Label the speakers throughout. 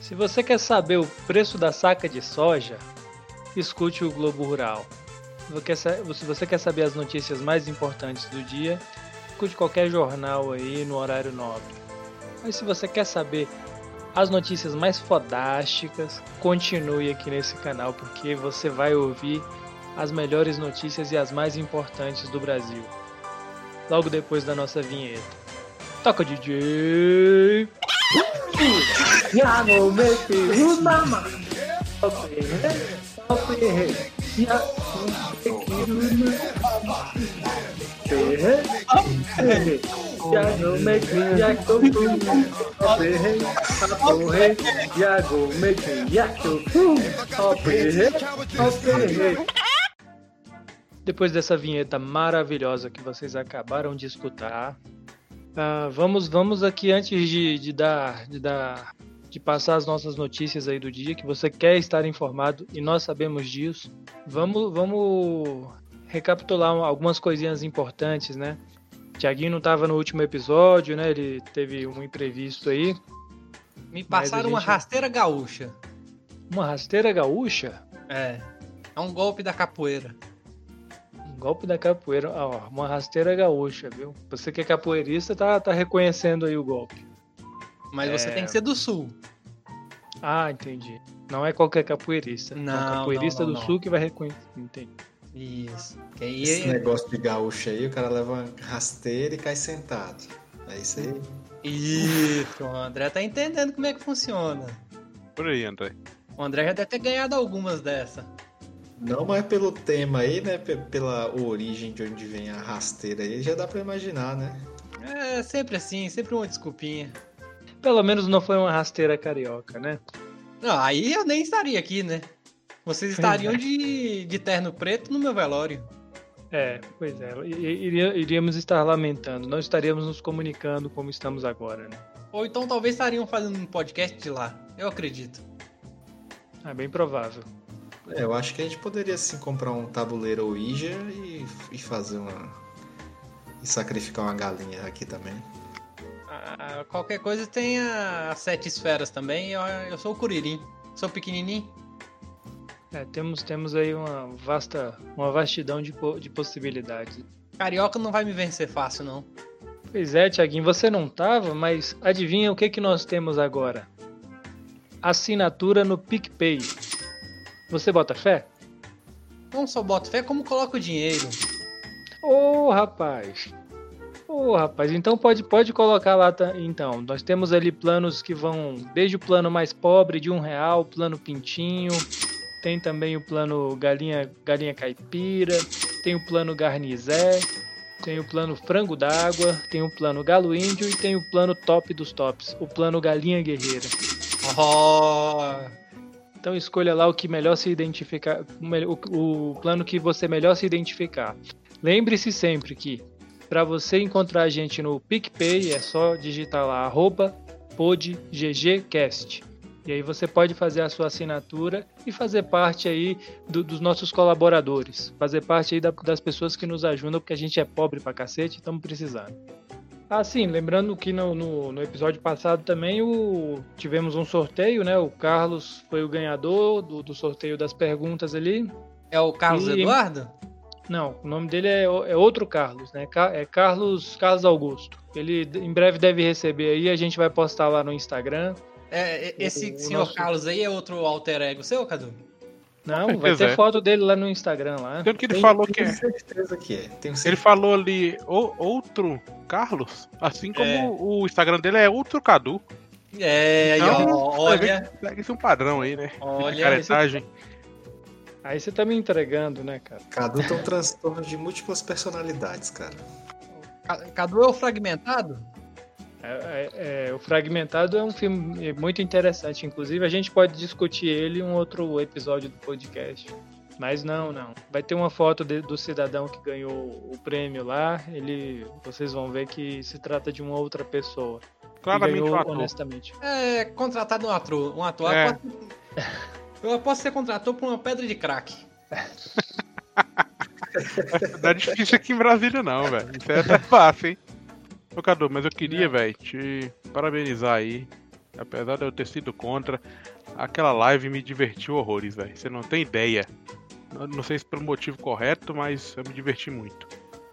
Speaker 1: Se você quer saber o preço da saca de soja, escute o Globo Rural. Se você quer saber as notícias mais importantes do dia, escute qualquer jornal aí no horário nobre. Mas se você quer saber as notícias mais fodásticas, continue aqui nesse canal porque você vai ouvir as melhores notícias e as mais importantes do Brasil. Logo depois da nossa vinheta. Toca DJ!
Speaker 2: Yano mete unama. Tope, tope, ya mete Yago mete yakopu. Tope, tope, yago mete yakopu. Tope, tope.
Speaker 1: Depois dessa vinheta maravilhosa que vocês acabaram de escutar, ah, vamos, vamos aqui antes de, de dar, de dar, de passar as nossas notícias aí do dia que você quer estar informado e nós sabemos disso. Vamos, vamos recapitular um, algumas coisinhas importantes, né? Tiaguinho não estava no último episódio, né? Ele teve um imprevisto aí,
Speaker 3: Me passaram
Speaker 1: Mas a
Speaker 3: uma
Speaker 1: gente-
Speaker 3: rasteira gaúcha.
Speaker 1: uma rasteira gaúcha,
Speaker 3: É. É um golpe da capoeira.
Speaker 1: um golpe da capoeira, Ah, ó, uma rasteira gaúcha, viu? Você que é capoeirista tá, tá reconhecendo aí o golpe.
Speaker 3: Mas
Speaker 1: É.
Speaker 3: você tem que ser do sul.
Speaker 1: Ah, entendi. Não é qualquer capoeirista. É um
Speaker 3: Não,
Speaker 1: capoeirista
Speaker 3: não,
Speaker 1: do
Speaker 3: não, não.
Speaker 1: sul que vai reconhecer. Entendi.
Speaker 3: Isso. Que aí
Speaker 4: Esse
Speaker 1: né?
Speaker 3: é-
Speaker 4: negócio de gaúcho aí, o cara leva uma rasteira e cai sentado. É isso aí.
Speaker 3: Isso, o André tá entendendo como é que funciona.
Speaker 5: Por aí, André.
Speaker 3: O André já deve ter ganhado algumas dessa.
Speaker 4: Não mais pelo tema aí, né? pe- Pela origem de onde vem a rasteira aí, já dá pra imaginar, né?
Speaker 3: É sempre assim, sempre uma desculpinha.
Speaker 1: Pelo menos não foi uma rasteira carioca, né?
Speaker 3: Não, aí eu nem estaria aqui, né? Vocês
Speaker 1: Pois
Speaker 3: estariam
Speaker 1: é.
Speaker 3: de, de terno preto no meu velório.
Speaker 1: É, pois é. I- i- iria- iríamos estar lamentando, não estaríamos nos comunicando como estamos agora, né?
Speaker 3: Ou então talvez estariam fazendo um podcast de lá. Eu acredito.
Speaker 1: É bem provável.
Speaker 4: É, eu acho que a gente poderia sim comprar um tabuleiro Ouija e, e fazer uma. E sacrificar uma galinha aqui também.
Speaker 3: Ah, qualquer coisa tem a- as sete esferas também. Eu, eu sou o Curirim. Sou pequenininho.
Speaker 1: É, temos, temos aí uma vasta, uma vastidão de, po- de possibilidades.
Speaker 3: Carioca não vai me vencer fácil, não.
Speaker 1: Pois é, Tiaguinho, você não tava, mas adivinha o que, que nós temos agora? Assinatura no PicPay. Você bota fé?
Speaker 3: Não só boto fé, como coloco o dinheiro.
Speaker 1: Ô, rapaz. Ô, rapaz, então pode, pode colocar lá. ta- Então, nós temos ali planos que vão desde o plano mais pobre de um real, plano pintinho, tem também o plano galinha, galinha caipira, tem o plano garnizé, tem o plano frango d'água, tem o plano galo índio e tem o plano top dos tops, o plano galinha guerreira.
Speaker 3: Oh,
Speaker 1: Então escolha lá o que melhor se identificar, o mel- o, o plano que você melhor se identificar. Lembre-se sempre que para você encontrar a gente no PicPay é só digitar lá arroba podggcast. E aí você pode fazer a sua assinatura e fazer parte aí do- dos nossos colaboradores, fazer parte aí da- das pessoas que nos ajudam, porque a gente é pobre pra cacete e estamos precisando. Ah, sim, lembrando que no, no- no episódio passado também o- tivemos um sorteio, né? O Carlos foi o ganhador do, do sorteio das perguntas ali.
Speaker 3: é o Carlos
Speaker 1: E-
Speaker 3: Eduardo?
Speaker 1: Não, o nome dele é, o- é outro Carlos, né? Ca- É Carlos, Carlos Augusto. Ele d- em breve deve receber aí, a gente vai postar lá no Instagram.
Speaker 3: É, é, esse
Speaker 1: O
Speaker 3: senhor
Speaker 1: nosso-
Speaker 3: Carlos aí é outro alter ego seu, Cadu?
Speaker 1: Não, vai
Speaker 5: Pois
Speaker 1: ter
Speaker 5: é.
Speaker 1: foto dele lá no Instagram lá.
Speaker 5: Tanto que ele
Speaker 4: Tenho-
Speaker 5: falou que
Speaker 4: tenho
Speaker 5: é.
Speaker 4: certeza que é. Tenho
Speaker 5: Ele
Speaker 4: certeza.
Speaker 5: falou ali o, outro Carlos, assim como
Speaker 3: É.
Speaker 5: o Instagram dele é outro Cadu.
Speaker 3: É, aí, ó,
Speaker 5: Então,
Speaker 3: olha,
Speaker 5: Segue esse um padrão aí, né?
Speaker 3: olha.
Speaker 6: tá-
Speaker 5: Caretagem.
Speaker 1: Aí você tá me entregando, né, cara?
Speaker 4: Cadu tem um transtorno de múltiplas personalidades, cara.
Speaker 3: Ca- Cadu é o fragmentado?
Speaker 1: É- é- é, o Fragmentado é um filme muito interessante, inclusive a gente pode discutir ele em um outro episódio do podcast. Mas não, não. Vai ter uma foto de- do cidadão que ganhou o prêmio lá. Ele, vocês vão ver que se trata de uma outra pessoa. que
Speaker 5: Claramente
Speaker 1: ganhou,
Speaker 5: um ator.
Speaker 1: honestamente.
Speaker 3: É contratado um ator. Um ator.
Speaker 5: É.
Speaker 3: Aposto- Eu aposto que você contratou por uma pedra de crack.
Speaker 5: Não é difícil aqui em Brasília, não, velho. Isso é até fácil, hein? Ô, Cadu, mas eu queria, velho, te parabenizar aí Apesar de eu ter sido contra, aquela live me divertiu horrores, velho. Você não tem ideia. Eu não sei se pelo motivo correto, mas eu me diverti muito.
Speaker 3: Bom,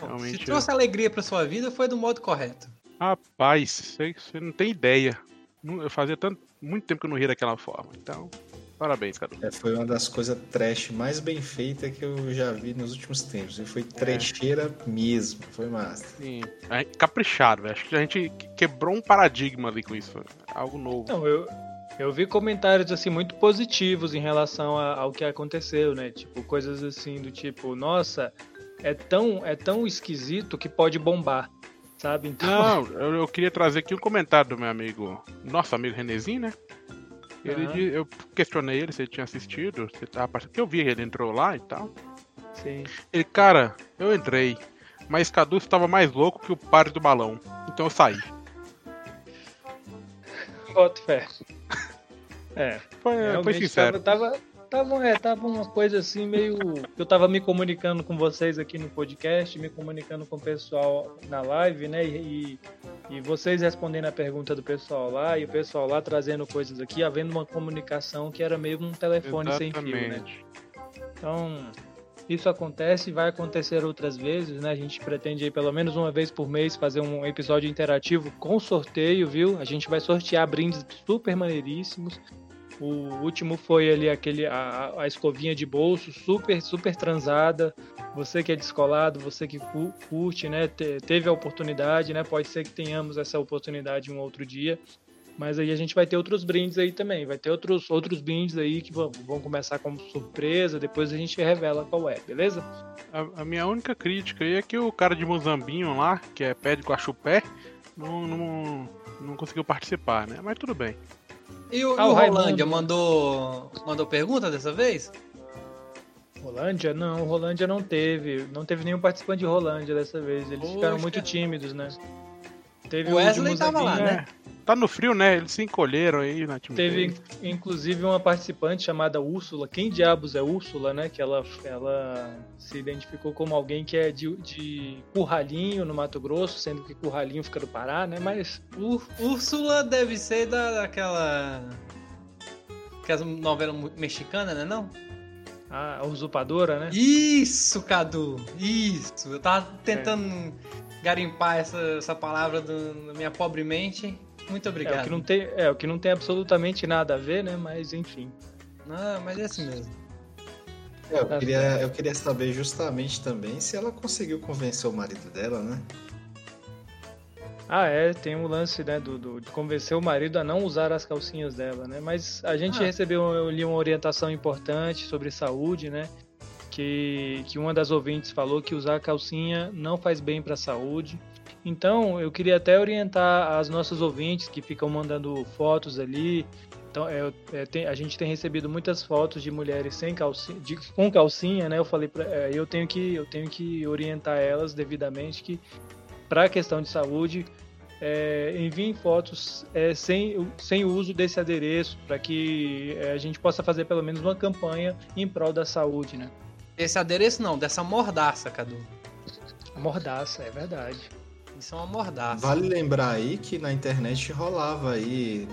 Speaker 3: se
Speaker 5: Realmente-
Speaker 3: trouxe alegria pra sua vida, foi do modo correto.
Speaker 5: Rapaz, você você não tem ideia. Não- Eu fazia tanto, muito tempo que eu não ria daquela forma. Então, parabéns, cara.
Speaker 4: É, foi uma das coisas trash mais bem feitas que eu já vi nos últimos tempos. E foi trecheira mesmo. Foi massa.
Speaker 5: Sim. A gente- Caprichado, velho. Acho que a gente que- quebrou um paradigma ali com isso. velho. Algo novo.
Speaker 1: Não, eu, eu vi comentários assim muito positivos em relação a- ao que aconteceu, né? Tipo, coisas assim do tipo, nossa, é tão, é tão esquisito que pode bombar, sabe? Então,
Speaker 5: Não, eu, eu queria trazer aqui um comentário do meu amigo, nosso amigo Renezinho, né? Ele,
Speaker 1: Aham.
Speaker 5: di- Eu questionei ele se ele tinha assistido, se ele tava participando, porque eu vi que ele entrou lá e tal.
Speaker 1: sim.
Speaker 5: Ele, cara, eu entrei, mas Cadu estava mais louco que o padre do balão, então eu saí.
Speaker 1: Boto fé. É,
Speaker 5: Foi, foi
Speaker 1: realmente
Speaker 5: sincero.
Speaker 1: tava, tava, tava, é, tava uma coisa assim meio. Eu tava me comunicando com vocês aqui no podcast, me comunicando com o pessoal na live, né? E, e, e vocês respondendo a pergunta do pessoal lá, e o pessoal lá trazendo coisas aqui, havendo uma comunicação que era meio um telefone sem fio, né? Então, isso acontece e vai acontecer outras vezes, né? A gente pretende aí pelo menos uma vez por mês fazer um episódio interativo com sorteio, viu? A gente vai sortear brindes super maneiríssimos. O último foi ali aquele a- a, a escovinha de bolso, super super transada. Você que é descolado, você que cu- curte, né? te- teve a oportunidade, né? Pode ser que tenhamos essa oportunidade um outro dia. Mas aí a gente vai ter outros brindes aí também. Vai ter outros, outros brindes aí que vão, vão começar como surpresa. Depois a gente revela qual é, beleza?
Speaker 5: A, a minha única crítica aí é que o cara de Mozambinho lá, que é pé de guachupé, não, não, não conseguiu participar, né? Mas tudo bem.
Speaker 3: E o,
Speaker 1: Ah,
Speaker 3: e o
Speaker 1: o Raimundo.
Speaker 3: Rolândia mandou, mandou pergunta dessa vez?
Speaker 1: Rolândia? Não, Rolândia não teve. Não teve nenhum participante de Rolândia dessa vez. Eles ficaram
Speaker 3: Poxa.
Speaker 1: muito tímidos, né? Teve um
Speaker 3: O
Speaker 1: de
Speaker 3: Wesley tava lá,
Speaker 1: Mozambique,
Speaker 3: né?
Speaker 5: Tá no frio, né? Eles se encolheram aí na time
Speaker 1: Teve,
Speaker 5: deles.
Speaker 1: inclusive, uma participante chamada Úrsula. Quem diabos é Úrsula, né? Que ela, ela se identificou como alguém que é de, de Curralinho, no Mato Grosso, sendo que Curralinho fica no Pará, né? Mas
Speaker 3: Ú- Úrsula deve ser da, daquela. Aquela novela mu- mexicana, né? Não?
Speaker 1: a usurpadora, né?
Speaker 3: Isso, Cadu! Isso! Eu tava tentando
Speaker 1: É.
Speaker 3: garimpar essa, essa palavra do- na minha pobre mente. Muito
Speaker 1: É o,
Speaker 3: obrigado.
Speaker 1: que não tem, é o que não tem absolutamente nada a ver, né? Mas enfim.
Speaker 3: Ah, mas é assim mesmo.
Speaker 4: É, Eu
Speaker 1: Tá
Speaker 4: queria, eu queria saber justamente também se ela conseguiu convencer o marido dela, né?
Speaker 1: Ah, é, tem um lance, né, do, do- de convencer o marido a não usar as calcinhas dela, né? Mas a gente
Speaker 3: Ah.
Speaker 1: recebeu eu li uma orientação importante sobre saúde, né? Que, que uma das ouvintes falou que usar calcinha não faz bem para a saúde. Então, eu queria até orientar as nossas ouvintes que ficam mandando fotos ali. Então, é, é, tem- a gente tem recebido muitas fotos de mulheres sem calcinha, de- com calcinha, né? Eu falei, pra, é, eu tenho que eu tenho que orientar elas devidamente que para a questão de saúde é, enviem fotos é, sem, o- sem o uso desse adereço para que é, a gente possa fazer pelo menos uma campanha em prol da saúde, né?
Speaker 3: Esse adereço não, dessa mordaça, Cadu.
Speaker 1: A mordaça, é verdade.
Speaker 3: Isso é uma mordaça.
Speaker 4: Vale lembrar aí que na internet rolava aí,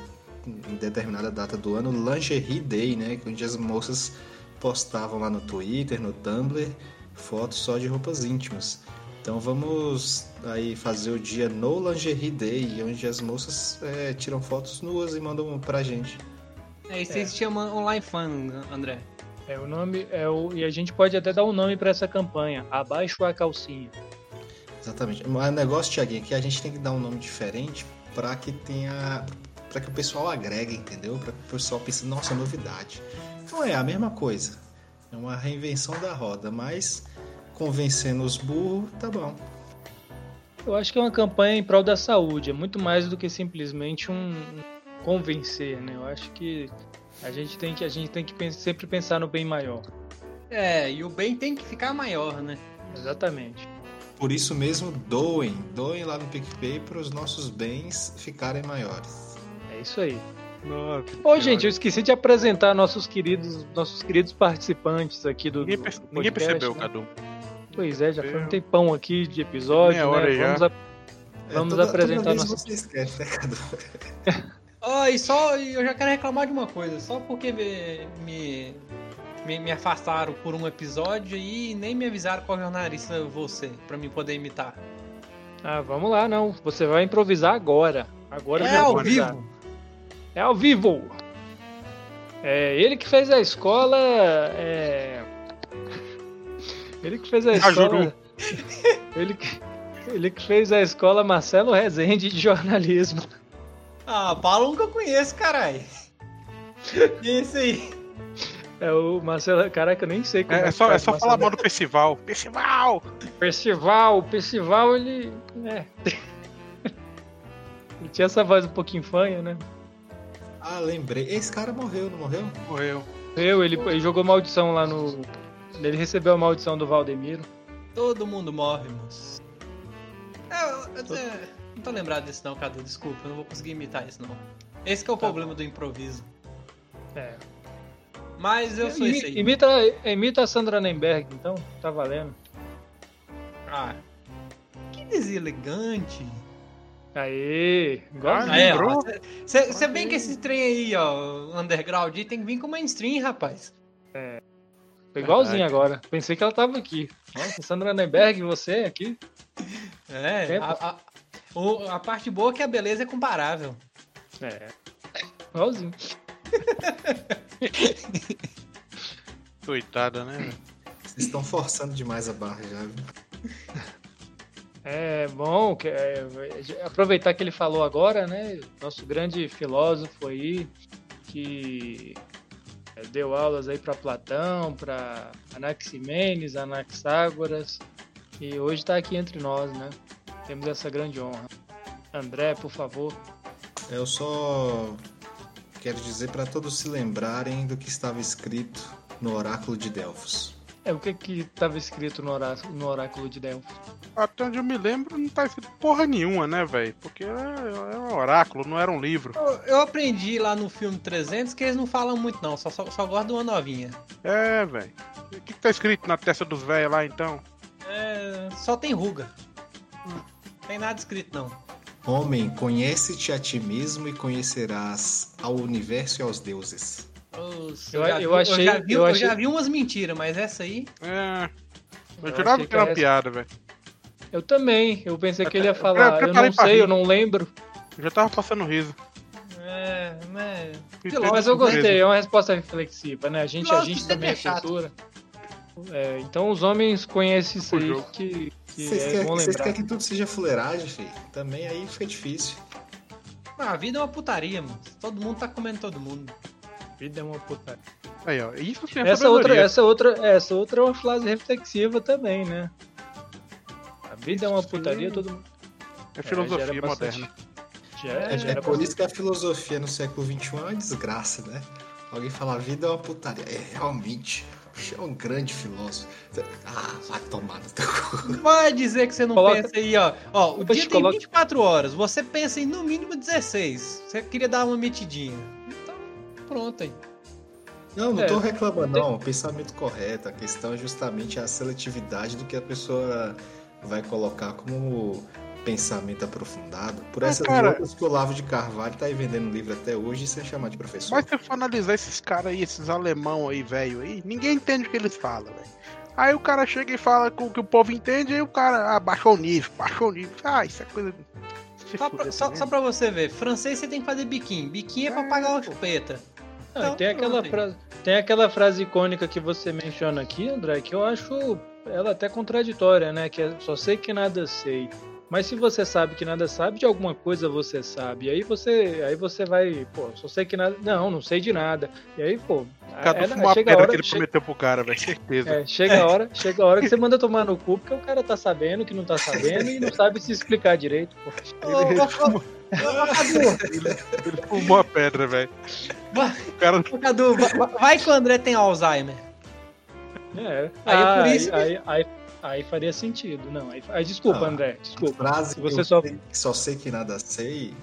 Speaker 4: em determinada data do ano, Lingerie Day, né? Onde as moças postavam lá no Twitter, no Tumblr, fotos só de roupas íntimas. Então vamos aí fazer o dia no Lingerie Day, onde as moças é, tiram fotos nuas e mandam pra gente.
Speaker 3: É, isso aí se chama online fan, André.
Speaker 1: É o nome é o e a gente pode até dar um nome para essa campanha. Abaixo a calcinha.
Speaker 4: Exatamente. Mas o negócio, Thiaguinho, é que a gente tem que dar um nome diferente pra que tenha. para que o pessoal agregue, entendeu? Pra que o pessoal pense, nossa, é novidade. Não é a mesma coisa. É uma reinvenção da roda, mas convencendo os burros, tá bom.
Speaker 1: Eu acho que é uma campanha em prol da saúde, é muito mais do que simplesmente um um convencer, né? Eu acho que a gente tem que a gente tem que pen- sempre pensar no bem maior.
Speaker 3: É, e o bem tem que ficar maior, né?
Speaker 1: Exatamente.
Speaker 4: Por isso mesmo, doem. Doem lá no PicPay para os nossos bens ficarem maiores.
Speaker 1: É isso aí.
Speaker 5: Nossa,
Speaker 1: Ô, gente, eu esqueci de apresentar nossos queridos, nossos queridos participantes aqui do.
Speaker 5: ninguém,
Speaker 1: do
Speaker 5: perce-
Speaker 1: podcast,
Speaker 5: ninguém percebeu,
Speaker 1: né?
Speaker 5: Cadu.
Speaker 1: Pois é, já foi um
Speaker 5: Eu-
Speaker 1: tempão aqui de episódio,
Speaker 5: Meia hora
Speaker 1: né?
Speaker 5: já.
Speaker 1: Vamos a- Vamos apresentar
Speaker 4: É, toda vez
Speaker 1: nossos-
Speaker 4: você esquece, né, Cadu?
Speaker 3: Ó, e só e eu já quero reclamar de uma coisa, só porque me, me, me, me afastaram por um episódio e nem me avisaram qual jornalista eu vou ser, pra mim poder imitar.
Speaker 1: Ah, vamos lá, não. Você vai improvisar agora. Agora
Speaker 3: É
Speaker 1: já
Speaker 3: ao
Speaker 1: vou avisar.
Speaker 3: vivo.
Speaker 1: É ao vivo. É ele que fez a escola. É... Ele que fez a
Speaker 5: Cajuru.
Speaker 1: escola. ele, que... ele que fez a escola Marcelo Rezende de jornalismo.
Speaker 3: Ah, Paulo que eu conheço, caralho. Isso aí.
Speaker 1: É o Marcelo. Caraca, eu nem sei como
Speaker 5: É, é
Speaker 1: que
Speaker 5: só, é
Speaker 1: faz
Speaker 5: só
Speaker 1: Marcelo.
Speaker 5: falar mal do Percival. Percival!
Speaker 1: Percival, o Percival ele. É. ele tinha essa voz um pouquinho fanha, né?
Speaker 4: Ah, lembrei. Esse cara morreu, não morreu?
Speaker 5: Morreu.
Speaker 1: Eu, ele, ele jogou maldição lá no. Ele recebeu a maldição do Valdemiro.
Speaker 3: Todo mundo morre, moço. É, eu- eu- é, não tô lembrado disso não, Cadu. Desculpa, eu não vou conseguir imitar isso não. Esse que é o problema do improviso.
Speaker 1: É.
Speaker 3: Mas eu sou
Speaker 1: Imi-
Speaker 3: esse aí.
Speaker 1: Imita, imita a Sandra Nemberg, então, tá valendo.
Speaker 3: Ah, que deselegante.
Speaker 1: Aê! Igual
Speaker 5: Ah,
Speaker 3: É,
Speaker 5: lembrou?
Speaker 3: ó, cê- cê- Você bem que esse trem aí, ó, underground, aí, tem que vir com mainstream, rapaz.
Speaker 1: Foi igualzinho
Speaker 5: Caraca.
Speaker 1: agora. Pensei que ela tava aqui. Nossa, Sandra Nemberg, você aqui?
Speaker 3: É,
Speaker 1: É,
Speaker 3: a, a, o- a parte boa é que a beleza é comparável.
Speaker 1: É. Igualzinho.
Speaker 5: Coitada, né? velho?
Speaker 4: Vocês estão forçando demais a barra já. viu?
Speaker 1: É bom que- é, aproveitar que ele falou agora, né? Nosso grande filósofo aí que é, deu aulas aí para Platão, para Anaximenes, Anaxágoras e hoje está aqui entre nós, né? Temos essa grande honra. André, por favor.
Speaker 4: É, Eu só quero dizer para todos se lembrarem do que estava escrito no oráculo de Delfos.
Speaker 1: É o que que estava escrito no oráculo, no oráculo de Delfos?
Speaker 5: Até onde eu me lembro, não tá escrito porra nenhuma, né, velho? Porque era, era um oráculo, não era um livro.
Speaker 3: Eu, eu aprendi lá no filme 300 que eles não falam muito não, só, só, só gostam de uma novinha.
Speaker 5: É, velho. O que, que tá escrito na testa dos velhos lá, então?
Speaker 3: É, só tem ruga. Não tem nada escrito não.
Speaker 4: Homem, conhece-te a ti mesmo e conhecerás ao universo e aos deuses.
Speaker 3: Os-
Speaker 1: Eu-
Speaker 3: já
Speaker 1: eu
Speaker 3: vi-
Speaker 1: achei-
Speaker 3: já vi,
Speaker 1: eu
Speaker 3: eu
Speaker 1: achei-
Speaker 3: já vi umas mentiras, mas essa aí.
Speaker 5: É. Eu,
Speaker 1: Eu
Speaker 5: jurava
Speaker 1: achei
Speaker 5: que era
Speaker 1: que
Speaker 5: uma
Speaker 1: essa-
Speaker 5: piada, velho.
Speaker 1: Eu também. Eu pensei que ele ia
Speaker 5: eu
Speaker 1: falar. Eu
Speaker 5: preparei
Speaker 1: não
Speaker 5: pra
Speaker 1: sei,
Speaker 5: rir.
Speaker 1: eu não lembro.
Speaker 5: Eu já tava passando riso.
Speaker 3: É, né?
Speaker 5: Fiquei
Speaker 1: Mas eu
Speaker 5: surpreso.
Speaker 1: gostei, é uma resposta reflexiva, né? A gente, a
Speaker 3: Lógico,
Speaker 1: gente
Speaker 3: sempre
Speaker 1: também
Speaker 3: é
Speaker 1: é
Speaker 3: chato.
Speaker 1: cultura. É, então os homens conhecem isso
Speaker 5: O
Speaker 1: aí
Speaker 5: jogo.
Speaker 1: que, que
Speaker 4: Vocês
Speaker 1: é
Speaker 4: querem-
Speaker 1: bom
Speaker 4: vocês
Speaker 1: lembrar.
Speaker 4: querem que tudo seja fuleiragem, filho? Também aí fica difícil.
Speaker 3: A vida é uma putaria, mano. Todo mundo tá comendo todo mundo.
Speaker 1: Vida é uma puta.
Speaker 5: Aí, ó. Isso sim é
Speaker 1: Essa outra,
Speaker 5: sabedoria.
Speaker 1: essa, outra, essa outra é uma frase reflexiva também, né? A vida é uma
Speaker 5: Isso sim.
Speaker 1: putaria, todo mundo.
Speaker 5: É
Speaker 1: É, gera
Speaker 5: filosofia
Speaker 1: bastante-
Speaker 5: moderna.
Speaker 1: Gera,
Speaker 4: É,
Speaker 1: gera
Speaker 4: por
Speaker 1: bastante-
Speaker 4: isso que a filosofia no século XXI é uma desgraça, né? Alguém fala a vida é uma putaria. É, realmente. É um grande filósofo. Ah, vai tomar no teu cu.
Speaker 3: Vai dizer que você não
Speaker 1: Coloca-
Speaker 3: pensa aí, ó. Ó, o
Speaker 1: Eu
Speaker 3: dia
Speaker 1: te
Speaker 3: tem
Speaker 1: coloco-
Speaker 3: 24 horas. Você pensa em no mínimo 16. Você queria dar uma metidinha. Então, pronto aí.
Speaker 4: Não, não
Speaker 1: É.
Speaker 4: tô reclamando, não. O pensamento correto. A questão é justamente a seletividade do que a pessoa vai colocar como pensamento aprofundado. Por
Speaker 5: Ah,
Speaker 4: essas
Speaker 5: cara.
Speaker 4: lutas que o Olavo de Carvalho tá aí vendendo livro até hoje sem chamar de professor.
Speaker 5: Mas se eu for analisar esses caras aí, esses alemão aí, velho aí, ninguém entende o que eles falam, velho. Aí o cara chega e fala com o que o povo entende, aí o cara ah, baixou o nível, baixou o nível. Ah, isso é coisa. Se
Speaker 3: Só
Speaker 5: fuder
Speaker 3: pra, só,
Speaker 4: né?
Speaker 5: também.
Speaker 3: só pra você ver. Francês você tem que fazer biquinho. Biquinho é pra
Speaker 5: É,
Speaker 3: pagar uma
Speaker 5: pô.
Speaker 3: chupeta.
Speaker 1: Não,
Speaker 3: Então,
Speaker 1: e tem, aquela
Speaker 3: pronto aí.
Speaker 1: frase, tem aquela frase icônica que você menciona aqui, André, que eu acho ela até contraditória, né? Que é só sei que nada sei. Mas se você sabe que nada sabe, de alguma coisa você sabe. E aí você, aí você vai, pô, só sei que nada. Não, não sei de nada. E aí, pô,
Speaker 5: Cadu
Speaker 1: ela-
Speaker 5: fumou a
Speaker 1: É, chega a
Speaker 5: pedra
Speaker 1: hora.
Speaker 5: que ele
Speaker 1: Chega,
Speaker 5: prometeu pro cara, velho. Certeza.
Speaker 1: é, chega a hora, chega a hora que você manda tomar no cu, porque o cara tá sabendo que não tá sabendo e não sabe se explicar direito, pô.
Speaker 3: Ô, ô,
Speaker 5: Ele fumou a pedra, velho.
Speaker 3: Vai.
Speaker 5: O cara
Speaker 3: ô, ô, Cadu, va- va- vai que o André tem Alzheimer.
Speaker 1: É.
Speaker 3: Aí é por
Speaker 1: Ah,
Speaker 3: isso que-
Speaker 1: aí, aí- aí faria sentido. Não, aí, aí desculpa,
Speaker 4: Ah.
Speaker 1: André, desculpa.
Speaker 4: frase
Speaker 1: Se
Speaker 4: que
Speaker 1: você
Speaker 4: eu
Speaker 1: só-
Speaker 4: sei- que só sei que nada sei,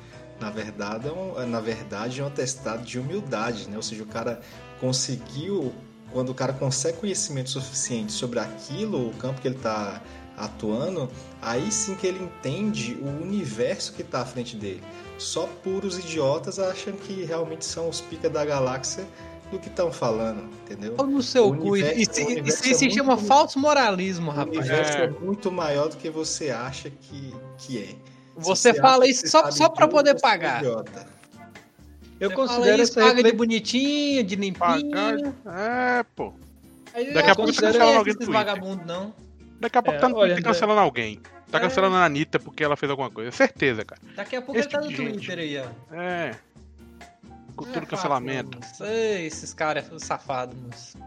Speaker 4: na verdade é um, é, na verdade é um atestado de humildade, né? Ou seja, o cara conseguiu, quando o cara consegue conhecimento suficiente sobre aquilo, o campo que ele está atuando, aí sim que ele entende o universo que tá à frente dele. Só puros idiotas acham que realmente são os pica da galáxia do que estão falando, entendeu?
Speaker 3: Pau no seu
Speaker 4: O
Speaker 3: cu.
Speaker 4: universo-
Speaker 3: Isso,
Speaker 4: o
Speaker 3: isso,
Speaker 4: universo
Speaker 3: isso,
Speaker 4: é
Speaker 3: se
Speaker 4: muito-
Speaker 3: chama falso moralismo,
Speaker 4: O
Speaker 3: rapaz.
Speaker 4: universo é.
Speaker 3: É.
Speaker 4: muito maior do que você acha que, que é. Se
Speaker 3: Você
Speaker 4: acha
Speaker 3: fala
Speaker 4: que
Speaker 3: isso
Speaker 4: você
Speaker 3: só,
Speaker 4: sabe
Speaker 3: só pra
Speaker 4: tudo,
Speaker 3: poder
Speaker 4: você é
Speaker 3: pagar.
Speaker 4: idiota.
Speaker 1: Eu
Speaker 3: Você
Speaker 1: considero
Speaker 3: fala isso,
Speaker 1: essa
Speaker 3: paga de
Speaker 1: reflexão.
Speaker 3: bonitinho, de
Speaker 5: Pagar.
Speaker 3: limpinho.
Speaker 5: É, pô.
Speaker 3: Aí,
Speaker 5: Daqui a
Speaker 3: ah,
Speaker 5: pouco
Speaker 1: tá
Speaker 3: não
Speaker 5: cancelando
Speaker 3: é
Speaker 5: alguém no
Speaker 3: esses
Speaker 5: Twitter.
Speaker 3: vagabundo, não.
Speaker 5: Daqui a pouco
Speaker 1: É,
Speaker 5: tá, no
Speaker 1: olha,
Speaker 5: Twitter cancelando alguém. Tá
Speaker 1: é.
Speaker 5: cancelando a Anitta porque ela fez alguma coisa. Certeza, cara.
Speaker 3: Daqui a pouco
Speaker 5: Esse
Speaker 3: ele tá no
Speaker 5: tipo de
Speaker 3: Twitter aí, ó.
Speaker 5: É.
Speaker 1: É
Speaker 5: Cultura
Speaker 3: Ah,
Speaker 5: do
Speaker 1: né,
Speaker 5: cancelamento.
Speaker 3: Fábio, moço. Ei, esses caras safados, moço.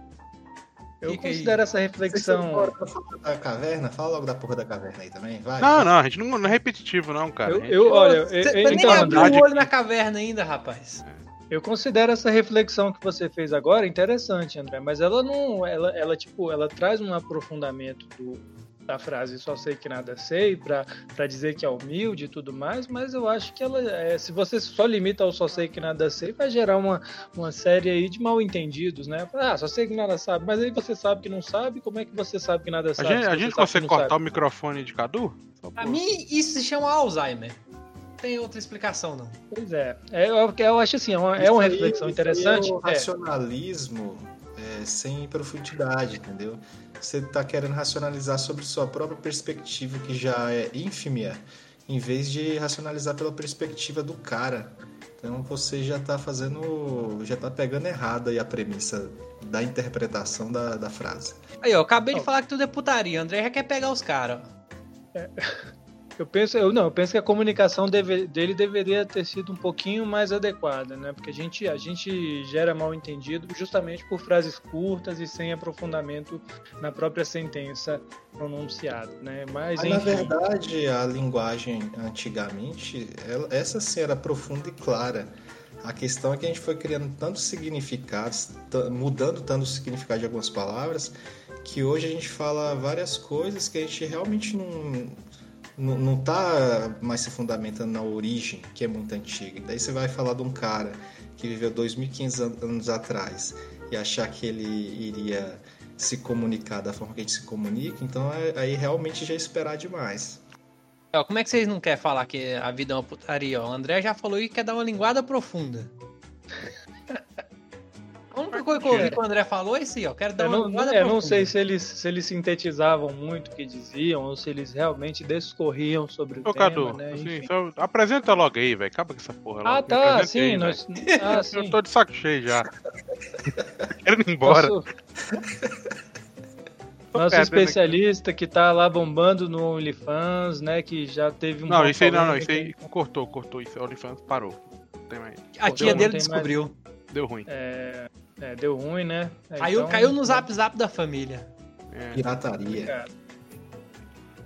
Speaker 1: Eu
Speaker 3: Fica aí.
Speaker 1: considero essa
Speaker 4: Vocês estão
Speaker 1: reflexão.
Speaker 4: fora da porra da caverna? Fala logo da porra da caverna aí também, vai.
Speaker 5: Não, não, a gente não, não é repetitivo, não, cara.
Speaker 1: Eu,
Speaker 5: A gente-
Speaker 1: eu olha, eu,
Speaker 3: Você tá
Speaker 1: eu-
Speaker 3: nem
Speaker 1: então,
Speaker 3: abriu
Speaker 1: André,
Speaker 5: Andrade
Speaker 3: o olho
Speaker 5: aqui.
Speaker 3: na caverna ainda, rapaz.
Speaker 5: É,
Speaker 1: eu considero essa reflexão que você fez agora interessante, André, mas ela não, ela, ela tipo, ela traz um aprofundamento do- da frase só sei que nada sei pra pra dizer que é humilde e tudo mais, mas eu acho que ela, é, se você só limita ao só sei que nada sei, vai gerar uma, uma série aí de mal-entendidos, né? Ah, só sei que nada sabe, mas aí você sabe que não sabe, como é que você sabe que nada
Speaker 5: A
Speaker 1: sabe?
Speaker 5: gente,
Speaker 1: se
Speaker 5: a
Speaker 1: você
Speaker 5: gente
Speaker 1: sabe que
Speaker 5: consegue
Speaker 1: não
Speaker 5: cortar
Speaker 1: sabe?
Speaker 5: o microfone de Cadu? Só
Speaker 3: Pra
Speaker 5: por-
Speaker 3: mim, isso se chama Alzheimer. Não Tem outra explicação, não.
Speaker 1: Pois é, É, eu, eu acho assim, é uma, é uma
Speaker 4: Isso aí-
Speaker 1: reflexão
Speaker 4: isso aí
Speaker 1: interessante.
Speaker 4: É o
Speaker 1: É.
Speaker 4: racionalismo é, sem profundidade, entendeu? Você tá querendo racionalizar sobre sua própria perspectiva, que já é ínfima, em vez de racionalizar pela perspectiva do cara. Então você já tá fazendo. já tá pegando errado aí a premissa da interpretação da, da frase.
Speaker 3: Aí, ó, acabei
Speaker 1: Ó.
Speaker 3: de falar que tudo é putaria. André já quer pegar os caras. ó.
Speaker 1: Eu penso, eu não, eu penso que a comunicação deve- dele deveria ter sido um pouquinho mais adequada, né? Porque a gente, a gente gera mal entendido justamente por frases curtas e sem aprofundamento na própria sentença pronunciada, né? Mas
Speaker 4: Mas, na
Speaker 1: enfim,
Speaker 4: verdade, a linguagem antigamente, ela- essa sim era profunda e clara. A questão é que a gente foi criando tantos significados, ta- mudando tanto o significado de algumas palavras, que hoje a gente fala várias coisas que a gente realmente não não, não tá mais se fundamentando na origem, que é muito antiga. Daí você vai falar de um cara que viveu 2.500 an- anos atrás e achar que ele iria se comunicar da forma que a gente se comunica, então é- aí realmente já é esperar demais.
Speaker 3: Ó, como é que vocês não querem falar que a vida é uma putaria? ó? O André já falou aí que quer dar uma linguada profunda. A única coisa que eu ouvi que o André falou é isso aí, ó. Quero dar
Speaker 1: eu
Speaker 3: uma
Speaker 1: não, é,
Speaker 3: linguada
Speaker 1: eu
Speaker 3: profunda.
Speaker 1: não sei se eles, se eles sintetizavam muito o que diziam ou se eles realmente descorriam sobre o
Speaker 5: Ô,
Speaker 1: tema,
Speaker 5: Cadu,
Speaker 1: né?
Speaker 5: assim,
Speaker 1: Enfim.
Speaker 5: só apresenta logo aí, velho. Acaba com essa porra logo.
Speaker 1: Ah,
Speaker 5: Me
Speaker 1: tá,
Speaker 5: apresenta
Speaker 1: sim,
Speaker 5: aí, velho.
Speaker 1: nós, ah, sim.
Speaker 5: né? Eu tô de saco cheio já. Quero ir embora.
Speaker 1: Nosso,
Speaker 5: Tô
Speaker 1: nosso
Speaker 5: perdendo aqui.
Speaker 1: especialista que tá lá bombando no OnlyFans, né? Que já teve um.
Speaker 5: Não, isso aí não, não. Isso aí
Speaker 1: né?
Speaker 5: cortou, cortou. Isso aí, OnlyFans parou. Não tem mais.
Speaker 3: A
Speaker 1: Pô,
Speaker 3: tia
Speaker 1: não
Speaker 3: dele
Speaker 1: tem
Speaker 3: descobriu.
Speaker 5: Deu ruim.
Speaker 1: É, deu ruim, né? É,
Speaker 3: Caiu,
Speaker 1: então,
Speaker 3: caiu no zap zap da família.
Speaker 5: É.
Speaker 4: Pirataria.
Speaker 1: Complicado.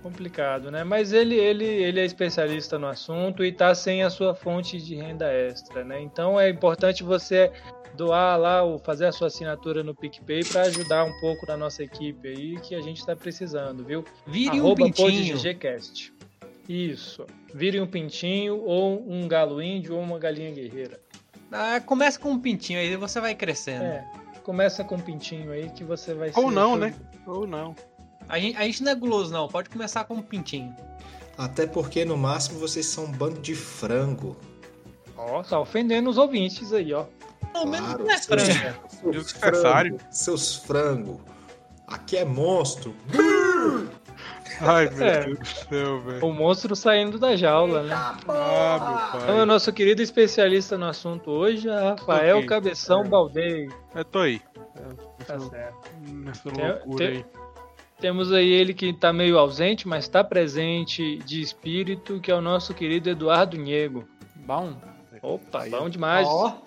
Speaker 1: Complicado, né? Mas ele, ele, ele é especialista no assunto e tá sem a sua fonte de renda extra, né? Então é importante você doar lá ou fazer a sua assinatura no PicPay para ajudar um pouco da nossa equipe aí que a gente tá precisando, viu?
Speaker 3: Vire um
Speaker 1: Arroba
Speaker 3: pintinho.
Speaker 1: PodGGcast. Isso. Vire um pintinho ou um galo índio ou uma galinha guerreira.
Speaker 3: Ah, começa com um pintinho aí, você vai crescendo.
Speaker 1: É. Começa com um pintinho aí que você vai
Speaker 5: Ou
Speaker 1: ser
Speaker 5: não,
Speaker 1: show
Speaker 5: né?
Speaker 1: de
Speaker 5: Ou não.
Speaker 3: A gente, a gente não é guloso, não. Pode começar com um pintinho.
Speaker 4: Até porque no máximo vocês são um bando de frango.
Speaker 1: Ó, tá ofendendo os ouvintes aí, ó.
Speaker 3: Pelo menos
Speaker 4: Claro,
Speaker 3: não é
Speaker 4: sim.
Speaker 3: franja.
Speaker 4: Seus
Speaker 5: Desnecessário.
Speaker 4: frango, seus frango. Aqui é monstro.
Speaker 5: Ai, meu
Speaker 1: É.
Speaker 5: Deus do céu, velho.
Speaker 1: O monstro saindo da jaula, né?
Speaker 5: Ah, meu
Speaker 1: Então é o
Speaker 5: pai.
Speaker 1: nosso querido especialista no assunto hoje, é Rafael
Speaker 5: Ok.
Speaker 1: Cabeção
Speaker 5: É.
Speaker 1: Baldei.
Speaker 5: Eu tô aí. É,
Speaker 1: Tá certo.
Speaker 5: Nessa
Speaker 1: Tem-
Speaker 5: loucura
Speaker 1: tem-
Speaker 5: aí.
Speaker 1: Temos aí ele que tá meio ausente, mas tá presente de espírito, que é o nosso querido Eduardo Niego.
Speaker 7: Bom,
Speaker 1: Opa,
Speaker 5: Aí.
Speaker 1: bom demais.
Speaker 3: Ó,
Speaker 7: um,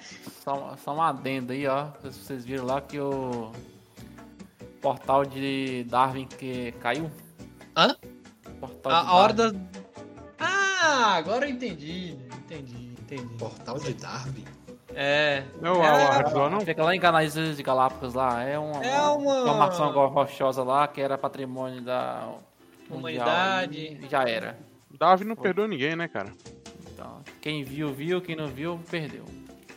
Speaker 7: só, só um adendo aí, ó. Vocês viram lá que o portal de Darwin que caiu?
Speaker 3: Hã?
Speaker 7: O Portal
Speaker 3: a,
Speaker 7: de
Speaker 3: a hora
Speaker 7: Darwin.
Speaker 3: da. Ah, agora eu entendi. Entendi, entendi.
Speaker 4: Portal de Darwin.
Speaker 3: É.
Speaker 5: Não,
Speaker 3: é,
Speaker 5: a Arizona não
Speaker 7: Fica lá em Canais de Galápagos lá. É uma,
Speaker 3: É uma-
Speaker 7: formação ro- rochosa lá que era patrimônio da mundial
Speaker 3: Humanidade.
Speaker 7: e já era.
Speaker 5: Davi não perdoa ninguém, né, cara?
Speaker 7: Então, quem viu, viu. Quem não viu, perdeu.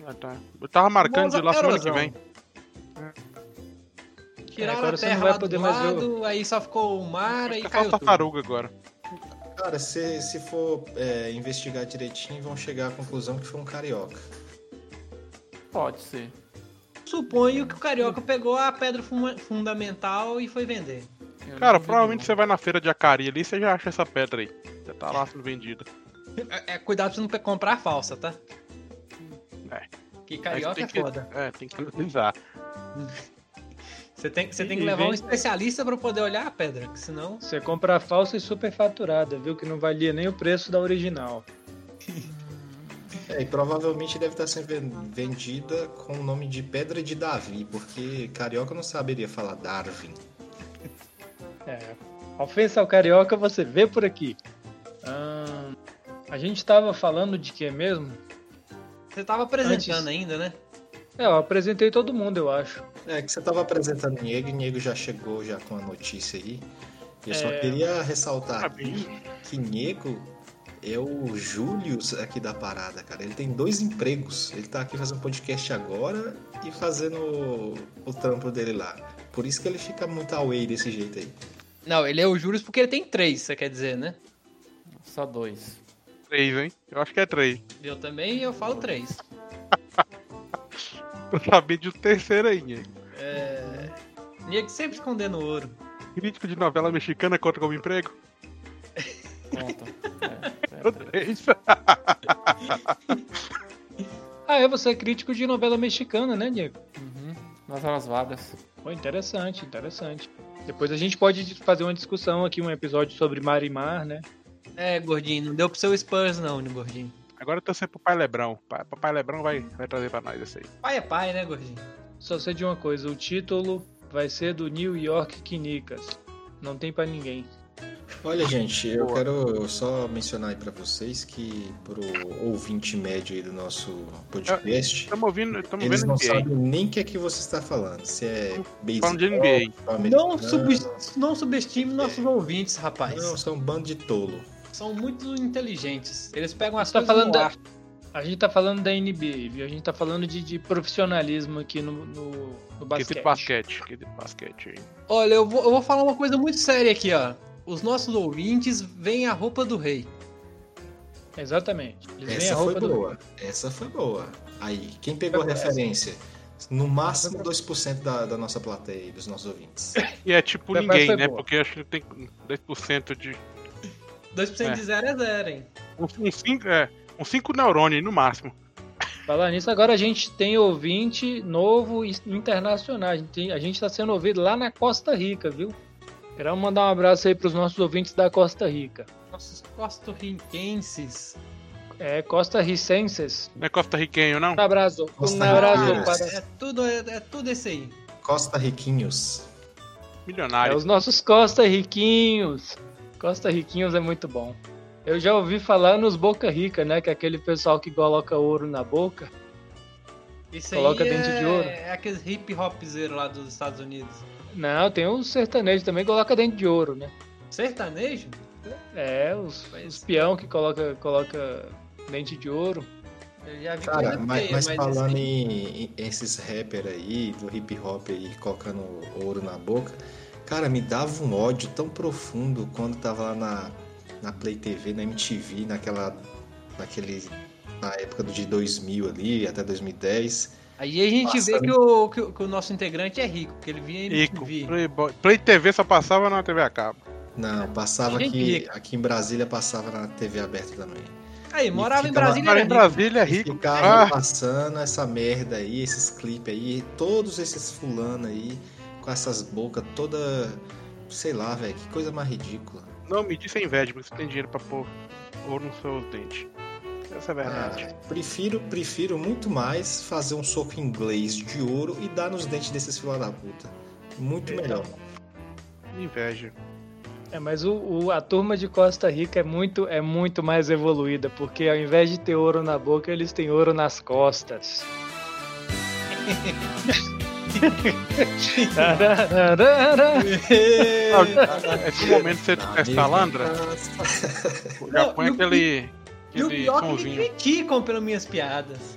Speaker 5: Ah, tá. Eu tava marcando de ir lá semana que
Speaker 3: Erosão.
Speaker 5: vem.
Speaker 3: Tiraram
Speaker 1: É, agora
Speaker 3: a
Speaker 1: você não
Speaker 3: terra
Speaker 1: vai
Speaker 3: lá
Speaker 1: poder
Speaker 3: do
Speaker 1: mais ver o-
Speaker 3: lado, aí só ficou o mar, aí
Speaker 6: Fica só
Speaker 3: caiu tudo.
Speaker 6: Tá tartaruga agora.
Speaker 4: Cara, se, se for é, investigar direitinho, vão chegar à conclusão que foi um carioca.
Speaker 7: Pode ser.
Speaker 3: Suponho que o carioca pegou a pedra fuma- fundamental e foi vender.
Speaker 7: Eu
Speaker 6: Cara,
Speaker 7: duvido
Speaker 6: provavelmente
Speaker 7: não.
Speaker 6: você vai na feira de Acari ali e você já acha essa pedra aí. Já tá lá sendo vendida.
Speaker 3: É, é, cuidado pra você não pe- comprar a falsa, tá?
Speaker 6: É.
Speaker 3: Que
Speaker 6: Mas
Speaker 3: carioca
Speaker 6: tem
Speaker 3: é
Speaker 6: que-
Speaker 3: foda.
Speaker 6: É, tem que analisar.
Speaker 3: Você tem, você
Speaker 1: E-
Speaker 3: tem que
Speaker 1: e
Speaker 3: levar um
Speaker 1: vem-
Speaker 3: especialista pra poder olhar a pedra, que senão.
Speaker 1: Você compra a falsa e superfaturada, viu? Que não valia nem o preço da original.
Speaker 4: É, e provavelmente deve estar sendo ven- vendida com o nome de Pedra de Davi, porque carioca não saberia falar Darwin.
Speaker 1: É. Ofensa ao carioca você vê por aqui. Ahn, a gente tava falando de que mesmo?
Speaker 3: Você tava apresentando
Speaker 1: Antes-
Speaker 3: ainda, né?
Speaker 1: É, eu apresentei todo mundo, eu acho.
Speaker 4: É, que você tava apresentando Niego, e Niego já chegou já com a notícia aí. Eu só
Speaker 1: É.
Speaker 4: queria ressaltar
Speaker 6: Parabéns.
Speaker 4: aqui que Niego é o Julius aqui da parada, cara. Ele tem dois empregos. Ele tá aqui fazendo podcast agora e fazendo o, o trampo dele lá. Por isso que ele fica muito away desse jeito aí.
Speaker 3: Não, ele é o Július porque ele tem três, você quer dizer, né?
Speaker 7: Só dois.
Speaker 6: Três, hein? Eu acho que é três.
Speaker 3: Eu também eu falo três.
Speaker 6: Eu sabia de um terceiro aí, hein?
Speaker 3: Nego é sempre escondendo ouro.
Speaker 6: Crítico de novela mexicana contra como emprego?
Speaker 7: Conta. É,
Speaker 6: Eu
Speaker 7: é, três.
Speaker 6: três.
Speaker 1: Ah, é, você é crítico de novela mexicana, né, Diego?
Speaker 7: Uhum. Nas horas vagas.
Speaker 1: Pô, interessante, interessante. Depois a gente pode fazer uma discussão aqui, um episódio sobre mar e mar, né?
Speaker 3: É, gordinho, não deu pro seu Spurs, não, né, gordinho.
Speaker 6: Agora eu tô sempre pro Pai Lebrão. Pa- Papai Lebrão vai, vai trazer pra nós esse aí.
Speaker 3: Pai é pai, né, gordinho?
Speaker 1: Só sei de uma coisa, o título vai ser do New York Knicks. Não tem pra ninguém.
Speaker 4: Olha, gente, eu
Speaker 6: Boa.
Speaker 4: quero só mencionar aí pra vocês que pro ouvinte médio aí do nosso podcast,
Speaker 6: Estamos ouvindo, estamos
Speaker 4: eles
Speaker 6: vendo
Speaker 4: não
Speaker 6: NBA.
Speaker 4: sabem nem o que é que você está falando. Se é
Speaker 6: Falando de
Speaker 4: beisebol,
Speaker 6: NBA.
Speaker 4: americano.
Speaker 3: Não, sub- não subestime nossos ouvintes, rapaz.
Speaker 4: Não, são um bando de tolo.
Speaker 3: São muito inteligentes. Eles pegam as
Speaker 1: Tá
Speaker 3: coisas
Speaker 1: falando
Speaker 3: no
Speaker 1: da-
Speaker 3: ar.
Speaker 1: A gente tá falando da NBA, viu? A gente tá falando de, de profissionalismo aqui no, no, no basquete.
Speaker 6: Quesito basquete. Quesito basquete aí.
Speaker 3: Olha, eu vou, eu vou falar uma coisa muito séria aqui, ó. Os nossos ouvintes veem a roupa do rei.
Speaker 1: Exatamente. Eles veem a
Speaker 4: Essa foi
Speaker 1: roupa do. É.
Speaker 4: boa. Essa foi boa. Aí, quem pegou a
Speaker 1: Foi boa
Speaker 4: referência? No máximo 2% da, da nossa plateia aí, dos nossos ouvintes.
Speaker 6: E é tipo
Speaker 1: Mas
Speaker 6: ninguém,
Speaker 1: foi
Speaker 6: né?
Speaker 1: boa.
Speaker 6: Porque acho que tem 10% de.
Speaker 3: 2% de zero é zero, hein?
Speaker 6: Uns um, cinco, é, uns cinco neurônios no máximo.
Speaker 1: Falar nisso, agora a gente tem ouvinte novo e internacional. A gente, tem- a gente tá sendo ouvido lá na Costa Rica, viu? Queremos mandar um abraço aí pros nossos ouvintes da Costa Rica.
Speaker 3: Nossos costorriquenses.
Speaker 1: É, Costa Ricenses.
Speaker 6: Não é Costa Riquenho, não?
Speaker 1: Um abraço. Um
Speaker 4: Costa
Speaker 1: abraço
Speaker 4: Riquenhos.
Speaker 1: para
Speaker 3: É tudo, é, é tudo esse aí.
Speaker 4: Costa Riquinhos.
Speaker 1: É,
Speaker 6: Milionário.
Speaker 1: os nossos Costa Riquinhos. Costa Riquinhos é muito bom. Eu já ouvi falar nos Boca Rica, né? Que é aquele pessoal que coloca ouro na boca.
Speaker 3: Isso
Speaker 1: Coloca
Speaker 3: aí
Speaker 1: dente
Speaker 3: é,
Speaker 1: de ouro.
Speaker 3: É aqueles hip hopzeiro lá dos Estados Unidos.
Speaker 1: Não, tem um sertanejo também que coloca dentro de ouro, né?
Speaker 3: Sertanejo?
Speaker 1: É, os,
Speaker 3: Pois
Speaker 1: os
Speaker 3: é.
Speaker 1: peão que coloca, coloca dente de ouro.
Speaker 3: Eu já vi é
Speaker 4: Cara,
Speaker 3: coisa
Speaker 4: mas,
Speaker 3: feia,
Speaker 4: mas falando
Speaker 3: esse-
Speaker 4: em, em esses rapper aí, do hip hop aí, colocando ouro na boca, cara, me dava um ódio tão profundo quando tava lá na, na Play TV, na MTV, naquela. naquele. na época do- de 2000 ali, até 2010.
Speaker 3: Aí a gente
Speaker 4: Passa,
Speaker 3: vê
Speaker 4: né?
Speaker 3: que o, que, o- que o nosso integrante é rico, porque ele via
Speaker 6: Rico.
Speaker 3: MTV.
Speaker 6: Playboy. Play TV só passava na TV a cabo.
Speaker 4: Não, passava
Speaker 1: Gente
Speaker 4: aqui,
Speaker 1: rica.
Speaker 4: aqui em Brasília, passava na TV aberta também.
Speaker 3: Aí, morava em
Speaker 4: fica lá-
Speaker 6: O
Speaker 3: Brasília. né? era
Speaker 6: cara em
Speaker 3: rico.
Speaker 6: Brasília é rico.
Speaker 4: Ficava
Speaker 6: Ah,
Speaker 4: tá passando essa merda aí, esses clipes aí, todos esses fulano aí, com essas bocas toda. Sei lá, velho, que coisa mais ridícula.
Speaker 6: não me disse inveja, porque você tem dinheiro pra pôr ouro nos seus dentes. Essa é a verdade.
Speaker 4: Ah, prefiro, prefiro muito mais fazer um soco inglês de ouro e dar nos dentes desses filha da puta. Muito melhor.
Speaker 3: Ah.
Speaker 6: Inveja.
Speaker 1: É, mas o, o- a turma de Costa Rica é muito, é muito mais evoluída, porque ao invés de ter ouro na boca, eles têm ouro nas costas. Tarararara.
Speaker 6: Ah, Esse momento que você testa a Landra, já
Speaker 3: Não,
Speaker 6: põe
Speaker 3: e o
Speaker 6: aquele.
Speaker 3: E o
Speaker 6: aquele
Speaker 3: pior é que me
Speaker 6: somzinho.
Speaker 3: criticam pelas minhas piadas.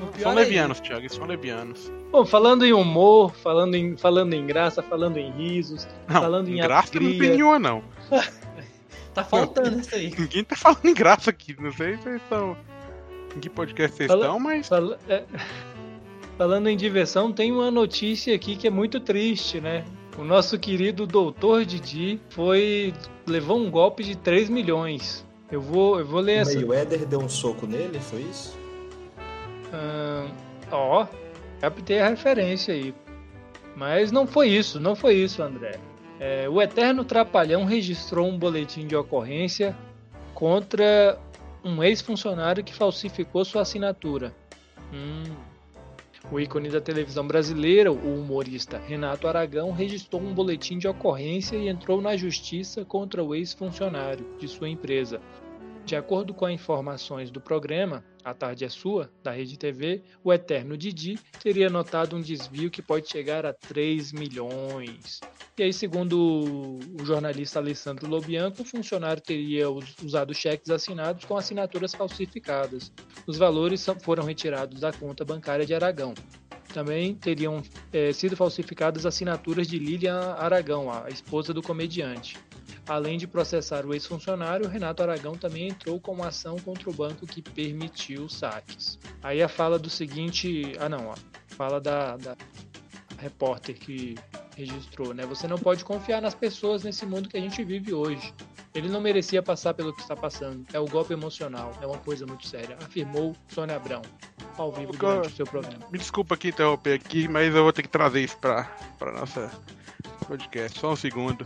Speaker 3: O pior
Speaker 6: São
Speaker 3: é
Speaker 6: levianos, Thiago, eles são levianos.
Speaker 1: Bom, falando em humor, falando em, falando em graça, falando em risos,
Speaker 6: Não,
Speaker 1: falando em
Speaker 6: graça não tem
Speaker 1: alegria.
Speaker 6: nenhuma, não.
Speaker 3: isso. Tá faltando isso aí.
Speaker 6: Ninguém tá falando em graça aqui. Não sei se vocês estão. Em que podcast vocês
Speaker 1: Fala-
Speaker 6: estão, mas.
Speaker 1: Fala- é. Falando em diversão, tem uma notícia aqui que é muito triste, né? O nosso querido doutor Didi foi levou um golpe de 3 milhões. Eu vou, eu vou ler
Speaker 4: Mas
Speaker 1: essa.
Speaker 4: o Éder deu um soco nele, foi isso?
Speaker 1: Ahn, Ó, captei a referência aí. Mas não foi isso, não foi isso, André. É, o Eterno Trapalhão registrou um boletim de ocorrência contra um ex-funcionário que falsificou sua assinatura. Hum. O ícone da televisão brasileira, o humorista Renato Aragão, registrou um boletim de ocorrência e entrou na justiça contra o ex-funcionário de sua empresa. De acordo com informações do programa A Tarde é Sua, da Rede TV, o eterno Didi teria notado um desvio que pode chegar a 3 milhões. E aí, segundo o jornalista Alessandro Lobianco, o funcionário teria us- usado cheques assinados com assinaturas falsificadas. Os valores são- foram retirados da conta bancária de Aragão. Também teriam eh, sido falsificadas assinaturas de Lilian Aragão, a esposa do comediante. Além de processar o ex-funcionário, Renato Aragão também entrou com uma ação contra o banco que permitiu os saques. Aí a fala do seguinte. Ah, não, a fala da, da repórter que registrou, né? Você não pode confiar nas pessoas nesse mundo que a gente vive hoje. Ele não merecia passar pelo que está passando. É o golpe emocional, é uma coisa muito séria, afirmou Sônia Abrão, ao vivo durante o seu programa.
Speaker 6: Me desculpa aqui interromper aqui, mas eu vou ter que trazer isso pra, pra nossa podcast. Só um segundo.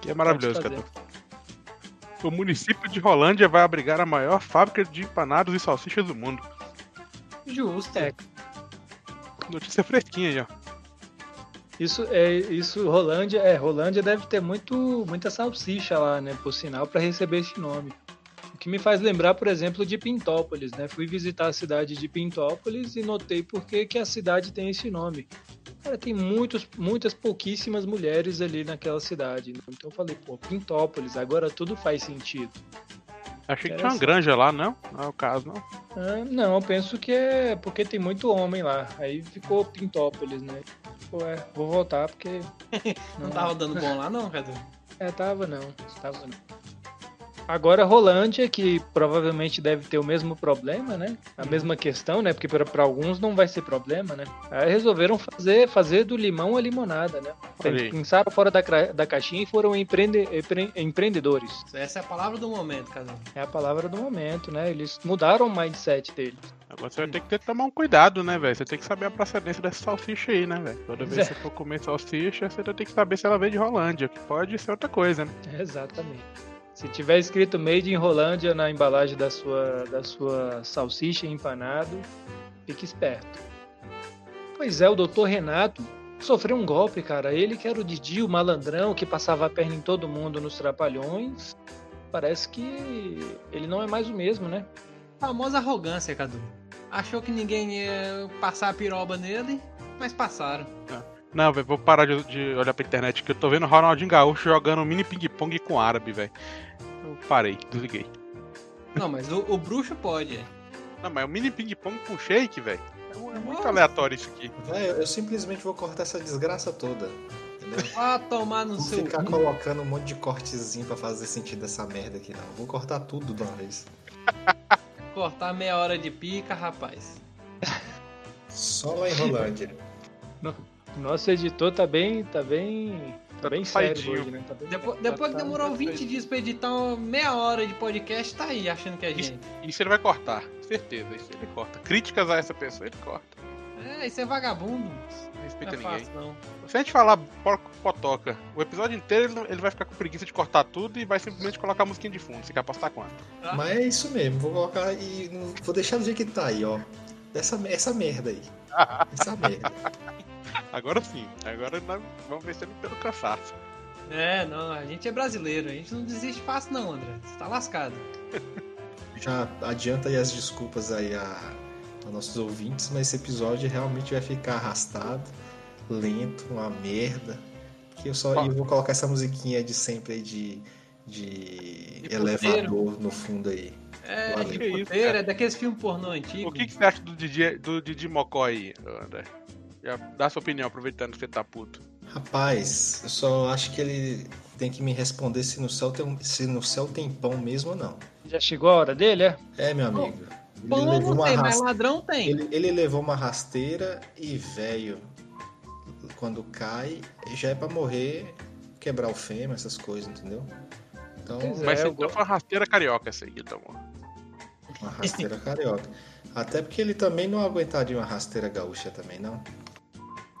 Speaker 6: Que é maravilhoso,
Speaker 1: Pode
Speaker 6: cara.
Speaker 1: fazer.
Speaker 6: O município de Rolândia vai abrigar a maior fábrica de empanados e salsichas do mundo.
Speaker 3: Justo.
Speaker 1: É.
Speaker 6: Notícia fresquinha aí, ó.
Speaker 1: Isso é isso Rolândia, é, Rolândia deve ter muito muita salsicha lá, né, por sinal, para receber esse nome. O que me faz lembrar, por exemplo, de Pintópolis, né? Fui visitar a cidade de Pintópolis e notei porque que a cidade tem esse nome. Cara, tem muitos, muitas pouquíssimas mulheres ali naquela cidade. né? Então eu falei, pô, Pintópolis, agora tudo faz sentido.
Speaker 6: Achei que
Speaker 1: Interessante.
Speaker 6: tinha uma granja lá, não? Não é o caso, não.
Speaker 1: Ah, não, eu penso que é porque tem muito homem lá. Aí ficou Pintópolis, né? Pô, é, vou voltar porque
Speaker 3: Não tava dando bom lá não, Cadu.
Speaker 1: É, tava não, tava não. Agora Rolândia, que provavelmente deve ter o mesmo problema, né? A mesma questão, né? Porque para alguns não vai ser problema, né? Aí resolveram fazer, fazer do limão a limonada, né?
Speaker 6: Olha aí.
Speaker 1: Pensaram fora da, cra- da caixinha e foram empreende- empre- empreendedores.
Speaker 3: Essa é a palavra do momento, Cadu.
Speaker 1: É a palavra do momento, né? Eles mudaram o mindset deles.
Speaker 6: Agora você vai ter que ter, tomar um cuidado, né, velho? Você tem que saber a procedência dessa salsicha aí, né, velho? Toda vez que você for comer salsicha, você vai ter que saber se ela veio de Rolândia, que pode ser outra coisa, né?
Speaker 1: Exatamente. Se tiver escrito Made in Rolândia na embalagem da sua, da sua salsicha e empanado, fique esperto. Pois é, o doutor Renato sofreu um golpe, cara. Ele que era o Didi, o malandrão, que passava a perna em todo mundo nos trapalhões. Parece que ele não é mais o mesmo, né?
Speaker 3: Famosa arrogância, Cadu. Achou que ninguém ia passar a piroba nele, mas passaram.
Speaker 6: Não, velho, vou parar de, de olhar pra internet, que eu tô vendo o Ronaldinho Gaúcho jogando mini ping-pong com árabe, velho. Eu parei, desliguei.
Speaker 3: Não, mas o, o bruxo pode. é.
Speaker 6: Não, mas é um mini ping-pong com shake, velho. É um- é muito
Speaker 3: Nossa.
Speaker 6: aleatório isso aqui.
Speaker 4: Véi, eu simplesmente vou cortar essa desgraça toda. Entendeu?
Speaker 3: Vá tomar no
Speaker 4: Não
Speaker 3: seu.
Speaker 4: ficar
Speaker 3: cu.
Speaker 4: colocando um monte de cortezinho pra fazer sentido essa merda aqui, não. Vou cortar tudo de uma vez.
Speaker 3: Cortar meia hora de pica, rapaz.
Speaker 4: Só lá em Rolândia.
Speaker 1: O nosso editor tá bem, tá bem, tá,
Speaker 6: Tá
Speaker 1: bem
Speaker 6: tudo
Speaker 1: sério
Speaker 6: saidinho.
Speaker 1: hoje, né? Tá bem-
Speaker 3: Depois,
Speaker 1: tá-
Speaker 3: depois que
Speaker 1: tá-
Speaker 3: demorou
Speaker 1: tá
Speaker 3: 20 dias pra editar uma meia hora de podcast, tá aí achando que é gente.
Speaker 6: Isso ele vai cortar, certeza. Isso ele corta. Críticas a essa pessoa, ele corta.
Speaker 3: É, isso é vagabundo.
Speaker 6: Não
Speaker 3: Não
Speaker 6: respeita
Speaker 3: é
Speaker 6: ninguém.
Speaker 3: fácil, não.
Speaker 6: Se a gente falar porco potoca, o episódio inteiro ele, não- ele vai ficar com preguiça de cortar tudo e vai simplesmente colocar a musiquinha de fundo. Você quer apostar quanto?
Speaker 4: Mas é isso mesmo, vou colocar e não- vou deixar do jeito que tá aí, ó. Essa, essa merda aí. Essa merda.
Speaker 6: Agora sim. Agora nós vamos vencer pelo cansaço.
Speaker 3: É, não, a gente é brasileiro, a gente não desiste fácil não, André. Você tá lascado.
Speaker 4: Já adianta aí as desculpas aí a, a nossos ouvintes, mas esse episódio realmente vai ficar arrastado, lento, uma merda. Que eu só
Speaker 6: Ó.
Speaker 4: e eu vou colocar essa musiquinha de sempre aí de de
Speaker 3: De
Speaker 4: elevador no fundo aí.
Speaker 3: É,
Speaker 4: Valeu.
Speaker 3: de
Speaker 6: Que isso,
Speaker 3: puteira, é daqueles filmes pornô antigos.
Speaker 6: O que, que você acha do Didi, do Didi Mocó aí, André? Já dá sua opinião, aproveitando que você tá puto.
Speaker 4: Rapaz, eu só acho que ele tem que me responder se no céu tem, um, se no céu tem pão mesmo ou não.
Speaker 1: Já chegou a hora dele, é?
Speaker 4: É, meu amigo. Ele
Speaker 3: Pão
Speaker 4: levou
Speaker 3: não
Speaker 4: uma
Speaker 3: tem, mas
Speaker 4: rasteira.
Speaker 3: ladrão tem.
Speaker 4: Ele, ele levou uma rasteira e, velho, quando cai, já é pra morrer, quebrar o fêmur, essas coisas, entendeu? Então,
Speaker 1: Pois é.
Speaker 6: Mas
Speaker 1: eu
Speaker 6: você então
Speaker 1: go-
Speaker 6: foi uma rasteira carioca essa aí, então. ó.
Speaker 3: é.
Speaker 4: uma rasteira carioca. Até porque ele também não aguentaria uma rasteira gaúcha também, não.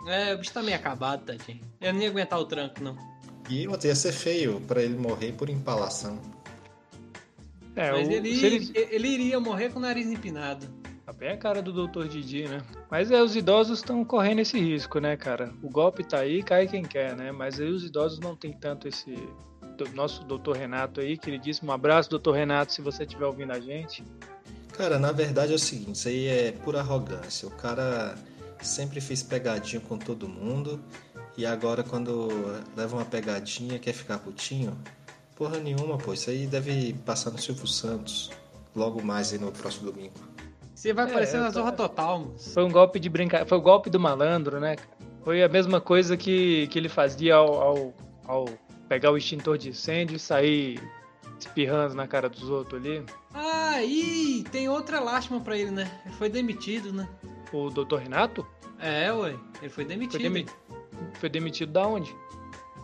Speaker 3: É, o bicho tá meio acabado, tadinho. Eu nem ia aguentar o tranco, não.
Speaker 4: E outra, ia ser feio pra ele morrer por empalação.
Speaker 1: É,
Speaker 3: mas
Speaker 1: o-
Speaker 3: ele,
Speaker 1: se ele-
Speaker 3: ele... iria morrer com o nariz empinado.
Speaker 1: Tá bem a cara do Dr. Didi, né? Mas é, os idosos estão correndo esse risco, né, cara? O golpe tá aí, cai quem quer, né? Mas aí os idosos não tem tanto esse... do- Nosso doutor Renato aí, queridíssimo. Um abraço, doutor Renato, se você estiver ouvindo a gente.
Speaker 4: Cara, na verdade é o seguinte, isso aí é pura arrogância. O cara sempre fez pegadinha com todo mundo e agora quando leva uma pegadinha quer ficar putinho? Porra nenhuma, pô. Isso aí deve passar no Silvio Santos logo mais aí no próximo domingo.
Speaker 3: Você vai
Speaker 1: É,
Speaker 3: aparecer na
Speaker 1: eu tô-
Speaker 3: Zorra Total, moço.
Speaker 1: Foi um golpe de brincadeira, foi o golpe do malandro, né? cara? Foi a mesma coisa que, que ele fazia ao, ao, ao pegar o extintor de incêndio e sair espirrando na cara dos outros ali.
Speaker 3: Ah, e tem outra lástima pra ele, né? Ele foi demitido, né?
Speaker 1: O doutor Renato
Speaker 3: É, ué. Ele foi demitido.
Speaker 1: foi, demi- foi demitido da onde?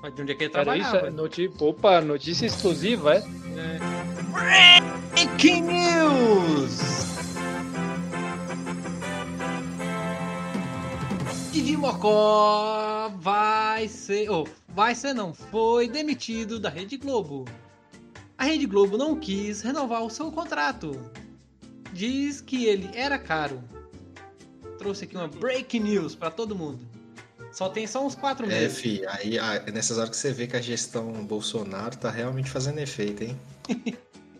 Speaker 3: Mas de onde é que ele
Speaker 1: Era isso?
Speaker 3: trabalhava?
Speaker 1: é Noti... Opa, notícia exclusiva, é?
Speaker 3: Breaking News! Didi Mocó vai ser. Ou, vai ser não, foi demitido da Rede Globo. A Rede Globo não quis renovar o seu contrato. Diz que ele era caro. Trouxe aqui uma break news pra todo mundo. Só tem só uns quatro
Speaker 4: É,
Speaker 3: meses.
Speaker 4: fi, aí, aí é nessas horas que você vê que a gestão Bolsonaro tá realmente fazendo efeito, hein?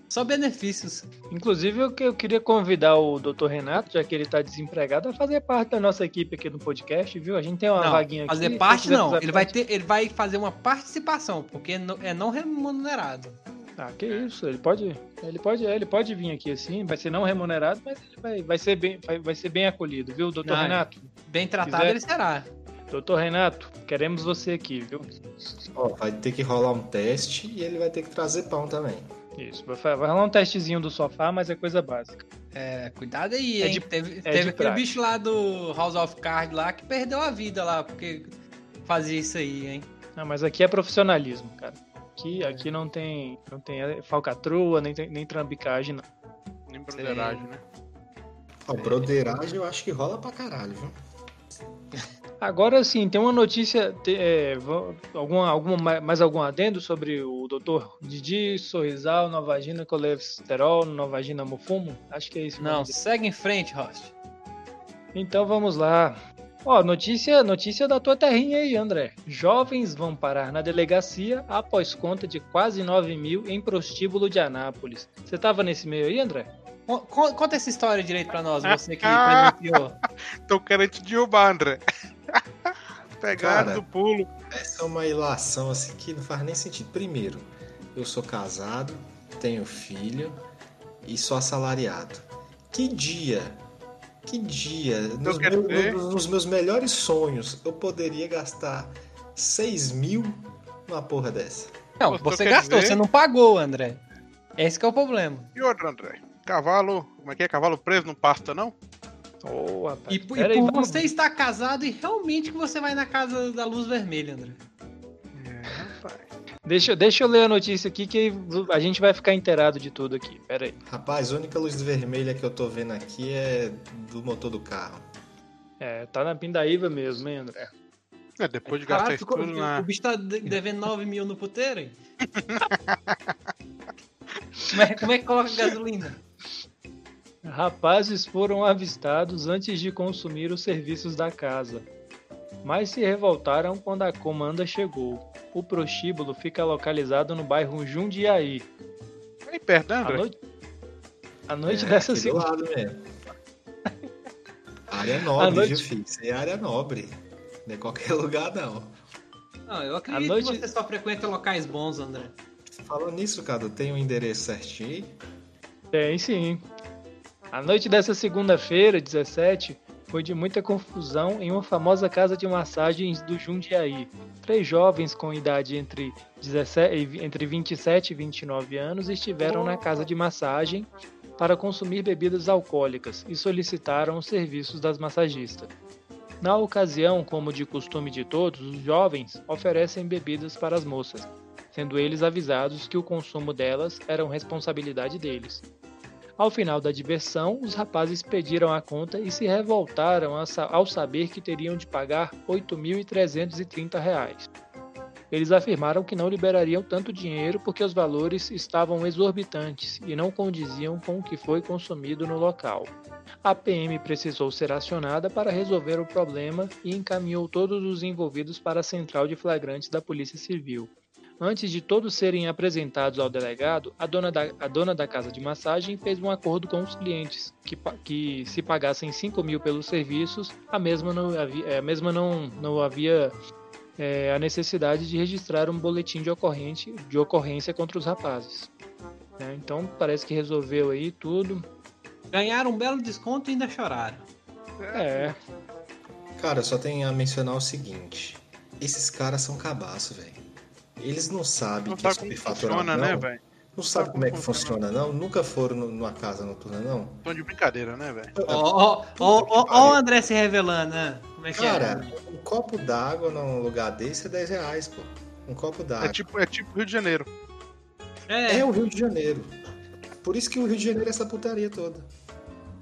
Speaker 3: Só benefícios.
Speaker 1: Inclusive, eu, que- eu queria convidar o doutor Renato, já que ele tá desempregado, a fazer parte da nossa equipe aqui no podcast, viu? A gente tem uma
Speaker 3: Não,
Speaker 1: vaguinha aqui.
Speaker 3: Fazer
Speaker 1: se
Speaker 3: parte
Speaker 1: quiser
Speaker 3: não.
Speaker 1: fazer
Speaker 3: Ele vai, ter, ele vai fazer uma participação, porque no- é não remunerado.
Speaker 1: Ah, que isso, ele pode, ele pode, é, ele pode vir aqui assim, vai ser não remunerado, mas ele vai, vai ser bem, vai, vai ser bem acolhido, viu, doutor
Speaker 3: Não,
Speaker 1: Renato?
Speaker 3: Bem tratado
Speaker 1: Quiser.
Speaker 3: ele será.
Speaker 1: Doutor Renato, queremos você aqui, viu?
Speaker 4: Ó, vai ter que rolar um teste e ele vai ter que trazer pão também.
Speaker 1: Isso, vai, fa- vai rolar um testezinho do sofá, mas é coisa básica.
Speaker 3: É, cuidado aí,
Speaker 1: É
Speaker 3: hein?
Speaker 1: de-
Speaker 3: teve
Speaker 1: de
Speaker 3: teve aquele
Speaker 1: praxe.
Speaker 3: bicho lá do House of Cards lá que perdeu a vida lá, porque fazia isso aí, hein?
Speaker 1: Não, mas aqui é profissionalismo, cara. Aqui, aqui não tem, não tem eh, falcatrua, nem, tem- nem trambicagem, não.
Speaker 6: Nem broderagem, né?
Speaker 4: Ó, broderagem eu acho que rola pra caralho, viu?
Speaker 1: Agora sim, tem uma notícia, te- é, va- alguma, alguma, ma- mais algum adendo sobre o doutor Didi, Sorrisal, Novagina, Colesterol, Novagina Mofumo? Acho que é isso.
Speaker 3: Não,
Speaker 1: mesmo.
Speaker 3: segue em frente, Host.
Speaker 1: Então vamos lá. Ó, notícia, notícia da tua terrinha aí, André. Jovens vão parar na delegacia após conta de quase 9 mil em prostíbulo de Anápolis. Você tava nesse meio aí, André?
Speaker 3: Con- con- Conta essa história direito pra nós, você que
Speaker 6: Ah.
Speaker 3: presenciou.
Speaker 6: Tô querendo te derrubar, André. Pegaram
Speaker 4: Cara.
Speaker 6: do pulo.
Speaker 4: Essa é uma ilação assim que não faz nem sentido. Primeiro, eu sou casado, tenho filho e sou assalariado. Que dia, que dia, nos,
Speaker 6: quero
Speaker 4: meus-
Speaker 6: ver.
Speaker 4: nos- nos meus melhores sonhos, eu poderia gastar 6 mil numa porra dessa.
Speaker 3: Não,
Speaker 6: Gostou,
Speaker 3: você
Speaker 6: quer
Speaker 3: gastou,
Speaker 6: dizer?
Speaker 3: você não pagou, André. Esse que é o problema.
Speaker 6: E outro, André? Cavalo. Como é que é? Cavalo preso não pasta, não?
Speaker 1: Ô, rapaz.
Speaker 3: E, por- e
Speaker 1: pera aí,
Speaker 3: por
Speaker 1: vamos-
Speaker 3: você estar casado e realmente que você vai na casa da luz vermelha, André.
Speaker 1: Deixa, deixa eu ler a notícia aqui que a gente vai ficar inteirado de tudo aqui. Pera aí.
Speaker 4: Rapaz, a única luz vermelha que eu tô vendo aqui é do motor do carro.
Speaker 1: É, tá na pindaíba mesmo, hein, André?
Speaker 6: É, depois de
Speaker 3: Caraca,
Speaker 6: gastar isso tudo
Speaker 3: o, Ah, o
Speaker 6: na.
Speaker 3: bicho tá de- devendo 9 mil no puteiro, hein? como, é, como é que coloca gasolina? É.
Speaker 1: Rapazes foram avistados antes de consumir os serviços da casa, mas se revoltaram quando a comanda chegou. O prostíbulo fica localizado no bairro Jundiaí.
Speaker 6: Aí perto, né,
Speaker 1: A
Speaker 6: André?
Speaker 1: noite, a noite
Speaker 4: É,
Speaker 1: dessa
Speaker 4: aqui do
Speaker 1: segunda.
Speaker 4: lado mesmo. Área
Speaker 1: assim- À
Speaker 4: nobre,
Speaker 1: noite-
Speaker 4: viu, filho? Isso aí é área nobre. Não é qualquer lugar, não.
Speaker 3: Não, eu acredito
Speaker 1: A noite-
Speaker 3: que você só frequenta locais bons, André.
Speaker 4: Falando nisso, Cadu, tem o endereço certinho aí?
Speaker 1: Tem sim. A noite dessa segunda-feira, 17, foi de muita confusão em uma famosa casa de massagens do Jundiaí. Três jovens com idade entre, 17, e- entre 27 e 29 anos estiveram na casa de massagem para consumir bebidas alcoólicas e solicitaram os serviços das massagistas. Na ocasião, como de costume de todos, os jovens oferecem bebidas para as moças, sendo eles avisados que o consumo delas era uma responsabilidade deles. Ao final da diversão, os rapazes pediram a conta e se revoltaram a sa- ao saber que teriam de pagar R$ 8.330. reais. Eles afirmaram que não liberariam tanto dinheiro porque os valores estavam exorbitantes e não condiziam com o que foi consumido no local. A PM precisou ser acionada para resolver o problema e encaminhou todos os envolvidos para a central de flagrantes da Polícia Civil. Antes de todos serem apresentados ao delegado, a dona da, a dona da casa de massagem fez um acordo com os clientes, que, pa- que se pagassem 5 mil pelos serviços, a mesma não havia, eh, a mesma não, não havia eh, a necessidade de registrar um boletim de, ocorrente, de ocorrência contra os rapazes. Né, Então parece que resolveu aí tudo.
Speaker 3: Ganharam um belo desconto e ainda choraram.
Speaker 1: É,
Speaker 4: Cara, eu só tenho a mencionar o seguinte: esses caras são cabaço, velho. Eles não sabem
Speaker 6: Não
Speaker 4: que
Speaker 6: tá
Speaker 4: é
Speaker 6: como
Speaker 4: superfaturado,
Speaker 6: funciona,
Speaker 4: não.
Speaker 6: né, velho?
Speaker 4: não sabe
Speaker 6: tá
Speaker 4: como é que
Speaker 6: como
Speaker 4: funciona, não. Nunca foram no- numa casa noturna, não.
Speaker 6: Tão de brincadeira, né, velho?
Speaker 1: É
Speaker 3: Ó, ó, ó, ó, ó o
Speaker 4: pariu.
Speaker 3: André se revelando, né? Como é que
Speaker 4: Cara,
Speaker 3: é?
Speaker 4: um copo d'água num lugar desse é 10 reais, pô. Um copo
Speaker 6: É
Speaker 4: d'água.
Speaker 6: tipo, é tipo Rio de Janeiro.
Speaker 3: É,
Speaker 4: É o Rio de Janeiro. Por isso que o Rio de Janeiro é essa putaria toda.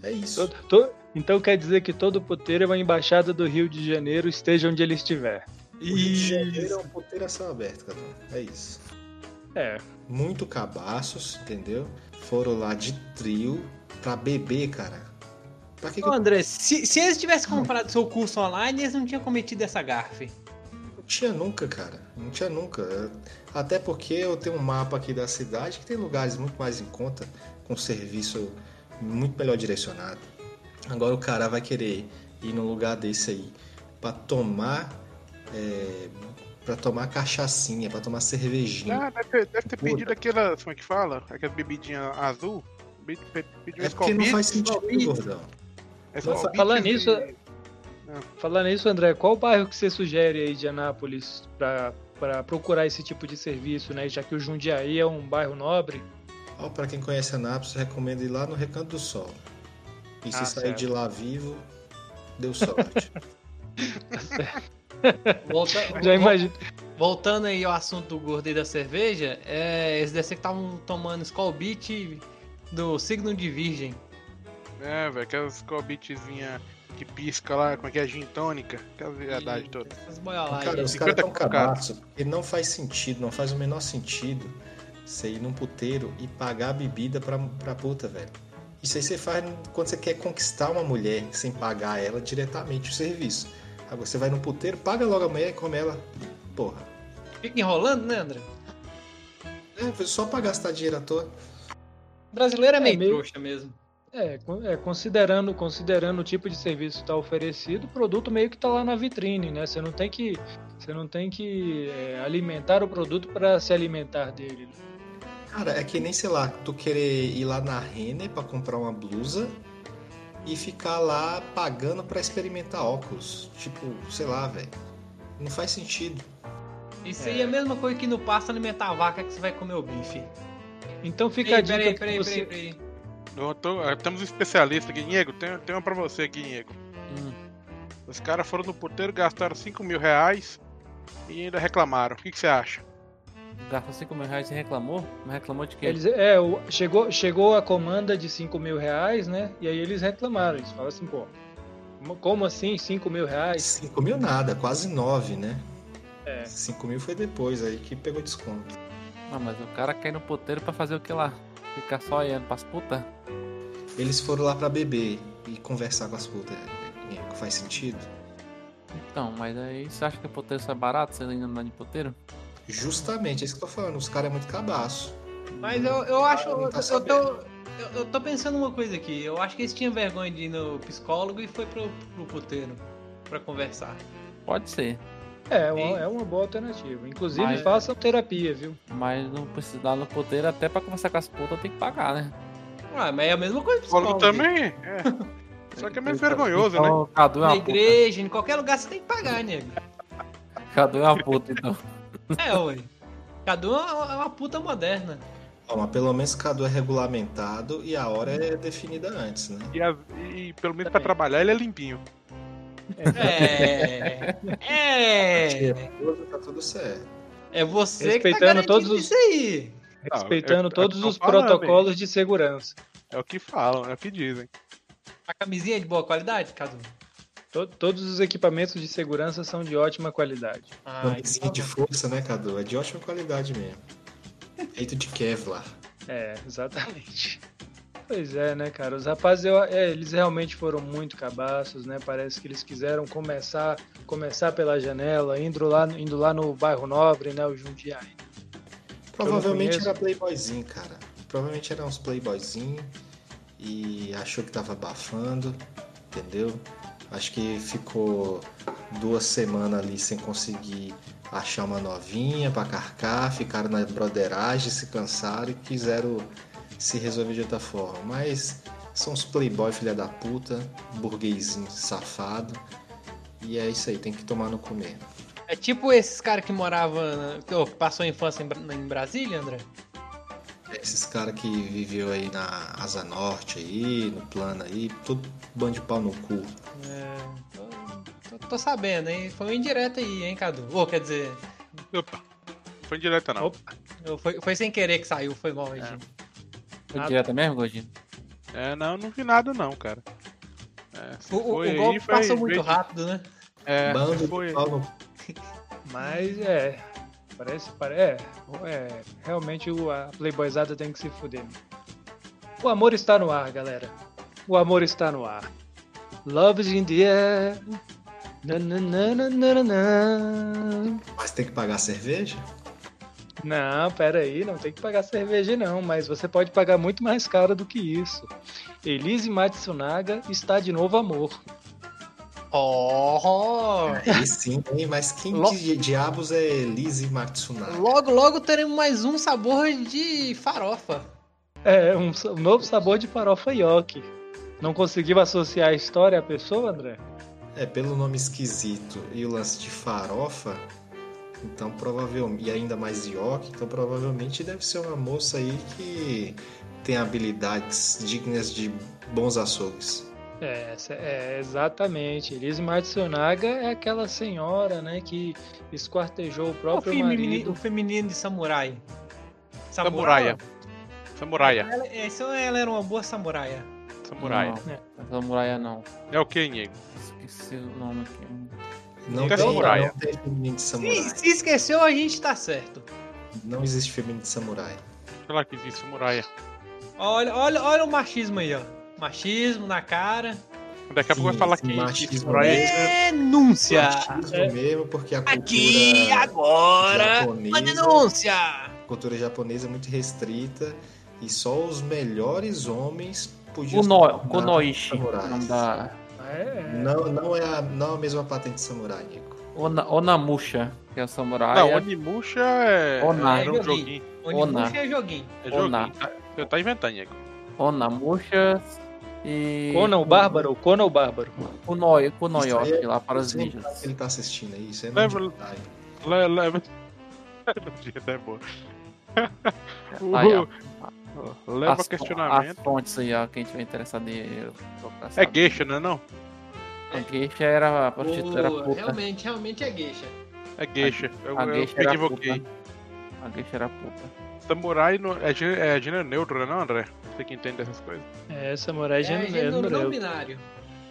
Speaker 4: É isso.
Speaker 1: todo- to- então quer dizer que todo puteiro é uma embaixada do Rio de Janeiro, esteja onde ele estiver.
Speaker 4: O Rio de
Speaker 3: e...
Speaker 4: Janeiro é um puteiro a céu aberto, cara. É isso.
Speaker 1: É,
Speaker 4: muito cabaços, entendeu? Foram lá de trio pra beber, cara. Pra que, que
Speaker 3: Ô,
Speaker 4: eu
Speaker 3: André, se, se eles tivessem comprado seu curso online, eles não tinham cometido essa garfe.
Speaker 4: não tinha nunca, cara? Não tinha nunca. Até porque eu tenho um mapa aqui da cidade que tem lugares muito mais em conta, com serviço muito melhor direcionado. Agora o cara vai querer ir num lugar desse aí pra tomar. É, pra tomar cachaçinha, pra tomar cervejinha.
Speaker 6: Ah, deve ter, deve ter
Speaker 4: Hum. Puta.
Speaker 6: pedido aquelas, como é que fala? Aquelas bebidinhas azul. Be- pe- Pediu um É
Speaker 4: é porque não faz sentido,
Speaker 6: Skol Beats,
Speaker 4: gordão.
Speaker 6: Skol
Speaker 1: Nossa,
Speaker 6: Beats
Speaker 1: falando
Speaker 6: e-
Speaker 1: nisso, Falando nisso, André, qual bairro que você sugere aí de Anápolis para procurar esse tipo de serviço, né? Já que o Jundiaí é um bairro nobre.
Speaker 4: Ó, pra quem conhece Anápolis, eu recomendo ir lá no Recanto do Sol. E se
Speaker 1: Ah,
Speaker 4: sair
Speaker 1: certo.
Speaker 4: de lá vivo, deu sorte.
Speaker 3: Volta-
Speaker 1: Já imagino.
Speaker 3: Voltando aí ao assunto do gordo e da cerveja, é, eles deve ser que estavam tomando Skull Beat do signo de virgem.
Speaker 6: É, velho, aquelas Skol Beatzinha que pisca lá, como é que é? Gin tônica. Aquela verdade toda.
Speaker 3: Essas boioladas.
Speaker 4: cara, os
Speaker 6: 50
Speaker 4: caras tão
Speaker 6: com cara.
Speaker 4: cabaço, porque não faz sentido, não faz o menor sentido você ir num puteiro e pagar a bebida pra, pra puta, velho. Isso aí você faz quando você quer conquistar uma mulher sem pagar ela diretamente o serviço. Agora você vai num puteiro, paga logo a mulher e come ela. Porra.
Speaker 3: Fica enrolando, né, André?
Speaker 4: É, foi só pra gastar dinheiro à toa.
Speaker 3: Brasileiro é meio,
Speaker 1: meio-
Speaker 3: trouxa mesmo.
Speaker 1: É, con- é, considerando, considerando o tipo de serviço que está oferecido, o produto meio que está lá na vitrine, né? Você não tem que, você não tem que é, alimentar o produto para se alimentar dele. né?
Speaker 4: Cara, é que nem, sei lá, tu querer ir lá na Renner pra comprar uma blusa e ficar lá pagando pra experimentar óculos. Tipo, sei lá, velho. Não faz sentido.
Speaker 3: Isso aí é a mesma coisa que no pasto alimentar a vaca que você vai comer o bife.
Speaker 1: Então fica a
Speaker 3: Ei,
Speaker 1: dica
Speaker 3: peraí,
Speaker 1: que
Speaker 3: peraí,
Speaker 1: você... Uhum.
Speaker 3: peraí, peraí.
Speaker 6: Eu tô- ah, temos um especialista aqui, Diego. Tem, tem uma pra você aqui, Diego.
Speaker 7: Hum.
Speaker 6: Os caras foram no puteiro, gastaram 5 mil reais e ainda reclamaram. O que que você acha?
Speaker 7: Gastou 5 mil reais e reclamou? Mas reclamou de quê?
Speaker 1: Eles, é, o- chegou, chegou a comanda de 5 mil reais, né? E aí eles reclamaram. Eles falaram assim, pô, como assim 5 mil reais?
Speaker 4: 5 mil nada, quase 9, né?
Speaker 1: É.
Speaker 4: 5 mil foi depois aí que pegou desconto.
Speaker 7: Ah, mas o cara cai no puteiro pra fazer o que lá? Ficar só olhando pras putas?
Speaker 4: Eles foram lá pra beber e conversar com as putas. Nico, Faz sentido?
Speaker 7: Então, mas aí você acha que o puteiro sai barato? Você ainda não é de puteiro?
Speaker 4: Justamente, é isso que eu tô falando. Os caras é muito cabaço.
Speaker 3: Mas eu, eu acho.
Speaker 4: não tá
Speaker 3: eu, eu tô, eu, eu tô pensando uma coisa aqui. Eu acho que eles tinham vergonha de ir no psicólogo e foi pro, pro puteiro pra conversar.
Speaker 7: Pode ser.
Speaker 1: É, uma, é uma boa alternativa. Inclusive,
Speaker 7: Mas-
Speaker 1: façam terapia, viu?
Speaker 7: Mas não precisa dar no poder, até pra começar com as putas tem que pagar, né?
Speaker 3: Ah, mas é a mesma coisa que
Speaker 6: Psicólogo
Speaker 3: psicólogo.
Speaker 6: também? É. Só que é menos
Speaker 7: Então,
Speaker 6: vergonhoso, né?
Speaker 7: então, Cadu é
Speaker 3: Na
Speaker 7: uma puta.
Speaker 3: igreja, em qualquer lugar você tem que pagar, nego.
Speaker 7: Cadu é uma puta, então.
Speaker 3: É, ué. Cadu é uma, é uma puta moderna.
Speaker 4: Ó, mas pelo menos Cadu é regulamentado e a hora é definida antes, né?
Speaker 6: E, a- e pelo menos pra trabalhar ele é limpinho.
Speaker 3: É. É.
Speaker 4: Tá tudo certo.
Speaker 3: É você que tá
Speaker 1: Respeitando
Speaker 3: garantindo
Speaker 1: todos os-
Speaker 3: isso aí.
Speaker 1: Respeitando
Speaker 6: é- é
Speaker 1: todos
Speaker 6: o que
Speaker 1: os
Speaker 6: eu falo,
Speaker 1: protocolos de segurança.
Speaker 6: É o que falam, é o que dizem.
Speaker 3: A camisinha é de boa qualidade, Cadu?
Speaker 1: To- todos os equipamentos de segurança são de ótima qualidade.
Speaker 3: Ah,
Speaker 4: Camisinha Então, um de força, né, Cadu? É de ótima qualidade mesmo. Feito de Kevlar.
Speaker 1: É, exatamente. Pois é, né, cara? Os rapazes, eu- é, eles realmente foram muito cabaços, né? Parece que eles quiseram começar começar pela janela, indo lá, indo lá no bairro nobre, né? O Jundiaí.
Speaker 4: Provavelmente
Speaker 1: conheço.
Speaker 4: era playboyzinho, cara. Provavelmente era uns playboyzinho e achou que tava abafando, entendeu? Acho que ficou duas semanas ali sem conseguir achar uma novinha pra carcar, ficaram na broderagem, se cansaram e quiseram se resolver de outra forma. Mas são uns playboy filha da puta, burguesinho safado. E é isso aí, tem que tomar no comer.
Speaker 3: É tipo esses caras que moravam. na- que, ô, que passou a infância em, Bra- em Brasília, André?
Speaker 4: Esses caras que viveu aí na Asa Norte aí, no plano aí, todo bando de pau no cu.
Speaker 3: É, tô, tô- tô sabendo, hein? Foi um indireto aí, hein, Cadu? Ou quer dizer,
Speaker 6: Opa, foi direta não.
Speaker 1: Opa.
Speaker 3: eu- foi, foi sem querer que saiu, foi mal, hein, gente?
Speaker 7: Foi direto mesmo, Gordinho?
Speaker 6: É, não, não vi nada não, cara. É, se
Speaker 3: O, o-
Speaker 6: foi
Speaker 3: o
Speaker 6: aí,
Speaker 3: golpe
Speaker 6: foi
Speaker 3: passou
Speaker 6: bem-
Speaker 3: muito rápido, né?
Speaker 6: É,
Speaker 4: bando
Speaker 6: se
Speaker 4: de
Speaker 6: foi,
Speaker 4: pau no cu.
Speaker 1: Mas é, parece, parece é, é, realmente o- a playboyzada tem que se fuder. né? O amor está no ar, galera. O amor está no ar. Love is in the air. Nananana.
Speaker 4: Mas tem que pagar a cerveja?
Speaker 1: Não, peraí, não tem que pagar cerveja não, mas você pode pagar muito mais caro do que isso. Elise Matsunaga está de novo amor.
Speaker 3: Oh!
Speaker 6: É.
Speaker 4: Aí sim, hein? Mas quem
Speaker 3: Lo-
Speaker 4: que diabos é Elise Matsunaga?
Speaker 3: Logo, logo teremos mais um sabor de farofa.
Speaker 1: É, um, sa- um novo sabor de farofa yoki. Não conseguiu associar a história à pessoa, André?
Speaker 4: É, pelo nome esquisito e o lance de farofa, então provavelmente, e ainda mais York, então provavelmente deve ser uma moça aí que tem habilidades dignas de bons açougues.
Speaker 1: É, essa- é, exatamente. Elise Matsunaga é aquela senhora, né, que esquartejou o
Speaker 3: O
Speaker 1: próprio
Speaker 3: feminino,
Speaker 1: marido.
Speaker 3: o feminino de samurai.
Speaker 6: Samuraia. Samuraia.
Speaker 3: Ela, essa- É, ela era uma boa samuraia.
Speaker 6: Samuraia.
Speaker 3: É.
Speaker 7: Não, Samuraia não.
Speaker 6: É o que, Diego?
Speaker 7: Esqueci o nome aqui.
Speaker 4: Não
Speaker 6: Então é
Speaker 4: tem,
Speaker 6: samurai.
Speaker 4: não tem feminino de samurai.
Speaker 3: Se, se esqueceu, a gente tá certo.
Speaker 4: Não existe feminino de samurai.
Speaker 6: Sei lá que existe Samuraia.
Speaker 3: Olha, olha, olha o machismo aí, ó. Machismo na cara.
Speaker 6: Daqui a pouco vai
Speaker 4: Sim,
Speaker 6: falar
Speaker 4: sim,
Speaker 6: que, que
Speaker 4: machismo
Speaker 6: Samuraia
Speaker 4: mesmo.
Speaker 6: é
Speaker 3: Denúncia!
Speaker 4: Machismo
Speaker 7: É.
Speaker 4: mesmo, porque a cultura
Speaker 3: Aqui, agora, uma
Speaker 4: japonesa,
Speaker 3: denúncia!
Speaker 4: a cultura japonesa é muito restrita e só os melhores homens podiam
Speaker 7: Kono,
Speaker 4: ser
Speaker 7: Konoishi. O
Speaker 4: samurais.
Speaker 7: nome da.
Speaker 1: É,
Speaker 4: Não, não é a, não é a mesma patente de samurai, Nico.
Speaker 7: Ona, Onamusha, que é o samurai.
Speaker 6: Não, Onimusha é.
Speaker 7: Onar.
Speaker 6: Era um joguinho.
Speaker 3: Onimusha
Speaker 7: Ona.
Speaker 3: é joguinho.
Speaker 6: É joguinho.
Speaker 7: Onar.
Speaker 6: Tá, você tá inventando, Diego.
Speaker 7: Onamusha e.
Speaker 1: Conan o Bárbaro, Conan o Bárbaro.
Speaker 7: Kunoi,
Speaker 4: Isso aí
Speaker 7: Kunoyoshi,
Speaker 4: é-
Speaker 7: lá para os
Speaker 4: Sempre que
Speaker 7: ninjas.
Speaker 4: Ele tá assistindo aí, isso é
Speaker 6: Lembra-
Speaker 4: nome de hentai.
Speaker 6: Le- Leva. Diego é boa.
Speaker 7: Aí, ó.
Speaker 6: Leva
Speaker 7: As-
Speaker 6: questionamento.
Speaker 7: As fontes aí, ó, quem tiver interessado em procurar
Speaker 6: É
Speaker 7: saber.
Speaker 6: geisha, não é não?
Speaker 7: A geisha era a prostituta, era
Speaker 3: Boa,
Speaker 7: puta.
Speaker 3: realmente, realmente é geisha.
Speaker 6: É geisha. Eu,
Speaker 7: A
Speaker 6: eu
Speaker 7: geisha
Speaker 6: me
Speaker 7: era
Speaker 6: equivoquei.
Speaker 7: puta. A geisha era puta.
Speaker 6: Samurai no, é, gê- é gênero neutro, né, não, André? Você que entende dessas coisas.
Speaker 1: É, samurai
Speaker 3: É,
Speaker 1: já
Speaker 3: gênero não
Speaker 1: não
Speaker 3: binário.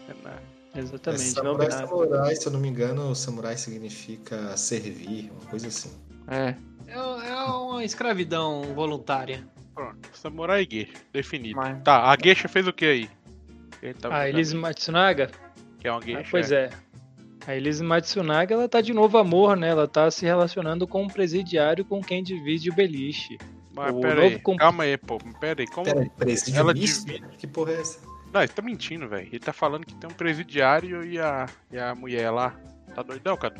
Speaker 6: É, né?
Speaker 4: É
Speaker 1: Exatamente, não
Speaker 4: samurai,
Speaker 1: binário.
Speaker 4: samurai, se eu não me engano, samurai significa servir, uma coisa assim.
Speaker 7: É,
Speaker 3: É, é uma escravidão voluntária.
Speaker 6: Pronto. Samurai e geisha. Definido.
Speaker 7: Mas-
Speaker 6: Tá, a geisha fez o que aí? Ele tá
Speaker 1: A
Speaker 6: brincando
Speaker 1: Elise Matsunaga?
Speaker 6: que é uma
Speaker 1: Ah,
Speaker 6: geisha.
Speaker 1: pois é. A Elise Matsunaga, ela tá de novo amor, né? Ela tá se relacionando com um presidiário com quem divide o beliche.
Speaker 6: Mas
Speaker 1: O
Speaker 6: pera aí,
Speaker 1: novo comp-
Speaker 6: calma aí, pô. Pera aí, como.
Speaker 4: Pera aí, presídio
Speaker 6: Ela
Speaker 4: misto?
Speaker 6: divide.
Speaker 4: Que porra é essa?
Speaker 6: Não, ele tá mentindo, velho. Ele tá falando que tem um presidiário e a, e a mulher lá. Tá doidão, cara?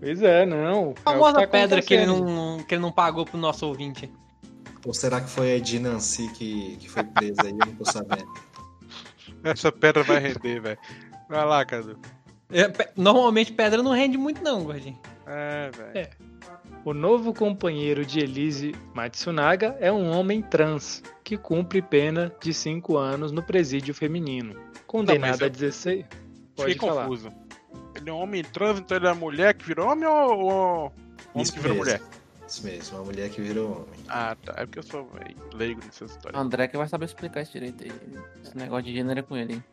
Speaker 1: Pois é, não.
Speaker 3: A
Speaker 1: é
Speaker 3: famosa
Speaker 1: o que tá
Speaker 3: pedra que ele,
Speaker 1: acontecendo.
Speaker 3: não, que ele não pagou pro nosso ouvinte.
Speaker 4: Ou será que foi a Edina Nancy que, que foi presa aí? Eu não tô sabendo.
Speaker 6: Essa pedra vai render, velho. Vai lá, Cadu.
Speaker 3: É, pe- Normalmente pedra não rende muito, não, gordinho.
Speaker 6: É, velho.
Speaker 1: O novo companheiro de Elise Matsunaga é um homem trans que cumpre pena de 5 anos no presídio feminino.
Speaker 6: mas
Speaker 1: Condenado
Speaker 6: eu-
Speaker 1: a 16. Pode
Speaker 6: Fiquei
Speaker 1: falar.
Speaker 6: confuso. Ele é um homem trans, então ele é mulher que virou homem ou, ou homem
Speaker 4: Isso
Speaker 6: que virou
Speaker 4: mesmo.
Speaker 6: mulher?
Speaker 4: Isso mesmo, uma mulher que virou homem.
Speaker 6: Ah, tá. É porque eu sou velho, leigo nessas histórias.
Speaker 7: André que vai saber explicar esse direito aí. Esse negócio de gênero é com ele, hein?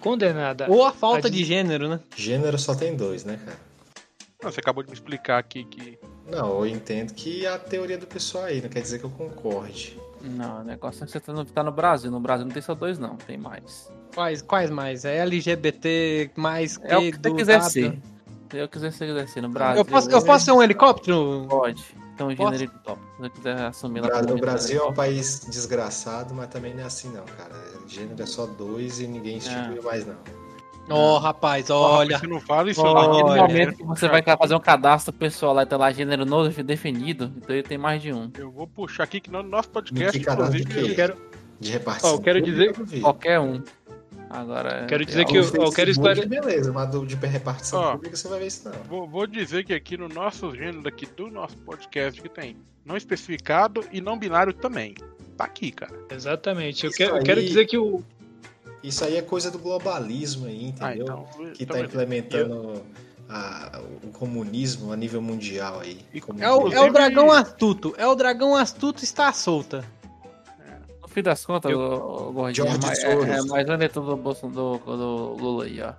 Speaker 1: Condenada.
Speaker 3: Ou a falta
Speaker 1: A gente-
Speaker 3: de gênero, né?
Speaker 4: Gênero só tem dois, né, cara?
Speaker 6: Não, Ah, você acabou de me explicar aqui que.
Speaker 4: Não, eu entendo que é a teoria do pessoal aí, não quer dizer que eu concorde.
Speaker 7: Não, o negócio é que você tá no, tá no Brasil. No Brasil não tem só dois, não. Tem mais.
Speaker 3: Quais, quais mais? É LGBT mais
Speaker 7: É o que você
Speaker 3: do
Speaker 7: quiser
Speaker 3: W?
Speaker 7: ser. É Se eu quiser ser, quiser ser no Brasil.
Speaker 3: Eu posso, eu posso ser um helicóptero?
Speaker 7: Pode. Então,
Speaker 3: Posso?
Speaker 7: gênero de top. Se eu quiser assumir lá
Speaker 4: Bra-
Speaker 7: como
Speaker 4: O Brasil é um
Speaker 7: gênero
Speaker 4: país desgraçado, mas também não é assim não, cara. Gênero é só dois e ninguém instituiu mais não.
Speaker 3: Ó, rapaz, olha.
Speaker 6: Você não fala isso, né?
Speaker 3: Olha.
Speaker 6: não.
Speaker 7: de top. No
Speaker 3: Olha,
Speaker 7: momento que você vai fazer um cadastro pessoal lá e tá lá gênero novo definido, então ele tem mais de um.
Speaker 6: Eu vou puxar aqui que no nosso podcast,
Speaker 4: Que cadastro
Speaker 6: inclusive,
Speaker 4: que
Speaker 1: Eu quero,
Speaker 4: De repartição.
Speaker 1: Ó, eu quero dizer-
Speaker 4: pública, eu vi.
Speaker 7: Qualquer um. Agora.
Speaker 1: Quero
Speaker 7: é
Speaker 1: dizer que
Speaker 7: algo-
Speaker 1: eu- eu quero esclare-
Speaker 4: Beleza, mas do- de repartição
Speaker 6: Ó.
Speaker 4: pública você vai ver isso não.
Speaker 6: Vou, vou dizer que aqui no nosso gênero aqui do nosso podcast que tem não especificado e não binário também. Tá aqui, cara.
Speaker 1: exatamente. Eu
Speaker 4: Isso
Speaker 1: quero, eu
Speaker 4: aí.
Speaker 1: quero dizer que o,
Speaker 4: Isso aí é coisa do globalismo aí,
Speaker 6: Ah,
Speaker 4: entendeu?
Speaker 6: então.
Speaker 4: que
Speaker 6: então
Speaker 4: tá
Speaker 6: beleza.
Speaker 4: implementando a- o comunismo a nível mundial aí.
Speaker 6: E-
Speaker 4: Como
Speaker 3: É o, é
Speaker 4: diz.
Speaker 3: o dragão astuto. É o dragão astuto está solta.
Speaker 7: No fim das contas, o, o Gordinho é
Speaker 4: George
Speaker 7: mais, é, é
Speaker 4: Soros.
Speaker 7: mais um eleitor do, Bolsonaro, do, do Lula aí, ó.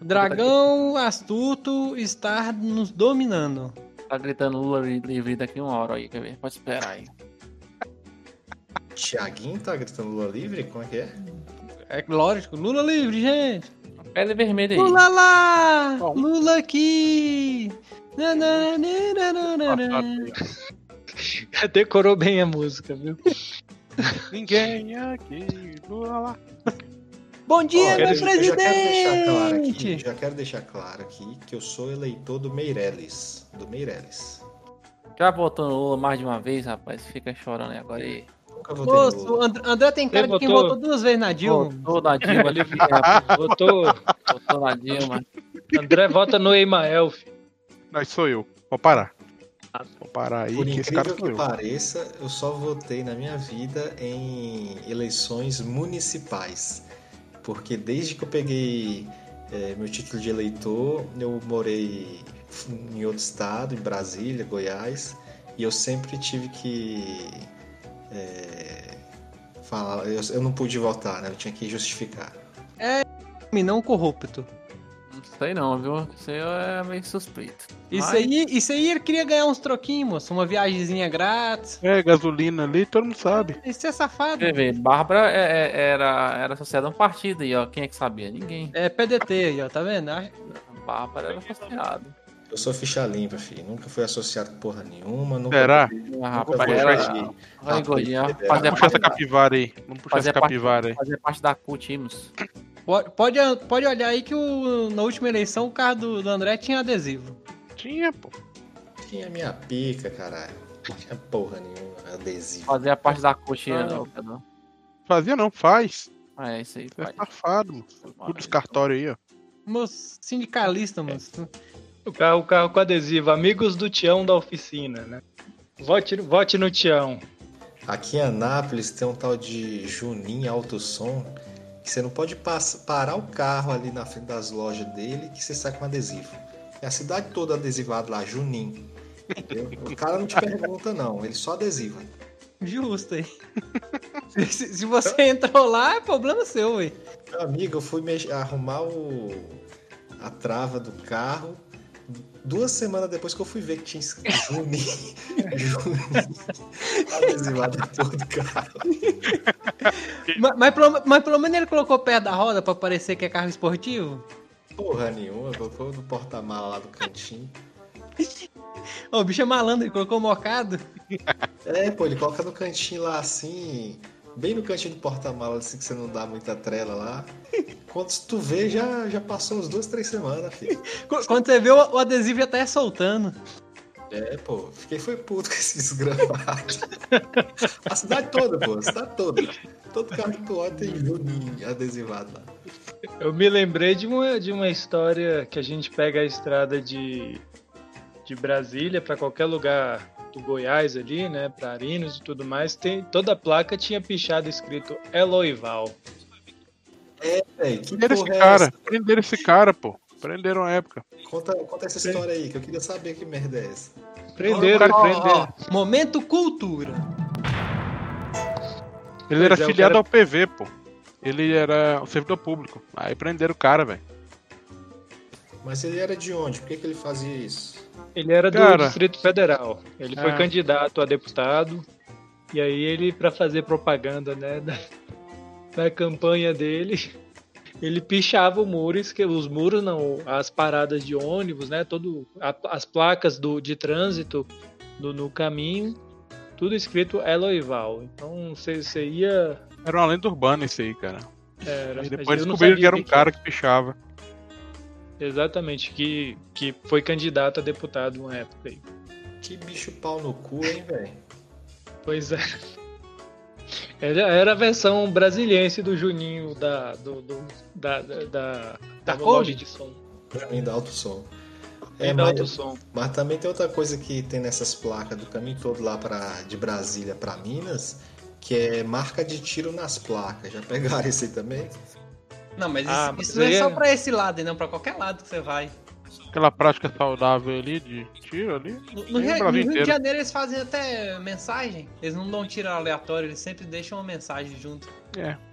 Speaker 3: Dragão astuto está nos dominando.
Speaker 7: Tá gritando Lula li- livre daqui uma hora aí, quer ver? Pode esperar aí.
Speaker 4: Tiaguinho tá gritando Lula livre? Como é que é?
Speaker 3: É lógico, Lula livre, gente.
Speaker 7: Pele vermelha aí.
Speaker 3: Lula lá!
Speaker 6: Bom.
Speaker 3: Lula aqui! Nananana.
Speaker 1: decorou bem a música, viu?
Speaker 6: Ninguém aqui. Lula lá.
Speaker 3: Bom dia,
Speaker 4: Ó,
Speaker 1: quero-
Speaker 3: meu
Speaker 1: eu já
Speaker 4: Eu já quero deixar claro aqui,
Speaker 3: presidente!
Speaker 4: já quero deixar claro aqui que eu sou eleitor do Meirelles. Do Meirelles.
Speaker 7: Já votou no Lula mais de uma vez, rapaz. Fica chorando aí agora aí.
Speaker 4: Nunca votei no
Speaker 3: Moço,
Speaker 4: Lula.
Speaker 3: And- André tem cara de quem
Speaker 1: votou?
Speaker 3: votou duas vezes na Dilma.
Speaker 7: Votou na Dilma ali, filho, rapaz.
Speaker 1: Votou.
Speaker 7: Votou na Dilma.
Speaker 1: André vota no Emael. filho.
Speaker 6: Nós sou eu. Vou parar. Vou parar aí,
Speaker 4: Por
Speaker 6: que esse
Speaker 4: incrível
Speaker 6: cara sou
Speaker 4: que
Speaker 6: eu.
Speaker 4: pareça, eu só votei na minha vida em eleições municipais. Porque desde que eu peguei eh, meu título de eleitor, eu morei em outro estado, em Brasília, Goiás, e eu sempre tive que. eh, falar. Eu, eu não pude votar, né? Eu tinha que justificar.
Speaker 3: Homem não corrupto.
Speaker 7: Não sei não, viu? Isso aí é meio suspeito.
Speaker 3: Isso
Speaker 7: Mas
Speaker 3: aí, isso aí ele queria ganhar uns troquinhos, moço. Uma viagemzinha grátis.
Speaker 6: É, gasolina ali, todo mundo sabe.
Speaker 3: Isso é safado.
Speaker 7: Você vê, Bárbara é- é- era, era associada a um partido aí, ó. Quem é que sabia? Ninguém.
Speaker 3: É PDT aí, ó, tá vendo? Ah,
Speaker 7: Bárbara era associada.
Speaker 4: Eu sou ficha limpa, filho. Nunca fui associado com porra nenhuma. Nunca
Speaker 6: Será?
Speaker 7: Ah,
Speaker 4: Nunca
Speaker 7: rapaz,
Speaker 4: fui
Speaker 7: era...
Speaker 4: atrás de-
Speaker 7: Vai, Gordinho, ó.
Speaker 4: Vamos
Speaker 7: Fazer
Speaker 6: Vamos puxar
Speaker 7: parte,
Speaker 6: essa capivara aí. Vamos puxar
Speaker 7: Fazer
Speaker 6: essa
Speaker 7: parte-
Speaker 6: capivara aí.
Speaker 7: fazer parte da CUT, Imos.
Speaker 3: Pode, pode, pode olhar aí que o- na última eleição o carro do, do André tinha adesivo.
Speaker 6: Tinha, pô.
Speaker 4: Tinha é minha pica, caralho. Não tinha porra nenhuma, é adesivo.
Speaker 7: Fazer a parte da CUT,
Speaker 6: Ah.
Speaker 7: não, não.
Speaker 6: Fazia não, faz.
Speaker 7: Ah, é isso aí.
Speaker 6: Você é
Speaker 7: Pai.
Speaker 6: safado, mano. Tudo
Speaker 7: então.
Speaker 6: os cartórios aí, ó.
Speaker 3: Meu sindicalista, moço.
Speaker 1: O carro, o carro com adesivo. Amigos do Tião da oficina, né? Vote, vote no Tião.
Speaker 4: Aqui em Anápolis tem um tal de Juninho Alto Som que você não pode pass- parar o carro ali na frente das lojas dele que você sai com um adesivo. É a cidade toda adesivada lá, Juninho. Entendeu? O cara não te pergunta, não, ele só adesiva.
Speaker 3: Justo aí. se, se- se você entrou lá, é problema seu, ué.
Speaker 4: Meu amigo, eu fui mex- arrumar o... a trava do carro. Duas semanas depois que eu fui ver que tinha escrito Juninho, Juninho adesivado na porra do carro.
Speaker 3: Ma- Mas, pelo, mas pelo menos ele colocou perto da roda pra parecer que é carro esportivo.
Speaker 4: Porra nenhuma, colocou no porta-mala lá do cantinho.
Speaker 3: Ô, o bicho é malandro, ele colocou mocado.
Speaker 4: É, pô, ele coloca no cantinho lá assim, bem no cantinho do porta-malas, assim que você não dá muita trela lá. Quando tu vê, já, já passou uns duas, três semanas, filho.
Speaker 3: Qu- Quando você vê, o o adesivo já tá é soltando.
Speaker 4: É, pô, fiquei foi puto com esse desgramado. A cidade toda, pô, a cidade toda. Todo carro que tu olha tem Juninho adesivado lá.
Speaker 1: Eu me lembrei de uma, de uma história que a gente pega a estrada de, de Brasília para qualquer lugar do Goiás ali, né? Para Arinos e tudo mais. Tem, toda a placa tinha pichado escrito "É Eloival.
Speaker 4: Ei, que
Speaker 6: Prenderam
Speaker 4: porra
Speaker 6: esse
Speaker 4: é
Speaker 6: cara, prenderam esse cara, pô. Prenderam a época.
Speaker 4: essa? Conta, conta essa história aí, que eu queria saber que merda é essa.
Speaker 1: Prenderam,
Speaker 3: Ó,
Speaker 1: prenderam.
Speaker 3: ó, momento cultura.
Speaker 6: Ele era
Speaker 1: Pois é, o
Speaker 6: filiado
Speaker 1: cara-
Speaker 6: ao PV, pô. Ele era um servidor público. Aí prenderam o cara, velho.
Speaker 4: Mas ele era de onde? Por que, que ele fazia isso?
Speaker 1: Ele era do
Speaker 6: Cara.
Speaker 1: Distrito Federal. Ele foi
Speaker 6: Ah.
Speaker 1: candidato a deputado. E aí ele, para fazer propaganda, né, da, da campanha dele, ele pichava o muro, esque- os muros não, as paradas de ônibus, né, todo a- as placas do, de trânsito do- no caminho, tudo escrito Eloival. Então você você ia
Speaker 6: Era uma lenda urbana isso aí, cara.
Speaker 1: era,
Speaker 6: Aí
Speaker 1: eu não
Speaker 6: depois descobriram
Speaker 1: sabia
Speaker 6: que era um
Speaker 1: o
Speaker 6: cara que pichava.
Speaker 1: Exatamente, que, que foi candidato a deputado uma época aí.
Speaker 4: Que bicho pau no cu, hein, velho?
Speaker 1: Pois é. Era, era a versão brasiliense do Juninho da. do, do- da, da, da, da loja
Speaker 3: Kombi?
Speaker 1: de som.
Speaker 4: Juninho da Alto Som.
Speaker 1: É,
Speaker 4: É,
Speaker 1: da
Speaker 4: mas,
Speaker 1: Alto Som.
Speaker 4: mas também tem outra coisa que tem nessas placas do caminho todo lá pra, de Brasília pra Minas, que é marca de tiro nas placas. Já pegaram isso aí também?
Speaker 3: Não, mas isso,
Speaker 1: Ah, mas
Speaker 3: isso não é
Speaker 1: aí é-
Speaker 3: só pra esse lado, não, pra qualquer lado que você vai.
Speaker 6: Aquela prática saudável ali de tiro ali.
Speaker 3: No, no
Speaker 6: Tem
Speaker 3: Rio,
Speaker 6: o
Speaker 3: no
Speaker 6: Brasil
Speaker 3: Rio de
Speaker 6: inteiro.
Speaker 3: Janeiro eles fazem até mensagem. Eles não dão um tiro aleatório, eles sempre deixam uma mensagem junto.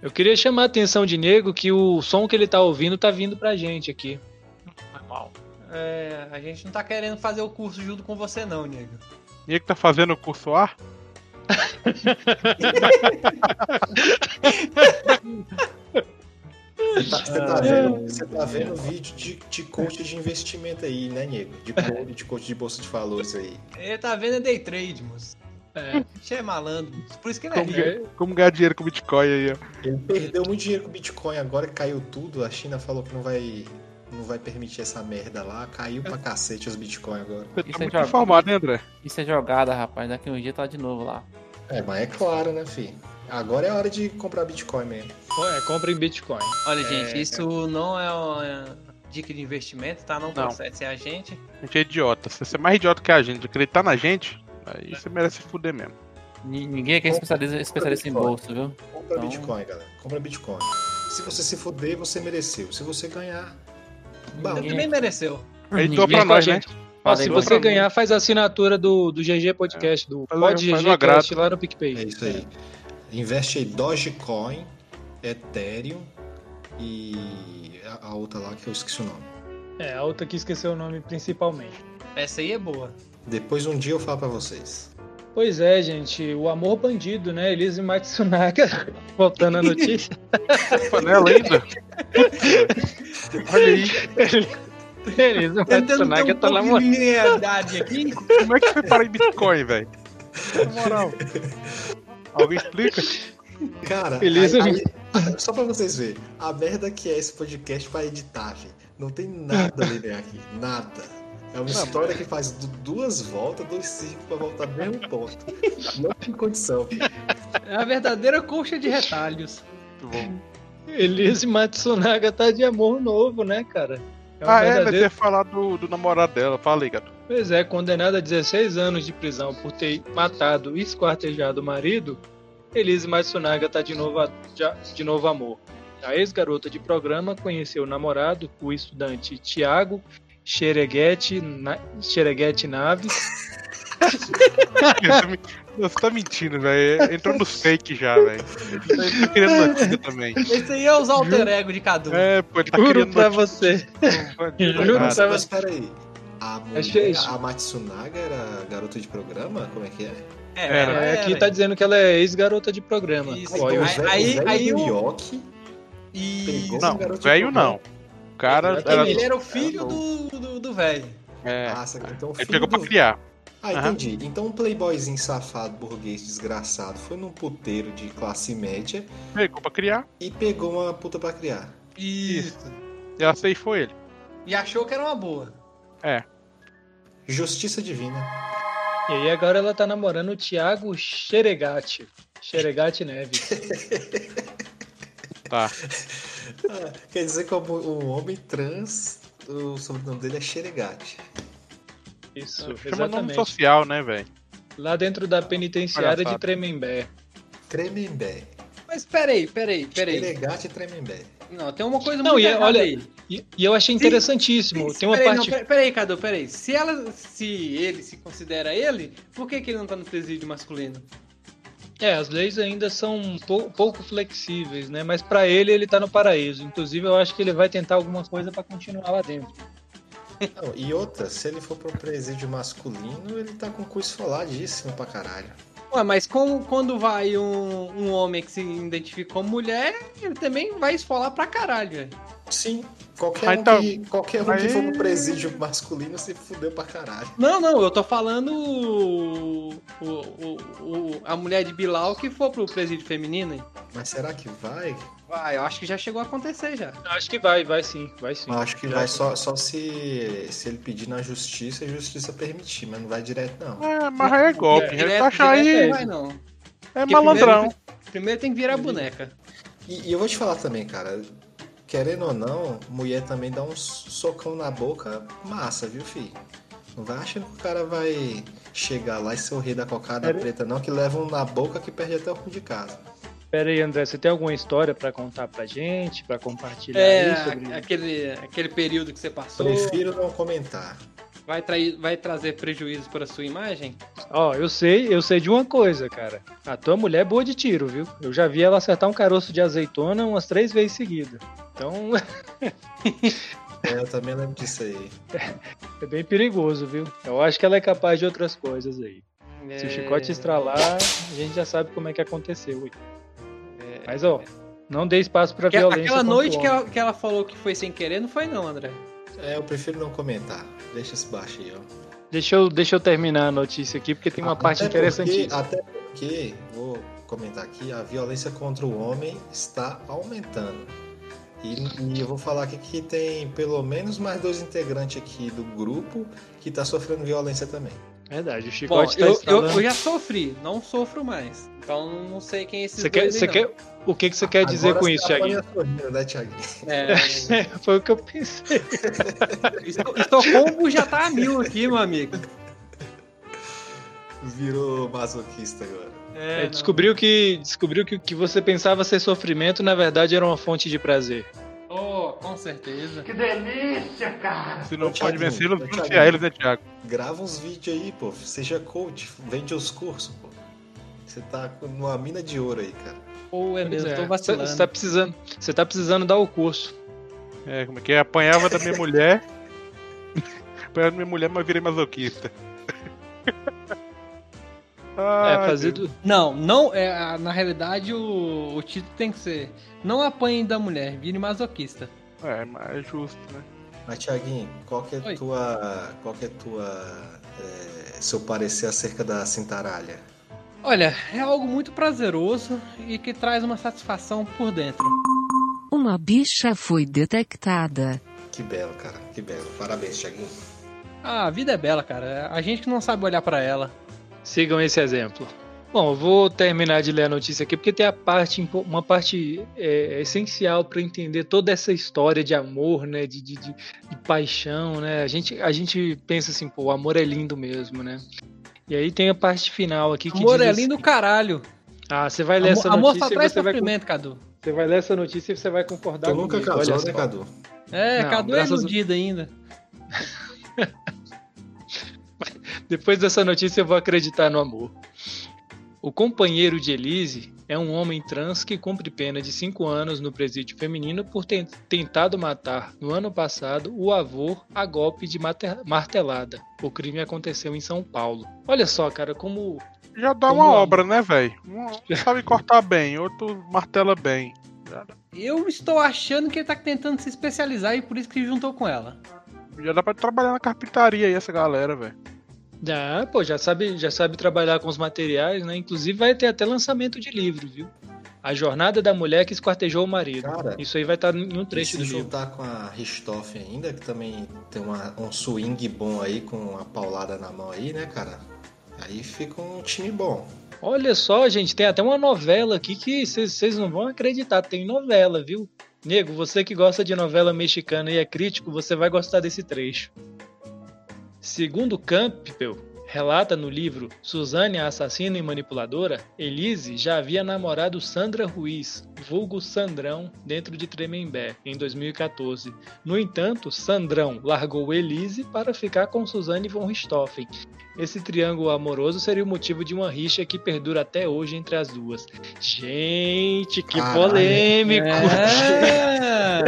Speaker 1: Eu queria chamar a atenção de Nego que o som que ele tá ouvindo tá vindo pra gente aqui.
Speaker 6: Normal.
Speaker 3: É, a gente não tá querendo fazer o curso junto com você, não, nego.
Speaker 6: E aí que tá fazendo o curso ar?
Speaker 4: Você tá, você
Speaker 1: Ah,
Speaker 4: tá vendo, você tá vendo vídeo de, de coach de investimento aí, né, nego? De, co- de coach de bolsa de valores aí.
Speaker 3: Ele tá vendo é day trade, moço.
Speaker 1: É.
Speaker 3: A gente é malandro, moço. Por isso que ele é
Speaker 6: Como,
Speaker 3: rico.
Speaker 6: ga- como ganhar dinheiro com Bitcoin aí, ó.
Speaker 4: Ele perdeu muito dinheiro com o Bitcoin agora, caiu tudo. A China falou que não vai, não vai permitir essa merda lá. Caiu pra cacete os Bitcoin agora.
Speaker 6: Você
Speaker 7: Isso
Speaker 6: tá
Speaker 7: é
Speaker 6: muito
Speaker 7: jovem.
Speaker 6: informado, né, André?
Speaker 7: Isso é jogada, rapaz. Daqui um dia tá de novo lá.
Speaker 4: É, mas é claro, né, fi? Agora é a hora de comprar Bitcoin mesmo.
Speaker 1: Co- É, compra em Bitcoin.
Speaker 3: Olha, gente, isso não é uma dica de investimento, tá? Não, procede sem a gente.
Speaker 6: A gente é idiota. Se você é mais idiota que a gente, acreditar na gente, aí você merece se fuder mesmo.
Speaker 7: Ni- Ninguém aqui é especialista, especialista em bolsa, viu?
Speaker 4: Compra
Speaker 7: Então-
Speaker 4: Bitcoin, galera. Compra Bitcoin. Se você se fuder, você mereceu. Se você ganhar. Bom,
Speaker 3: Ele também mereceu.
Speaker 6: Aí
Speaker 7: Ninguém
Speaker 6: doa pra
Speaker 7: é
Speaker 1: Vem com a
Speaker 6: nós, né?
Speaker 1: gente. Ó,
Speaker 7: Fala aí,
Speaker 1: se
Speaker 7: doa
Speaker 1: você
Speaker 7: pra mim.
Speaker 1: ganhar, faz a assinatura do, do GG Podcast, do
Speaker 6: Faz um-
Speaker 1: Pod
Speaker 6: faz um
Speaker 1: GG Cast
Speaker 6: agrado.
Speaker 1: lá no PicPay.
Speaker 4: é isso aí. Investe em Dogecoin, Ethereum e a, a outra lá que eu esqueci o nome.
Speaker 1: É, a outra que esqueceu o nome principalmente.
Speaker 3: Essa aí é boa.
Speaker 4: Depois um dia eu falo pra vocês.
Speaker 1: Pois é, gente, o amor bandido, né? Elise Matsunaga, voltando a notícia.
Speaker 6: Panela ainda? Olha aí.
Speaker 1: Elise
Speaker 3: um
Speaker 1: Matsunaga tá lá
Speaker 3: pouco de realidade aqui.
Speaker 6: Como é que foi parar em Bitcoin, velho? Na moral. Alguém explica?
Speaker 4: Cara,
Speaker 1: Beleza,
Speaker 4: aí- aí- só pra vocês verem, a merda que é esse podcast pra editar, gente. Não tem nada a linear aqui, nada. É uma história que faz du- duas voltas, dois círculos pra voltar ao mesmo ponto. Não tem condição.
Speaker 3: É uma verdadeira colcha de retalhos.
Speaker 6: Muito bom.
Speaker 1: Elise Matsunaga tá de amor novo, né, cara? um
Speaker 6: Ah, é, mas você
Speaker 1: verdadeiro-
Speaker 6: ia falar do, do namorado dela. Fala aí, gato.
Speaker 1: Pois é, condenada a 16 anos de prisão por ter matado e esquartejado o marido, Elise Matsunaga tá de novo, a- já- de novo amor. A ex-garota de programa conheceu o namorado, o estudante Tiago Xereguete, Na... Xereguete Naves.
Speaker 6: Você tá mentindo, velho. Entrou no fake já, velho. Ele tá querendo notícia também.
Speaker 3: Esse aí é os alter ego de Cadu.
Speaker 6: É, pô, ele tá
Speaker 1: Juro
Speaker 6: querendo
Speaker 1: pra você.
Speaker 6: notícia.
Speaker 1: Juro
Speaker 4: mas,
Speaker 1: pra
Speaker 4: mas peraí. A,
Speaker 1: Achei
Speaker 4: mulher,
Speaker 1: isso.
Speaker 4: a Matsunaga era garota de programa? Como é que é?
Speaker 3: É,
Speaker 6: Era.
Speaker 1: É,
Speaker 3: era,
Speaker 1: aqui
Speaker 3: era.
Speaker 1: tá dizendo que ela é ex-garota de programa.
Speaker 3: Isso.
Speaker 1: Ó, eu-
Speaker 3: Aí- aí-
Speaker 4: Então, o velho
Speaker 3: aí
Speaker 4: do
Speaker 3: o-
Speaker 4: York
Speaker 3: E
Speaker 4: pegou
Speaker 6: Não,
Speaker 4: um garoto de
Speaker 6: velho
Speaker 4: programa.
Speaker 6: não. O cara
Speaker 1: Exatamente.
Speaker 6: era.
Speaker 1: um
Speaker 3: ele era o filho do, do, do velho.
Speaker 6: É,
Speaker 4: Ah, essa- então o
Speaker 6: ele
Speaker 4: filho
Speaker 6: pegou pra
Speaker 4: do-
Speaker 6: criar.
Speaker 4: Ah,
Speaker 6: Aham.
Speaker 4: entendi. Então um playboyzinho safado, burguês, desgraçado, foi num puteiro de classe média
Speaker 6: Pegou pra criar
Speaker 4: e pegou uma puta pra criar.
Speaker 3: Isso.
Speaker 6: e ela ceifou ele.
Speaker 3: E achou que era uma boa.
Speaker 4: Justiça divina.
Speaker 1: E aí agora ela tá namorando o Thiago Xeregatti. Xeregatti Neves.
Speaker 6: Tá.
Speaker 4: Ah, Quer dizer que o o homem trans, o sobrenome dele é Xeregate.
Speaker 1: Isso,
Speaker 6: Chama nome
Speaker 1: exatamente.
Speaker 6: social, né, velho?
Speaker 1: Lá dentro da penitenciária de
Speaker 6: Palhaçada.
Speaker 1: Tremembé.
Speaker 4: Tremembé.
Speaker 3: Mas peraí, peraí, peraí.
Speaker 4: Xeregate e Tremembé.
Speaker 3: Não, tem uma coisa
Speaker 1: Não,
Speaker 3: muito
Speaker 1: e
Speaker 3: errada
Speaker 1: olha,
Speaker 3: aí.
Speaker 1: E, e eu achei interessantíssimo.
Speaker 3: Se-
Speaker 1: Tem uma
Speaker 3: peraí, não,
Speaker 1: parte.
Speaker 3: peraí, peraí, Cadu, peraí. Se ela. Se ele se considera ele, por que, que ele não tá no presídio masculino?
Speaker 1: É, as leis ainda são pou- pouco flexíveis, né? Mas pra ele, ele tá no paraíso. Inclusive, eu acho que ele vai tentar alguma coisa pra continuar lá dentro.
Speaker 4: Não, e outra, se ele for pro presídio masculino, ele tá com o cu esfoladíssimo pra caralho.
Speaker 3: Ué, mas como, quando vai um, um homem que se identifica como mulher, ele também vai esfolar pra caralho, velho.
Speaker 4: Sim, qualquer
Speaker 6: Ah,
Speaker 4: um,
Speaker 6: então.
Speaker 4: que, qualquer um que
Speaker 6: Aí-
Speaker 4: for pro presídio masculino se fudeu pra caralho.
Speaker 3: Não, não, eu tô falando o, o- o- o- a mulher de Bilal que for pro presídio feminino. hein?
Speaker 4: Mas será que vai?
Speaker 3: Vai, eu acho que já chegou a acontecer já.
Speaker 1: Acho que vai, vai sim, vai sim.
Speaker 4: Eu acho que
Speaker 1: Já- é.
Speaker 4: vai só, só se, se ele pedir na justiça e a justiça permitir, mas não vai direto não.
Speaker 6: É, mas aí é golpe. Ele tá achando
Speaker 3: direto não vai
Speaker 6: aí.
Speaker 3: não.
Speaker 6: É
Speaker 3: Porque
Speaker 6: malandrão.
Speaker 3: Primeiro, primeiro tem que virar boneca.
Speaker 4: E, e eu vou te falar também, cara, querendo ou não, mulher também dá um socão na boca massa, viu, filho? Não vai achando que o cara vai chegar lá e ser o rei da cocada preta, não, que leva um na boca que perde até o rumo de casa.
Speaker 1: Pera aí, André, você tem alguma história pra contar pra gente, pra compartilhar
Speaker 3: É,
Speaker 1: aí sobre
Speaker 3: a- aquele, aquele período que você passou
Speaker 4: Prefiro não comentar.
Speaker 3: vai, trair, vai trazer prejuízo para sua imagem?
Speaker 1: Ó, eu sei, eu sei de uma coisa, cara. A tua mulher é boa de tiro, viu? Eu já vi ela acertar um caroço de azeitona umas três vezes seguida. Então,
Speaker 4: É, eu também lembro disso aí.
Speaker 1: é bem perigoso, viu? Eu acho que ela é capaz de outras coisas aí.
Speaker 3: É,
Speaker 1: Se o chicote estralar, a gente já sabe como é que aconteceu. Aí. Mas, ó, não dê espaço pra
Speaker 3: Que-
Speaker 1: violência.
Speaker 3: é. aquela
Speaker 1: contra o
Speaker 3: noite que
Speaker 1: homem.
Speaker 3: ela, que ela falou que foi sem querer, não foi não, André.
Speaker 4: É, eu prefiro não comentar. Deixa isso baixo aí, ó.
Speaker 1: Deixa eu, deixa eu terminar a notícia aqui, porque tem uma
Speaker 4: Até
Speaker 1: parte
Speaker 4: porque-
Speaker 1: interessantíssima.
Speaker 4: até porque, vou comentar aqui, a violência contra o homem está aumentando. E, e eu vou falar aqui que tem pelo menos mais dois integrantes aqui do grupo que está sofrendo violência também.
Speaker 1: Verdade, o
Speaker 3: Bom,
Speaker 1: chicote tá
Speaker 3: eu, eu,
Speaker 1: estralando.
Speaker 3: eu já sofri, não sofro mais. Então não sei quem é esse
Speaker 1: Você quer, você quer, o que, que você quer dizer
Speaker 4: Agora
Speaker 1: com
Speaker 4: você
Speaker 3: tá
Speaker 1: isso,
Speaker 4: apanha
Speaker 1: Thiaguinho?
Speaker 4: sorrindo, né, Thiaguinho?
Speaker 3: É,
Speaker 1: Foi o que eu pensei.
Speaker 3: Esto- Estocolmo já tá a mil aqui, meu amigo.
Speaker 4: Virou masoquista agora.
Speaker 1: É,
Speaker 3: não.
Speaker 1: descobriu que descobriu que o que você pensava ser sofrimento, na verdade, era uma fonte de prazer.
Speaker 3: Oh, com certeza.
Speaker 6: Se não pode
Speaker 4: Thiaguinho,
Speaker 6: vencê-los,
Speaker 4: Thiaguinho.
Speaker 6: denuncia eles, né, Thiago?
Speaker 4: Grava uns vídeos aí, pô. Seja coach, vende os cursos, pô. Você tá com uma mina de ouro aí, cara.
Speaker 3: Ou é mesmo,
Speaker 1: Pois é,
Speaker 3: tô
Speaker 1: você
Speaker 3: vacilando.
Speaker 1: você tá precisando, você tá precisando dar o curso.
Speaker 6: É, como é que é? Apanhava da minha mulher. Apanhava da minha mulher, mas virei masoquista.
Speaker 1: é,
Speaker 6: Ai,
Speaker 1: fazer
Speaker 6: Deus.
Speaker 1: do-
Speaker 3: Não, não, é, a- na realidade o, o título tem que ser Não apanhe da mulher, vire masoquista.
Speaker 6: É, mas é justo, né?
Speaker 4: Mas, Thiaguinho, qual que é
Speaker 3: Oi.
Speaker 4: tua. Qual que é tua. é, seu parecer acerca da cintaralha?
Speaker 3: Olha, é algo muito prazeroso e que traz uma satisfação por dentro.
Speaker 8: Uma bicha foi detectada.
Speaker 4: Que belo, cara, que belo. Parabéns, Thiaguinho.
Speaker 3: Ah, a vida é bela, cara. A gente que não sabe olhar pra ela.
Speaker 1: Sigam esse exemplo. Bom, eu vou terminar de ler a notícia aqui porque tem a parte, impo- uma parte é, essencial para entender toda essa história de amor, né, de, de, de- de paixão, né. A gente, a gente pensa assim, pô, o amor é lindo mesmo, né. E aí tem a parte final aqui que
Speaker 3: Amor
Speaker 1: diz
Speaker 3: é
Speaker 1: assim-
Speaker 3: lindo, caralho.
Speaker 1: Ah, você vai ler
Speaker 3: Amor,
Speaker 1: essa
Speaker 3: amor
Speaker 1: notícia
Speaker 3: só
Speaker 1: e
Speaker 3: traz
Speaker 1: você vai, con-
Speaker 3: sofrimento, Cadu.
Speaker 1: você vai ler essa notícia e você vai concordar
Speaker 4: Tu nunca
Speaker 1: comigo,
Speaker 4: casou,
Speaker 1: um olha
Speaker 4: né,
Speaker 1: só.
Speaker 4: Cadu?
Speaker 3: É,
Speaker 1: Não,
Speaker 3: Cadu é
Speaker 1: graças a-
Speaker 3: iludido ainda.
Speaker 1: Depois dessa notícia eu vou acreditar no amor. O companheiro de Elise é um homem trans que cumpre pena de 5 anos no presídio feminino por ter tentado matar, no ano passado, o avô a golpe de mate- martelada. O crime aconteceu em São Paulo. Olha só, cara, como.
Speaker 6: Já dá
Speaker 1: Como
Speaker 6: uma
Speaker 1: é?
Speaker 6: obra, né, velho? Um um sabe cortar bem, outro martela bem.
Speaker 3: Eu estou achando que ele tá tentando se especializar e por isso que juntou com ela.
Speaker 6: Já dá pra trabalhar na carpintaria aí, essa galera, velho.
Speaker 1: Ah, pô, já sabe, já sabe trabalhar com os materiais, né? Inclusive vai ter até lançamento de livro, viu? A Jornada da Mulher que Esquartejou o Marido.
Speaker 4: Cara,
Speaker 1: Isso aí vai estar em um trecho
Speaker 4: Trecho e
Speaker 1: do
Speaker 4: se
Speaker 1: show.
Speaker 4: juntar com a Ristoff ainda, que também tem uma- um swing bom aí, com a paulada na mão aí, né, cara? Aí fica um time bom.
Speaker 1: Olha só, gente, tem até uma novela aqui que vocês não vão acreditar. Tem novela, viu? Nego, você que gosta de novela mexicana e é crítico, você vai gostar desse trecho. Segundo Campbell, relata no livro Suzane, a assassina e manipuladora, Elise já havia namorado Sandra Ruiz, vulgo Sandrão, dentro de Tremembé, em 2014. No entanto, Sandrão largou Elise para ficar com Suzane von Richthofen, esse triângulo amoroso seria o motivo de uma rixa que perdura até hoje entre as duas. Gente, que
Speaker 4: Caralho.
Speaker 1: polêmico!
Speaker 3: É.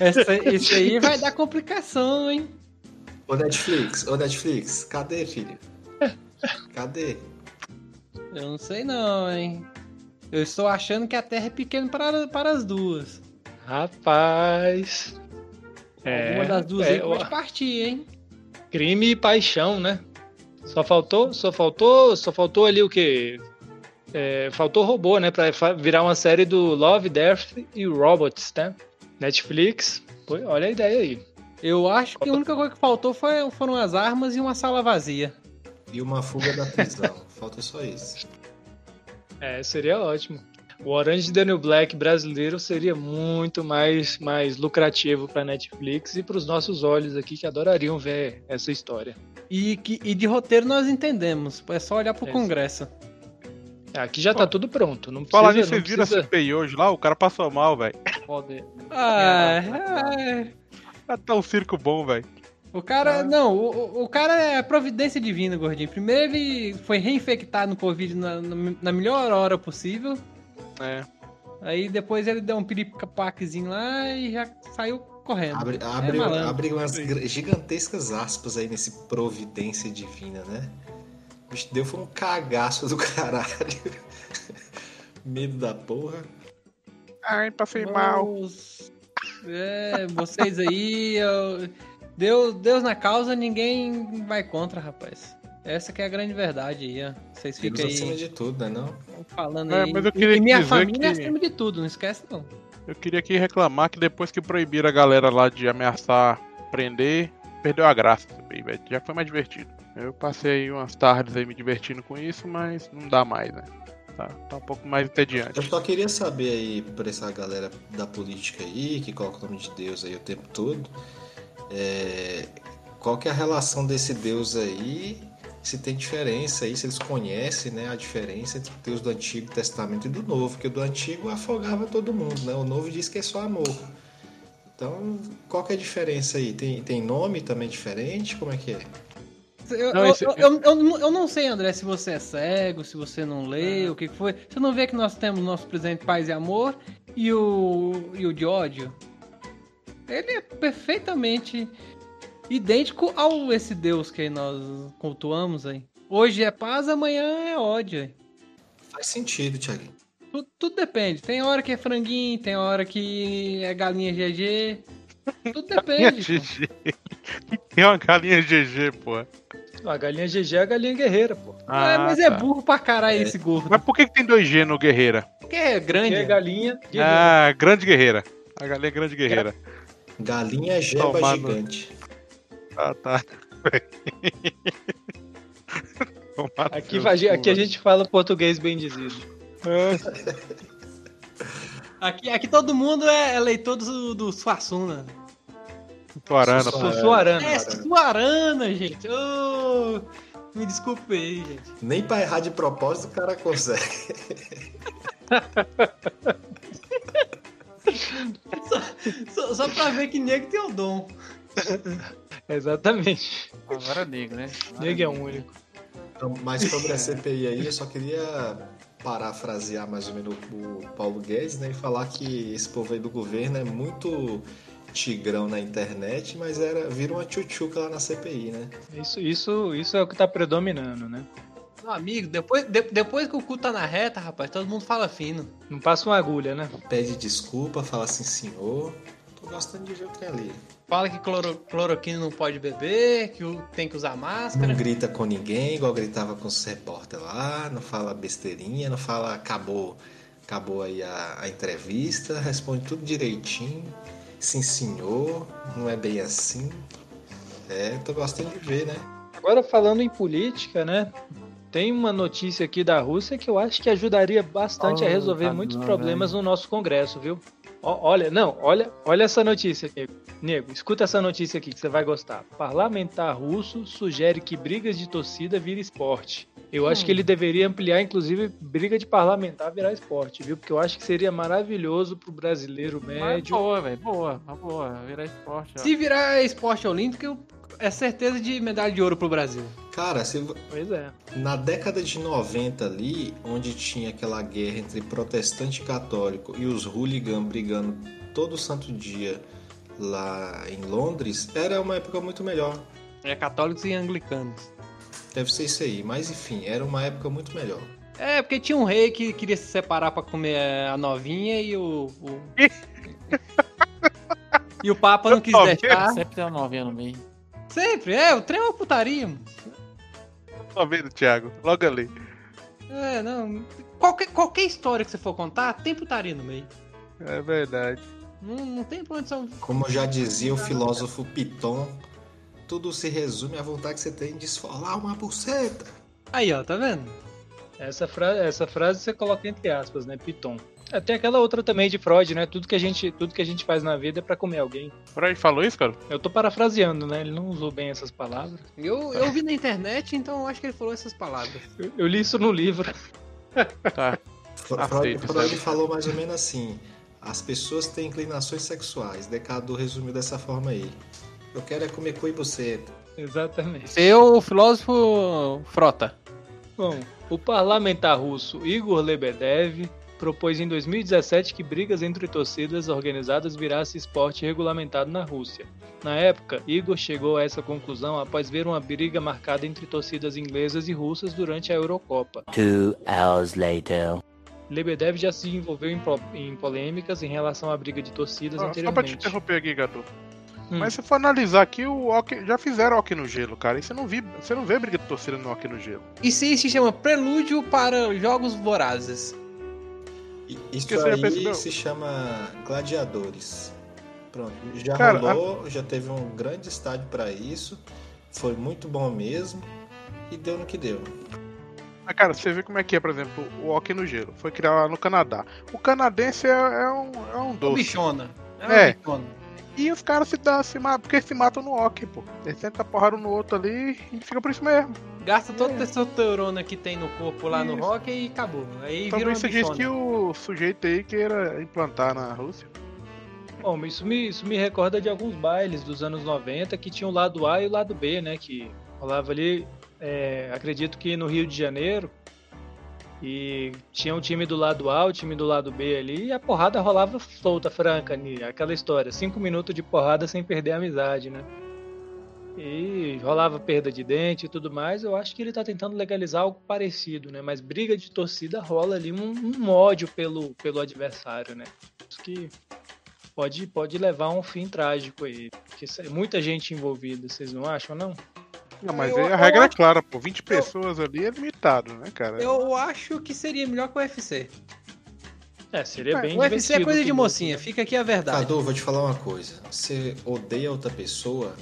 Speaker 3: Essa- Isso aí vai dar complicação, hein?
Speaker 4: Ô Netflix, ô Netflix, cadê, filho? Cadê?
Speaker 3: Eu não sei não, hein? Eu estou achando que a Terra é pequena para, para as duas.
Speaker 1: Rapaz.
Speaker 3: Uma das duas aí
Speaker 1: é,
Speaker 3: que
Speaker 1: ó,
Speaker 3: pode partir, hein?
Speaker 1: crime e paixão, né? Só faltou, só faltou, só faltou ali o quê? É, faltou robô, né? Pra fa- virar uma série do Love, Death e Robots, né? Netflix. Pô, olha a ideia aí.
Speaker 3: Eu acho que a única coisa que faltou foi, foram as armas e uma sala vazia.
Speaker 4: E uma fuga da prisão. Falta só isso.
Speaker 1: É, seria ótimo. O Orange Daniel Black brasileiro seria muito mais, mais lucrativo para Netflix e para os nossos olhos aqui que adorariam ver essa história.
Speaker 3: E, que, e de roteiro nós entendemos. É só olhar pro
Speaker 1: É.
Speaker 3: Congresso.
Speaker 1: Aqui já tá tudo pronto, não precisa.
Speaker 6: Falar nisso,
Speaker 1: não
Speaker 6: vocês viram a
Speaker 1: precisa...
Speaker 6: CPI hoje lá? O cara passou mal, velho.
Speaker 7: Poder.
Speaker 3: Ah, é.
Speaker 6: Tá um circo bom, velho.
Speaker 3: o
Speaker 4: Tá.
Speaker 3: cara. Não, o, o- o cara é providência divina, gordinho. Primeiro ele foi reinfectado no Covid na, na- na melhor hora possível.
Speaker 6: É.
Speaker 3: Aí depois ele deu um piripaquezinho lá e já saiu correndo. É
Speaker 4: Abre, abre,
Speaker 3: malandro.
Speaker 4: abre umas gra- gigantescas aspas aí nesse providência divina, né? O bicho deu foi um cagaço do caralho. Medo da porra.
Speaker 5: Ai, passei mal.
Speaker 3: Os- É, vocês aí. eu- Deus, Deus na causa, ninguém vai contra, rapaz. Essa que é a grande verdade aí, ó. Vocês
Speaker 4: Deus
Speaker 3: ficam
Speaker 4: acima
Speaker 3: aí
Speaker 4: de tudo, né? Não?
Speaker 3: falando
Speaker 6: É,
Speaker 3: aí.
Speaker 6: mas eu queria
Speaker 3: e minha
Speaker 6: dizer
Speaker 3: família é
Speaker 6: que-
Speaker 3: acima de tudo, não esquece não.
Speaker 6: Eu queria aqui reclamar que depois que proibiram a galera lá de ameaçar prender, perdeu a graça também, velho. Já foi mais divertido. Eu passei umas tardes aí me divertindo com isso, mas não dá mais, né? Tá, tá um pouco mais entediante.
Speaker 4: Então, Eu só queria saber aí, pra essa galera da política aí, que coloca o nome de Deus aí o tempo todo, é, qual que é a relação desse Deus aí, se tem diferença aí, se eles conhecem né, a diferença entre o Deus do Antigo Testamento e do Novo, porque o do Antigo afogava todo mundo, né? O Novo diz que é só amor. Então, qual que é a diferença aí? Tem, tem nome também diferente? Como é que é?
Speaker 3: Eu,
Speaker 6: Não,
Speaker 3: eu-
Speaker 6: esse- é
Speaker 3: eu- eu- eu não- eu não sei, André, se você é cego, se você não lê,
Speaker 6: É.
Speaker 3: o que que foi. Você não vê que nós temos nosso presidente Paz e Amor e o, e o de ódio? Ele é perfeitamente idêntico ao esse Deus que nós cultuamos aí. Hoje é paz, amanhã é ódio. aí.
Speaker 4: Faz sentido, Thiaguinho.
Speaker 3: Tu- Tudo, depende. Tem hora que é franguinho, tem hora que é galinha GG. Tudo
Speaker 6: Galinha
Speaker 3: depende. pô.
Speaker 6: GG. Tem uma galinha GG, pô.
Speaker 1: A galinha GG é a galinha guerreira, pô.
Speaker 3: Ah, mas é
Speaker 6: tá.
Speaker 3: burro pra caralho esse gordo.
Speaker 6: Mas por que, que tem dois G no Guerreira?
Speaker 3: Porque é
Speaker 1: Que
Speaker 3: grande.
Speaker 1: é
Speaker 3: né?
Speaker 1: galinha guerreira.
Speaker 6: Ah, Grande Guerreira. A galinha é Grande Guerreira.
Speaker 4: Galinha é Jeba
Speaker 6: Tomado.
Speaker 4: Gigante.
Speaker 6: Ah, tá. Tomar no
Speaker 1: Aqui,
Speaker 6: seu
Speaker 1: vai- aqui
Speaker 6: cu,
Speaker 1: a É,
Speaker 6: velho.
Speaker 1: gente fala português bem dizido.
Speaker 3: Aqui, aqui todo mundo é, é leitor do, do Suassuna.
Speaker 6: Tuarana,
Speaker 4: Só-
Speaker 6: pô.
Speaker 1: Suarana.
Speaker 3: É Suarana, gente. Ô, me desculpe aí, gente.
Speaker 4: Nem pra errar de propósito o cara consegue.
Speaker 3: Só, só pra ver que nego tem o dom.
Speaker 1: Exatamente.
Speaker 7: Agora é negro, né? Agora
Speaker 1: Nego é
Speaker 7: negro.
Speaker 1: único.
Speaker 4: Então, mas sobre a CPI aí, eu só queria parafrasear mais ou menos o Paulo Guedes, né? E falar que esse povo aí do governo é muito tigrão na internet, mas era vira uma tchutchuca lá na CPI, né?
Speaker 1: Isso, isso, isso é o que tá predominando, né?
Speaker 3: Meu amigo, depois, de- depois que o cu tá na reta, rapaz, todo mundo fala fino.
Speaker 1: Não passa uma agulha, né?
Speaker 4: Pede desculpa, fala assim, senhor. Tô gostando de ver o que é ali.
Speaker 3: Fala que cloro, cloroquina não pode beber, que o- tem que usar
Speaker 4: Não
Speaker 3: máscara.
Speaker 4: grita com ninguém, igual gritava com os repórter lá, não fala besteirinha, não fala acabou, acabou aí a, a entrevista, responde tudo direitinho, sim senhor, não é bem assim. É, tô gostando de ver, né?
Speaker 1: Agora falando em política, né? Tem uma notícia aqui da Rússia que eu acho que ajudaria bastante a
Speaker 7: Oh,
Speaker 1: resolver
Speaker 7: tá
Speaker 1: muitos
Speaker 7: bom,
Speaker 1: problemas no nosso Congresso, viu? Ó, olha, não, olha, olha essa notícia, nego. Nego, escuta essa notícia aqui que você vai gostar. Parlamentar russo sugere que brigas de torcida vira esporte. Eu acho
Speaker 7: Hum.
Speaker 1: que ele deveria ampliar, inclusive, briga de parlamentar virar esporte, viu? Porque eu acho que seria maravilhoso pro brasileiro
Speaker 7: Mas
Speaker 1: médio.
Speaker 7: boa, velho. Boa, uma boa. Virar esporte, ó.
Speaker 3: Se virar esporte olímpico, é certeza de medalha de ouro pro Brasil.
Speaker 4: Cara, se, vo-
Speaker 1: Pois é.
Speaker 4: Na década de 90 ali, onde tinha aquela guerra entre protestante e católico e os hooligan brigando todo santo dia lá em Londres, era uma época muito melhor.
Speaker 3: É católicos e anglicanos.
Speaker 4: Deve ser isso aí, mas enfim, era uma época muito melhor.
Speaker 3: É, porque tinha um rei que queria se separar pra comer a novinha e o. o- e o Papa não quis
Speaker 5: Novinha?
Speaker 3: deixar.
Speaker 7: Sempre tem uma novinha no meio.
Speaker 3: Sempre, é, o trem é uma putaria, mano.
Speaker 6: Tô vendo, Thiago. Logo ali.
Speaker 3: É, não. Qualquer, qualquer história que você for contar, tem putaria no meio.
Speaker 6: É verdade.
Speaker 3: Não, não tem pra onde são.
Speaker 4: Como já dizia o filósofo Piton, tudo se resume à vontade que você tem de esfolar uma buceta.
Speaker 3: Aí, ó, tá vendo?
Speaker 1: Essa, fra- essa frase você coloca entre aspas, né? Piton. É, Tem aquela outra também de Freud, né? Tudo que a gente, tudo que a gente faz na vida é pra comer alguém.
Speaker 6: Freud falou isso, cara?
Speaker 1: Eu tô parafraseando, né? Ele não usou bem essas palavras.
Speaker 3: Eu, eu vi na internet, então eu acho que ele falou essas palavras.
Speaker 1: Eu, eu li isso no livro.
Speaker 6: Tá.
Speaker 4: Fre-
Speaker 6: Aceito,
Speaker 4: Freud,
Speaker 6: sabe?
Speaker 4: Freud falou mais ou menos assim: as pessoas têm inclinações sexuais. Decadu resumiu dessa forma aí. Eu quero é comer cu e buceta.
Speaker 1: Exatamente.
Speaker 3: Seu filósofo Frota.
Speaker 1: Bom, o parlamentar russo Igor Lebedev propôs em 2017 que brigas entre torcidas organizadas virasse esporte regulamentado na Rússia. Na época, Igor chegou a essa conclusão após ver uma briga marcada entre torcidas inglesas e russas durante a Eurocopa.
Speaker 9: Two hours later.
Speaker 1: Lebedev já se envolveu em, pro- em polêmicas em relação à briga de torcidas
Speaker 6: Ó, Ah, só pra te
Speaker 1: anteriormente.
Speaker 6: interromper aqui, Gato.
Speaker 1: Hum.
Speaker 6: Mas se for analisar aqui, o hockey, já fizeram hockey no gelo, cara. E você não, vi, você não vê briga de torcida no hockey no gelo.
Speaker 3: E se se chama Prelúdio para Jogos Vorazes.
Speaker 4: I- Isso
Speaker 6: Que você já
Speaker 4: aí
Speaker 6: percebeu?
Speaker 4: se chama gladiadores. Pronto, já
Speaker 6: Cara,
Speaker 4: rolou, já teve um grande estádio pra isso. Foi muito bom mesmo. E deu no que deu.
Speaker 6: Mas, cara, você vê como é que é, por exemplo, o hockey no gelo. Foi criado lá no Canadá. O canadense é, é um, é um doce.
Speaker 3: Bichona. É,
Speaker 6: É.
Speaker 3: uma bichona.
Speaker 6: E os caras se, dá, se matam, porque se matam no hockey, pô. Eles tentam porrada um no outro ali e fica por isso mesmo.
Speaker 3: Gasta toda a testosterona que tem no corpo lá no
Speaker 6: Isso.
Speaker 3: rock e acabou. Aí vira
Speaker 6: Também
Speaker 3: uma
Speaker 6: você diz
Speaker 3: bichona.
Speaker 6: Então, que o sujeito aí queira implantar na Rússia.
Speaker 1: Bom, isso me, isso me recorda de alguns bailes dos anos 90 que tinha o lado A e o lado B, né? Que rolava ali, é, acredito que no Rio de Janeiro. E tinha um time do lado A, o time do lado B ali, e a porrada rolava solta, franca, ali, aquela história. Cinco minutos de porrada sem perder a amizade, né? E rolava perda de dente e tudo mais. Eu acho que ele tá tentando legalizar algo parecido, né? Mas briga de torcida rola ali um, um ódio pelo, pelo adversário, né? Isso que pode, pode levar a um fim trágico aí. Porque isso é muita gente envolvida, vocês não acham, não?
Speaker 6: Não, mas
Speaker 3: Eu-
Speaker 6: aí a
Speaker 3: eu
Speaker 6: regra é
Speaker 3: acho-
Speaker 6: clara, pô. 20 pessoas ali é limitado, né, cara?
Speaker 3: Eu acho que seria melhor que o UFC.
Speaker 1: É, seria
Speaker 6: É,
Speaker 1: bem
Speaker 3: o UFC é
Speaker 1: divertido
Speaker 3: coisa de
Speaker 1: tudo.
Speaker 3: mocinha, fica aqui a verdade.
Speaker 4: Cadu, vou te falar uma coisa. Você odeia outra pessoa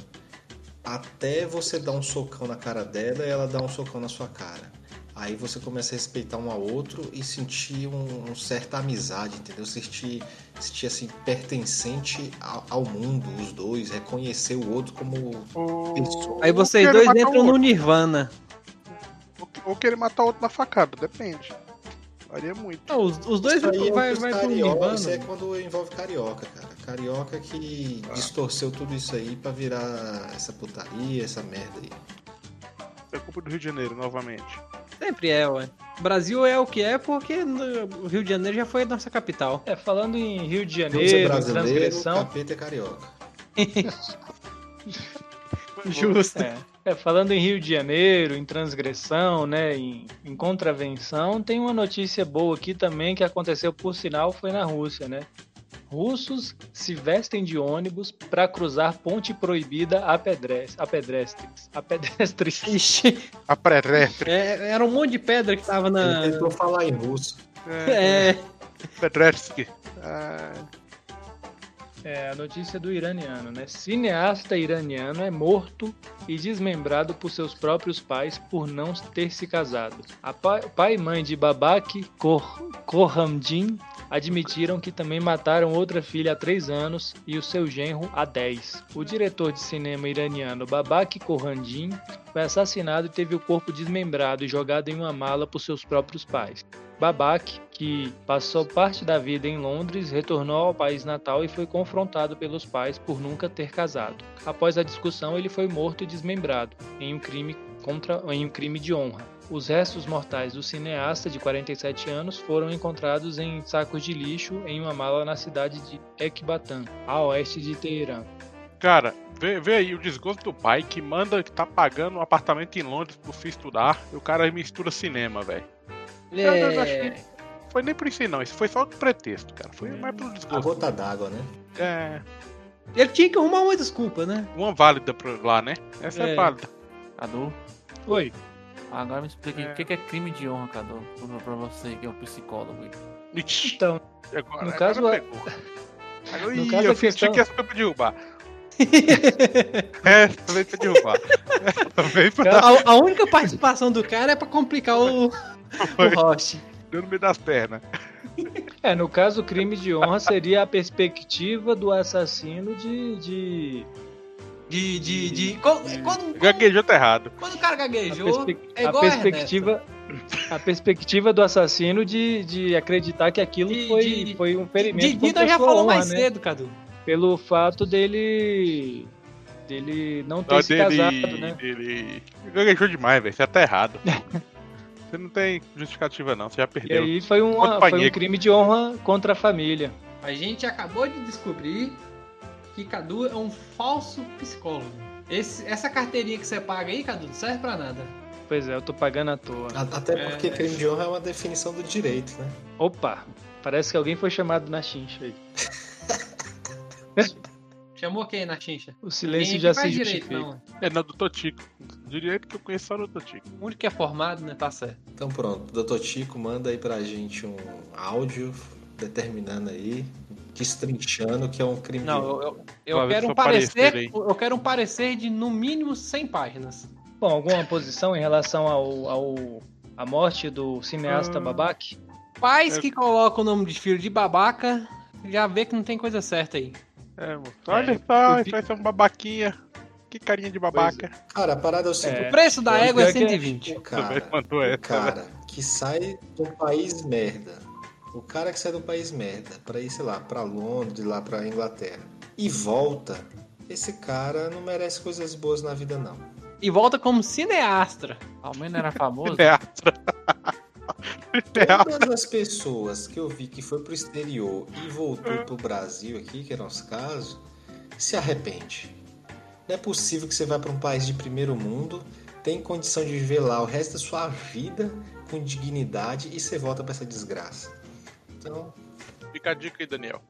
Speaker 4: até você dar um socão na cara dela e ela dar um socão na sua cara. Aí você começa a respeitar um ao outro e sentir um, um certa amizade, entendeu? Sentir, sentir assim, pertencente ao, ao mundo, os dois, reconhecer o outro como
Speaker 6: Ou-
Speaker 4: Isso.
Speaker 3: Aí
Speaker 6: ou
Speaker 3: vocês
Speaker 6: querer
Speaker 3: dois
Speaker 6: matar o
Speaker 3: entram no
Speaker 6: outro.
Speaker 3: Nirvana.
Speaker 6: Ou- Ou querer matar o outro na facada, depende. Varia muito.
Speaker 3: Não, os, os dois
Speaker 4: Isso aí é
Speaker 3: vai,
Speaker 4: os
Speaker 3: vai pro
Speaker 4: carioca,
Speaker 3: Nirvana.
Speaker 4: Isso é quando envolve carioca, cara. Carioca que distorceu tudo isso aí pra virar essa putaria, essa merda aí.
Speaker 6: É culpa do Rio de Janeiro, novamente.
Speaker 3: Sempre é, ué. O Brasil é o que é porque no- o Rio de Janeiro já foi a nossa capital.
Speaker 1: É, falando em Rio de
Speaker 4: Deus é
Speaker 1: Janeiro,
Speaker 4: brasileiro,
Speaker 1: transgressão.
Speaker 4: capeta é carioca.
Speaker 3: Justo.
Speaker 1: É, é, falando em Rio de Janeiro, em transgressão, né? Em, em contravenção, tem uma notícia boa aqui também que aconteceu, por sinal, foi na Rússia, né? Russos se vestem de ônibus para cruzar ponte proibida a, pedres, a pedrestres. A pedrestres.
Speaker 3: Ixi,
Speaker 6: A pré
Speaker 3: é, era um monte de pedra que tava na.
Speaker 4: Ele tentou falar em russo.
Speaker 3: É,
Speaker 6: Pedretsky. Ah,
Speaker 1: É a notícia do iraniano, né? Cineasta iraniano é morto e desmembrado por seus próprios pais por não ter se casado. A pa- pai e mãe de Babak Kor- Korhamdin admitiram que também mataram outra filha há 3 anos e o seu genro há 10. O diretor de cinema iraniano Babak Korhamdin foi assassinado e teve o corpo desmembrado e jogado em uma mala por seus próprios pais. Babak, que passou parte da vida em Londres, retornou ao país natal e foi confrontado pelos pais por nunca ter casado. Após a discussão, ele foi morto e desmembrado em um crime contra em um crime de honra. Os restos mortais do cineasta de 47 anos foram encontrados em sacos de lixo em uma mala na cidade de Ekbatan, a oeste de Teherã.
Speaker 6: Cara, vê, vê aí o desgosto do pai que manda, que tá pagando um apartamento em Londres pro filho estudar e o cara mistura cinema, velho. Eu não achei-
Speaker 3: é,
Speaker 6: Foi nem por isso aí, não, isso foi só o pretexto, cara. Foi mais pelo
Speaker 4: A
Speaker 6: desgosto.
Speaker 4: gota d'água, né?
Speaker 6: É,
Speaker 3: Ele tinha que arrumar uma desculpa, né?
Speaker 6: uma válida pro lá, né? Essa é,
Speaker 3: É.
Speaker 6: válida.
Speaker 7: Cadu,
Speaker 1: Oi,
Speaker 7: agora me explica aí,
Speaker 6: É.
Speaker 7: o que que é crime de honra, Cadu, pra- pra você que é um psicólogo. aí.
Speaker 6: Ixi,
Speaker 1: então,
Speaker 6: agora,
Speaker 1: no
Speaker 6: agora
Speaker 1: caso, a-
Speaker 6: pegou. Agora,
Speaker 1: no
Speaker 6: Ih,
Speaker 1: caso, a
Speaker 6: eu senti
Speaker 1: questão-
Speaker 6: que essa foi pra derrubar. é, também pra derrubar. É, também pra dar
Speaker 3: A, a única participação do cara é pra complicar o, o Roche.
Speaker 6: dor no meio das pernas.
Speaker 1: É, no caso, o crime de honra seria a perspectiva do assassino de. de
Speaker 3: De. de, de co- é quando, quando,
Speaker 6: Gaguejou tá errado.
Speaker 3: quando o cara
Speaker 1: a,
Speaker 3: gaguejou,
Speaker 1: perspe-
Speaker 3: é
Speaker 1: a
Speaker 3: igual a perspectiva.
Speaker 1: perspectiva. A perspectiva do assassino de, de acreditar que aquilo
Speaker 3: De-
Speaker 1: foi,
Speaker 3: de-
Speaker 1: foi um ferimento.
Speaker 3: Didita
Speaker 1: contra
Speaker 3: já
Speaker 1: sua
Speaker 3: falou
Speaker 1: honra,
Speaker 3: mais
Speaker 1: né?
Speaker 3: cedo, Cadu.
Speaker 1: Pelo fato dele. dele não ter
Speaker 6: Não,
Speaker 1: se
Speaker 6: Ah, dele,
Speaker 1: casado, né?
Speaker 6: dele. Gaguejou demais, velho. Você tá errado. Você não tem justificativa, não. Você já
Speaker 1: E
Speaker 6: perdeu.
Speaker 1: aí foi, uma-
Speaker 6: é Outro
Speaker 1: foi um
Speaker 6: panheco.
Speaker 1: crime de honra contra a família.
Speaker 3: A gente acabou de descobrir que Cadu é um falso psicólogo. Esse- essa carteirinha que você paga aí, Cadu, não serve pra nada.
Speaker 1: Pois é, eu tô pagando à toa.
Speaker 4: A- Até
Speaker 3: É.
Speaker 4: porque crime de honra é uma definição do direito, né?
Speaker 1: Opa! Parece que alguém foi chamado na chincha aí.
Speaker 3: Chamou quem na chincha?
Speaker 1: O
Speaker 3: Ninguém
Speaker 1: silêncio
Speaker 3: aqui
Speaker 1: já se
Speaker 3: faz direito,
Speaker 1: justifica.
Speaker 3: não.
Speaker 6: É, não, do Totico. Direito que eu conheço só do Totico.
Speaker 3: O único que é formado, né? Tá certo.
Speaker 4: Então pronto, Dr. Tico manda aí pra gente um áudio determinando aí, destrinchando que é um crime
Speaker 3: Não,
Speaker 4: de
Speaker 3: eu,
Speaker 4: honra.
Speaker 3: eu, eu
Speaker 6: Vai ver
Speaker 3: quero
Speaker 6: só
Speaker 3: um parecer,
Speaker 6: parecer aí.
Speaker 3: eu quero um parecer de no mínimo 100 páginas.
Speaker 1: Bom, alguma posição em relação ao, ao à morte do
Speaker 3: Ah.
Speaker 1: cineasta Babak? É.
Speaker 3: Pais que colocam o nome de filho de babaca, já vê que não tem coisa certa aí.
Speaker 6: É, moço. Olha só,
Speaker 1: eu
Speaker 6: isso vai ser um babaquinha. Que carinha de babaca.
Speaker 4: Cara, a parada é o seguinte,
Speaker 1: É.
Speaker 3: O preço da
Speaker 1: É,
Speaker 3: égua é
Speaker 1: pior que é-
Speaker 3: 120.
Speaker 4: o
Speaker 6: Também
Speaker 4: cara,
Speaker 6: mandou
Speaker 4: o
Speaker 6: essa. né?
Speaker 4: cara que sai do país merda, o cara que sai do país merda pra ir, sei lá, pra Londres, lá pra Inglaterra e volta, esse cara não merece coisas boas na vida não.
Speaker 3: E volta como cineastra.
Speaker 7: Ao menos era famoso.
Speaker 3: É.
Speaker 6: Teatro. Teatro.
Speaker 4: Todas as pessoas que eu vi que foi pro exterior e voltou pro Brasil aqui, que é nosso caso, se arrepende. Não é possível que você vá para um país de primeiro mundo, tem condição de viver lá o resto da sua vida com dignidade e você volta para essa desgraça. Então,
Speaker 6: Fica a dica aí, Daniel.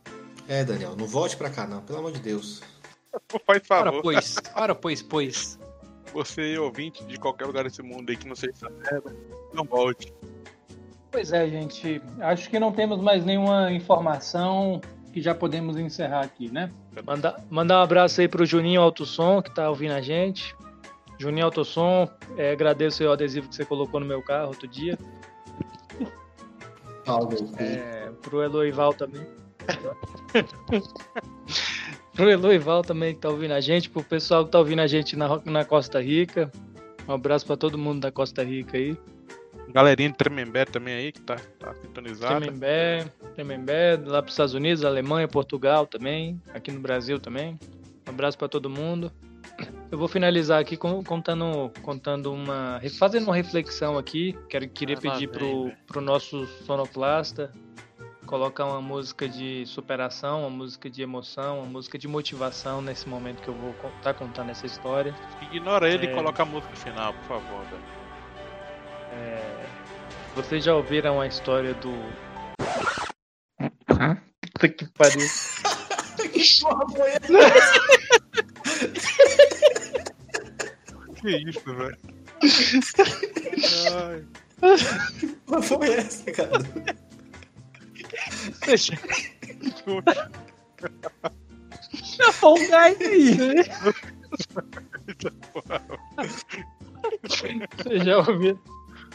Speaker 4: é, Daniel, não volte para cá não, pelo amor de Deus.
Speaker 6: Faz
Speaker 3: Ora,
Speaker 6: favor.
Speaker 3: pois, ora, pois, pois.
Speaker 6: Você é ouvinte de qualquer lugar desse mundo aí que não seja essa merda, não volte.
Speaker 1: Pois é, gente. Acho que não temos mais nenhuma informação que já podemos encerrar aqui, né? Mandar mandar um abraço aí pro Juninho Autosom, que tá ouvindo a gente. Juninho Autosom, é, agradeço aí o adesivo que você colocou no meu carro outro dia.
Speaker 4: Paulo, meu cu.
Speaker 1: É, pro Eloival também. pro Eloival também que tá ouvindo a gente, pro pessoal que tá ouvindo a gente na, na Costa Rica. Um abraço pra todo mundo da Costa Rica aí.
Speaker 6: Galerinha de Tremembé também aí, que tá, tá sintonizada.
Speaker 1: Tremembé, Tremembé, lá pros Estados Unidos, Alemanha, Portugal também, aqui no Brasil também. Um abraço para todo mundo. Eu vou finalizar aqui com- contando, contando uma, fazendo uma reflexão aqui. Quero queria
Speaker 6: Ah, lá
Speaker 1: pedir
Speaker 6: vem,
Speaker 1: pro,
Speaker 6: velho.
Speaker 1: pro nosso sonoplasta colocar uma música de superação, uma música de emoção, uma música de motivação nesse momento que eu vou estar contando essa história.
Speaker 6: Ignora ele
Speaker 1: É.
Speaker 6: e coloca a música final, por favor. Daniel.
Speaker 1: Vocês já ouviram a história do Puta que pariu.
Speaker 3: Que porra foi essa?
Speaker 6: Que isso, velho? Ai,
Speaker 4: Qual foi essa, cara?
Speaker 1: Tá Fall Guys aí. Vocês já ouviram?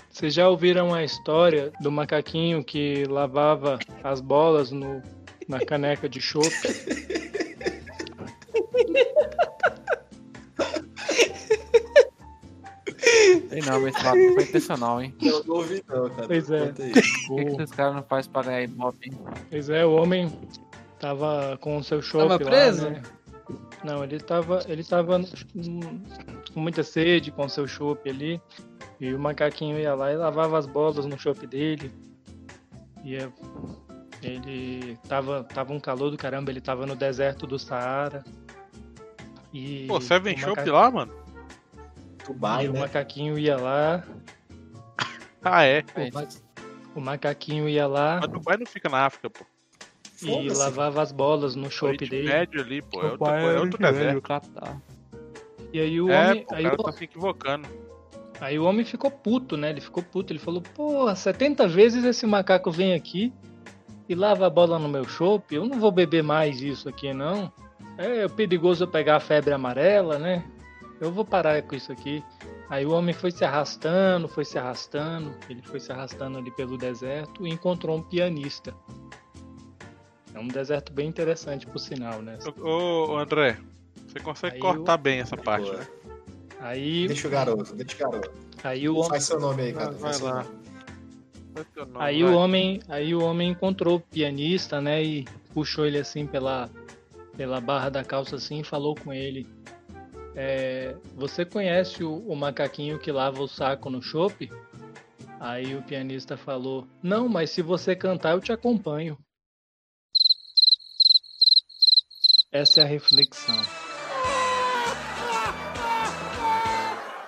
Speaker 1: Vocês já ouviram a história do macaquinho que lavava as bolas no, na caneca de chope?
Speaker 7: Sei não, mas esse lado foi intencional, hein?
Speaker 4: Eu não ouvi não, cara.
Speaker 1: Pois é.
Speaker 4: Conta aí.
Speaker 7: Por que, que esses caras não fazem pra ganhar ibope, hein?
Speaker 1: Pois é, o homem tava com o seu chope
Speaker 3: Tava
Speaker 1: lá,
Speaker 3: preso?
Speaker 1: né? Não, ele tava, ele tava hum, com muita sede com o seu chope ali. E o macaquinho ia lá e lavava as bolas no chope dele. E é- ele tava, tava um calor do caramba, ele tava no deserto do Saara. E
Speaker 6: Pô, Seven
Speaker 1: o
Speaker 6: Shop
Speaker 1: maca-
Speaker 6: lá, mano?
Speaker 4: Dubai,
Speaker 1: e o
Speaker 4: né?
Speaker 1: macaquinho ia lá,
Speaker 6: Ah, é.
Speaker 7: Aí,
Speaker 1: o macaquinho ia lá
Speaker 6: Mas Dubai não fica na África, pô.
Speaker 1: e
Speaker 4: Foda-se.
Speaker 1: lavava as bolas no
Speaker 6: O
Speaker 1: chope
Speaker 6: Oriente
Speaker 1: dele.
Speaker 6: Médio ali, pô. É outro,
Speaker 7: Opa,
Speaker 6: é outro deserto.
Speaker 7: o Catar.
Speaker 1: E aí o
Speaker 6: É,
Speaker 1: homem,
Speaker 6: pô, o
Speaker 1: aí
Speaker 6: cara
Speaker 1: o-
Speaker 6: tá se equivocando.
Speaker 1: Aí o homem ficou puto, né? Ele ficou puto. Ele falou: Porra, 70 vezes esse macaco vem aqui e lava a bola no meu chope. Eu não vou beber mais isso aqui, não. É perigoso eu pegar a febre amarela, né? Eu vou parar com isso aqui. Aí o homem foi se arrastando, foi se arrastando. Ele foi se arrastando ali pelo deserto e encontrou um pianista. É um deserto bem interessante, por sinal, né?
Speaker 6: Ô, ô, André, você consegue
Speaker 1: Aí
Speaker 6: cortar bem essa parte,
Speaker 4: Boa.
Speaker 6: né?
Speaker 1: Aí,
Speaker 4: Deixa o garoto, deixa o garoto.
Speaker 1: aí o homem.
Speaker 4: Faz seu nome aí,
Speaker 6: Vai,
Speaker 4: cara.
Speaker 6: vai
Speaker 4: Faz seu
Speaker 6: lá.
Speaker 4: nome.
Speaker 6: Qual é teu nome,
Speaker 1: Aí
Speaker 6: vai?
Speaker 1: o homem, aí o homem encontrou o pianista, né, e puxou ele assim pela pela barra da calça assim e falou com ele. É, você conhece o, o macaquinho que lava o saco no chope? Aí o pianista falou: "Não, mas se você cantar eu te acompanho". Essa é a reflexão.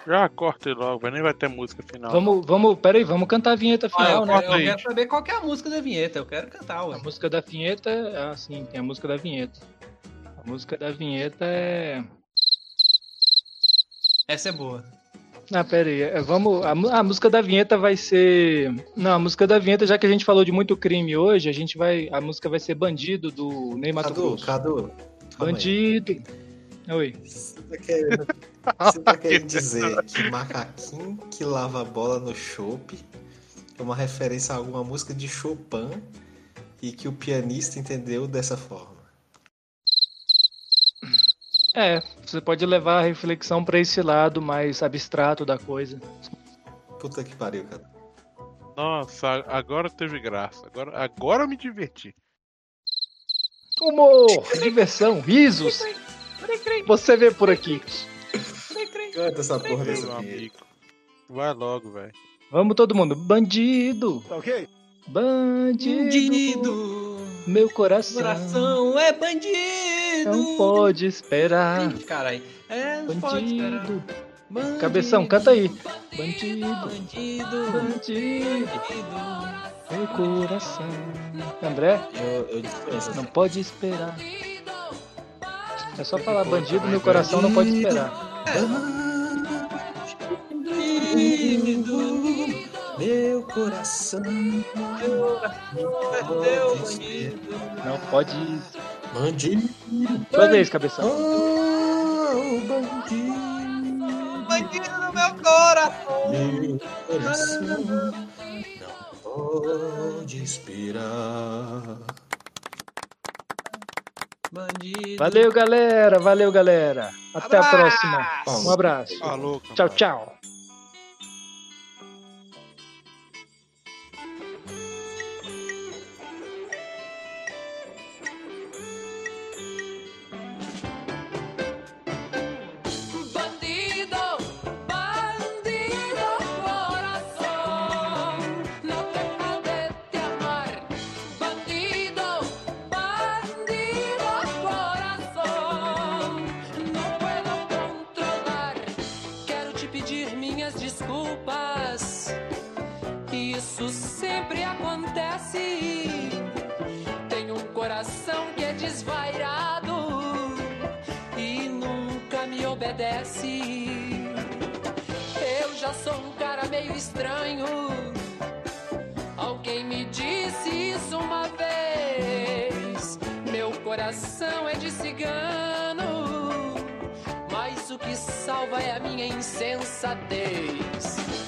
Speaker 6: Já corta ele logo, velho. Nem vai ter música final.
Speaker 1: Vamos, vamos, peraí, vamos cantar a vinheta
Speaker 3: Tá. Ah,
Speaker 1: final,
Speaker 3: eu,
Speaker 1: né?
Speaker 3: quero, eu quero saber qual que é a música da vinheta. Eu quero cantar,
Speaker 1: A
Speaker 3: ué.
Speaker 1: música da vinheta, é assim, tem a música da vinheta. A música da vinheta é.
Speaker 3: Essa é boa.
Speaker 1: Ah, pera aí, é, vamos. A, mu- a música da vinheta vai ser. Não, a música da vinheta, já que a gente falou de muito crime hoje, a gente vai. A música vai ser Bandido do Ney Mato
Speaker 4: Cadu,
Speaker 1: Grosso.
Speaker 4: Cadu. calma aí.
Speaker 1: Bandido. Oi.
Speaker 4: Você tá querendo, você tá querendo dizer que macaquinho que lava a bola no chope é uma referência a alguma música de Chopin e que o pianista entendeu dessa forma.
Speaker 1: É, você pode levar a reflexão pra esse lado mais abstrato da coisa.
Speaker 4: Puta que pariu, cara.
Speaker 6: Nossa, agora teve graça. Agora, agora eu me diverti.
Speaker 1: Humor, diversão, risos. Você vê por aqui.
Speaker 4: Canta essa porra
Speaker 6: Meu
Speaker 4: dessa vinheta.
Speaker 6: amigo. Vai logo, velho.
Speaker 1: Vamos todo mundo. Bandido. Tá ok? Bandido.
Speaker 3: Bandido.
Speaker 1: Meu coração.
Speaker 3: Coração é bandido.
Speaker 1: Não pode esperar.
Speaker 3: Ih, Carai. É, não pode esperar.
Speaker 1: Bandido.
Speaker 3: Bandido,
Speaker 1: Cabeção, canta aí.
Speaker 3: Bandido.
Speaker 1: Bandido.
Speaker 3: Bandido. bandido.
Speaker 1: Meu coração. André,
Speaker 4: Eu, eu dispenso.
Speaker 1: não pode esperar. É só falar bandido, meu coração não pode esperar.
Speaker 3: Bandido.
Speaker 4: Meu coração.
Speaker 3: Meu bandido.
Speaker 1: Não pode.
Speaker 4: Bandido.
Speaker 1: Toda vez, cabeção.
Speaker 4: Oh, bandido.
Speaker 3: Bandido no meu coração.
Speaker 4: Meu coração. Não pode esperar.
Speaker 3: Bandido.
Speaker 1: Valeu, galera. Valeu, galera. Até a próxima. Um
Speaker 4: Palmas.
Speaker 1: abraço.
Speaker 6: Falou,
Speaker 1: Tchau,
Speaker 6: camarada.
Speaker 1: tchau.
Speaker 10: Bandido, bandido corazón, no deja de amar. Bandido, bandido corazón, não puedo controlar. Quero te pedir minhas desculpas, que isso sempre acontece. Tenho um coração.
Speaker 11: coração que é desvairado e nunca me obedece. Eu já sou um cara meio estranho. Alguém me disse isso uma vez. Meu coração é de cigano, mas o que salva é a minha insensatez.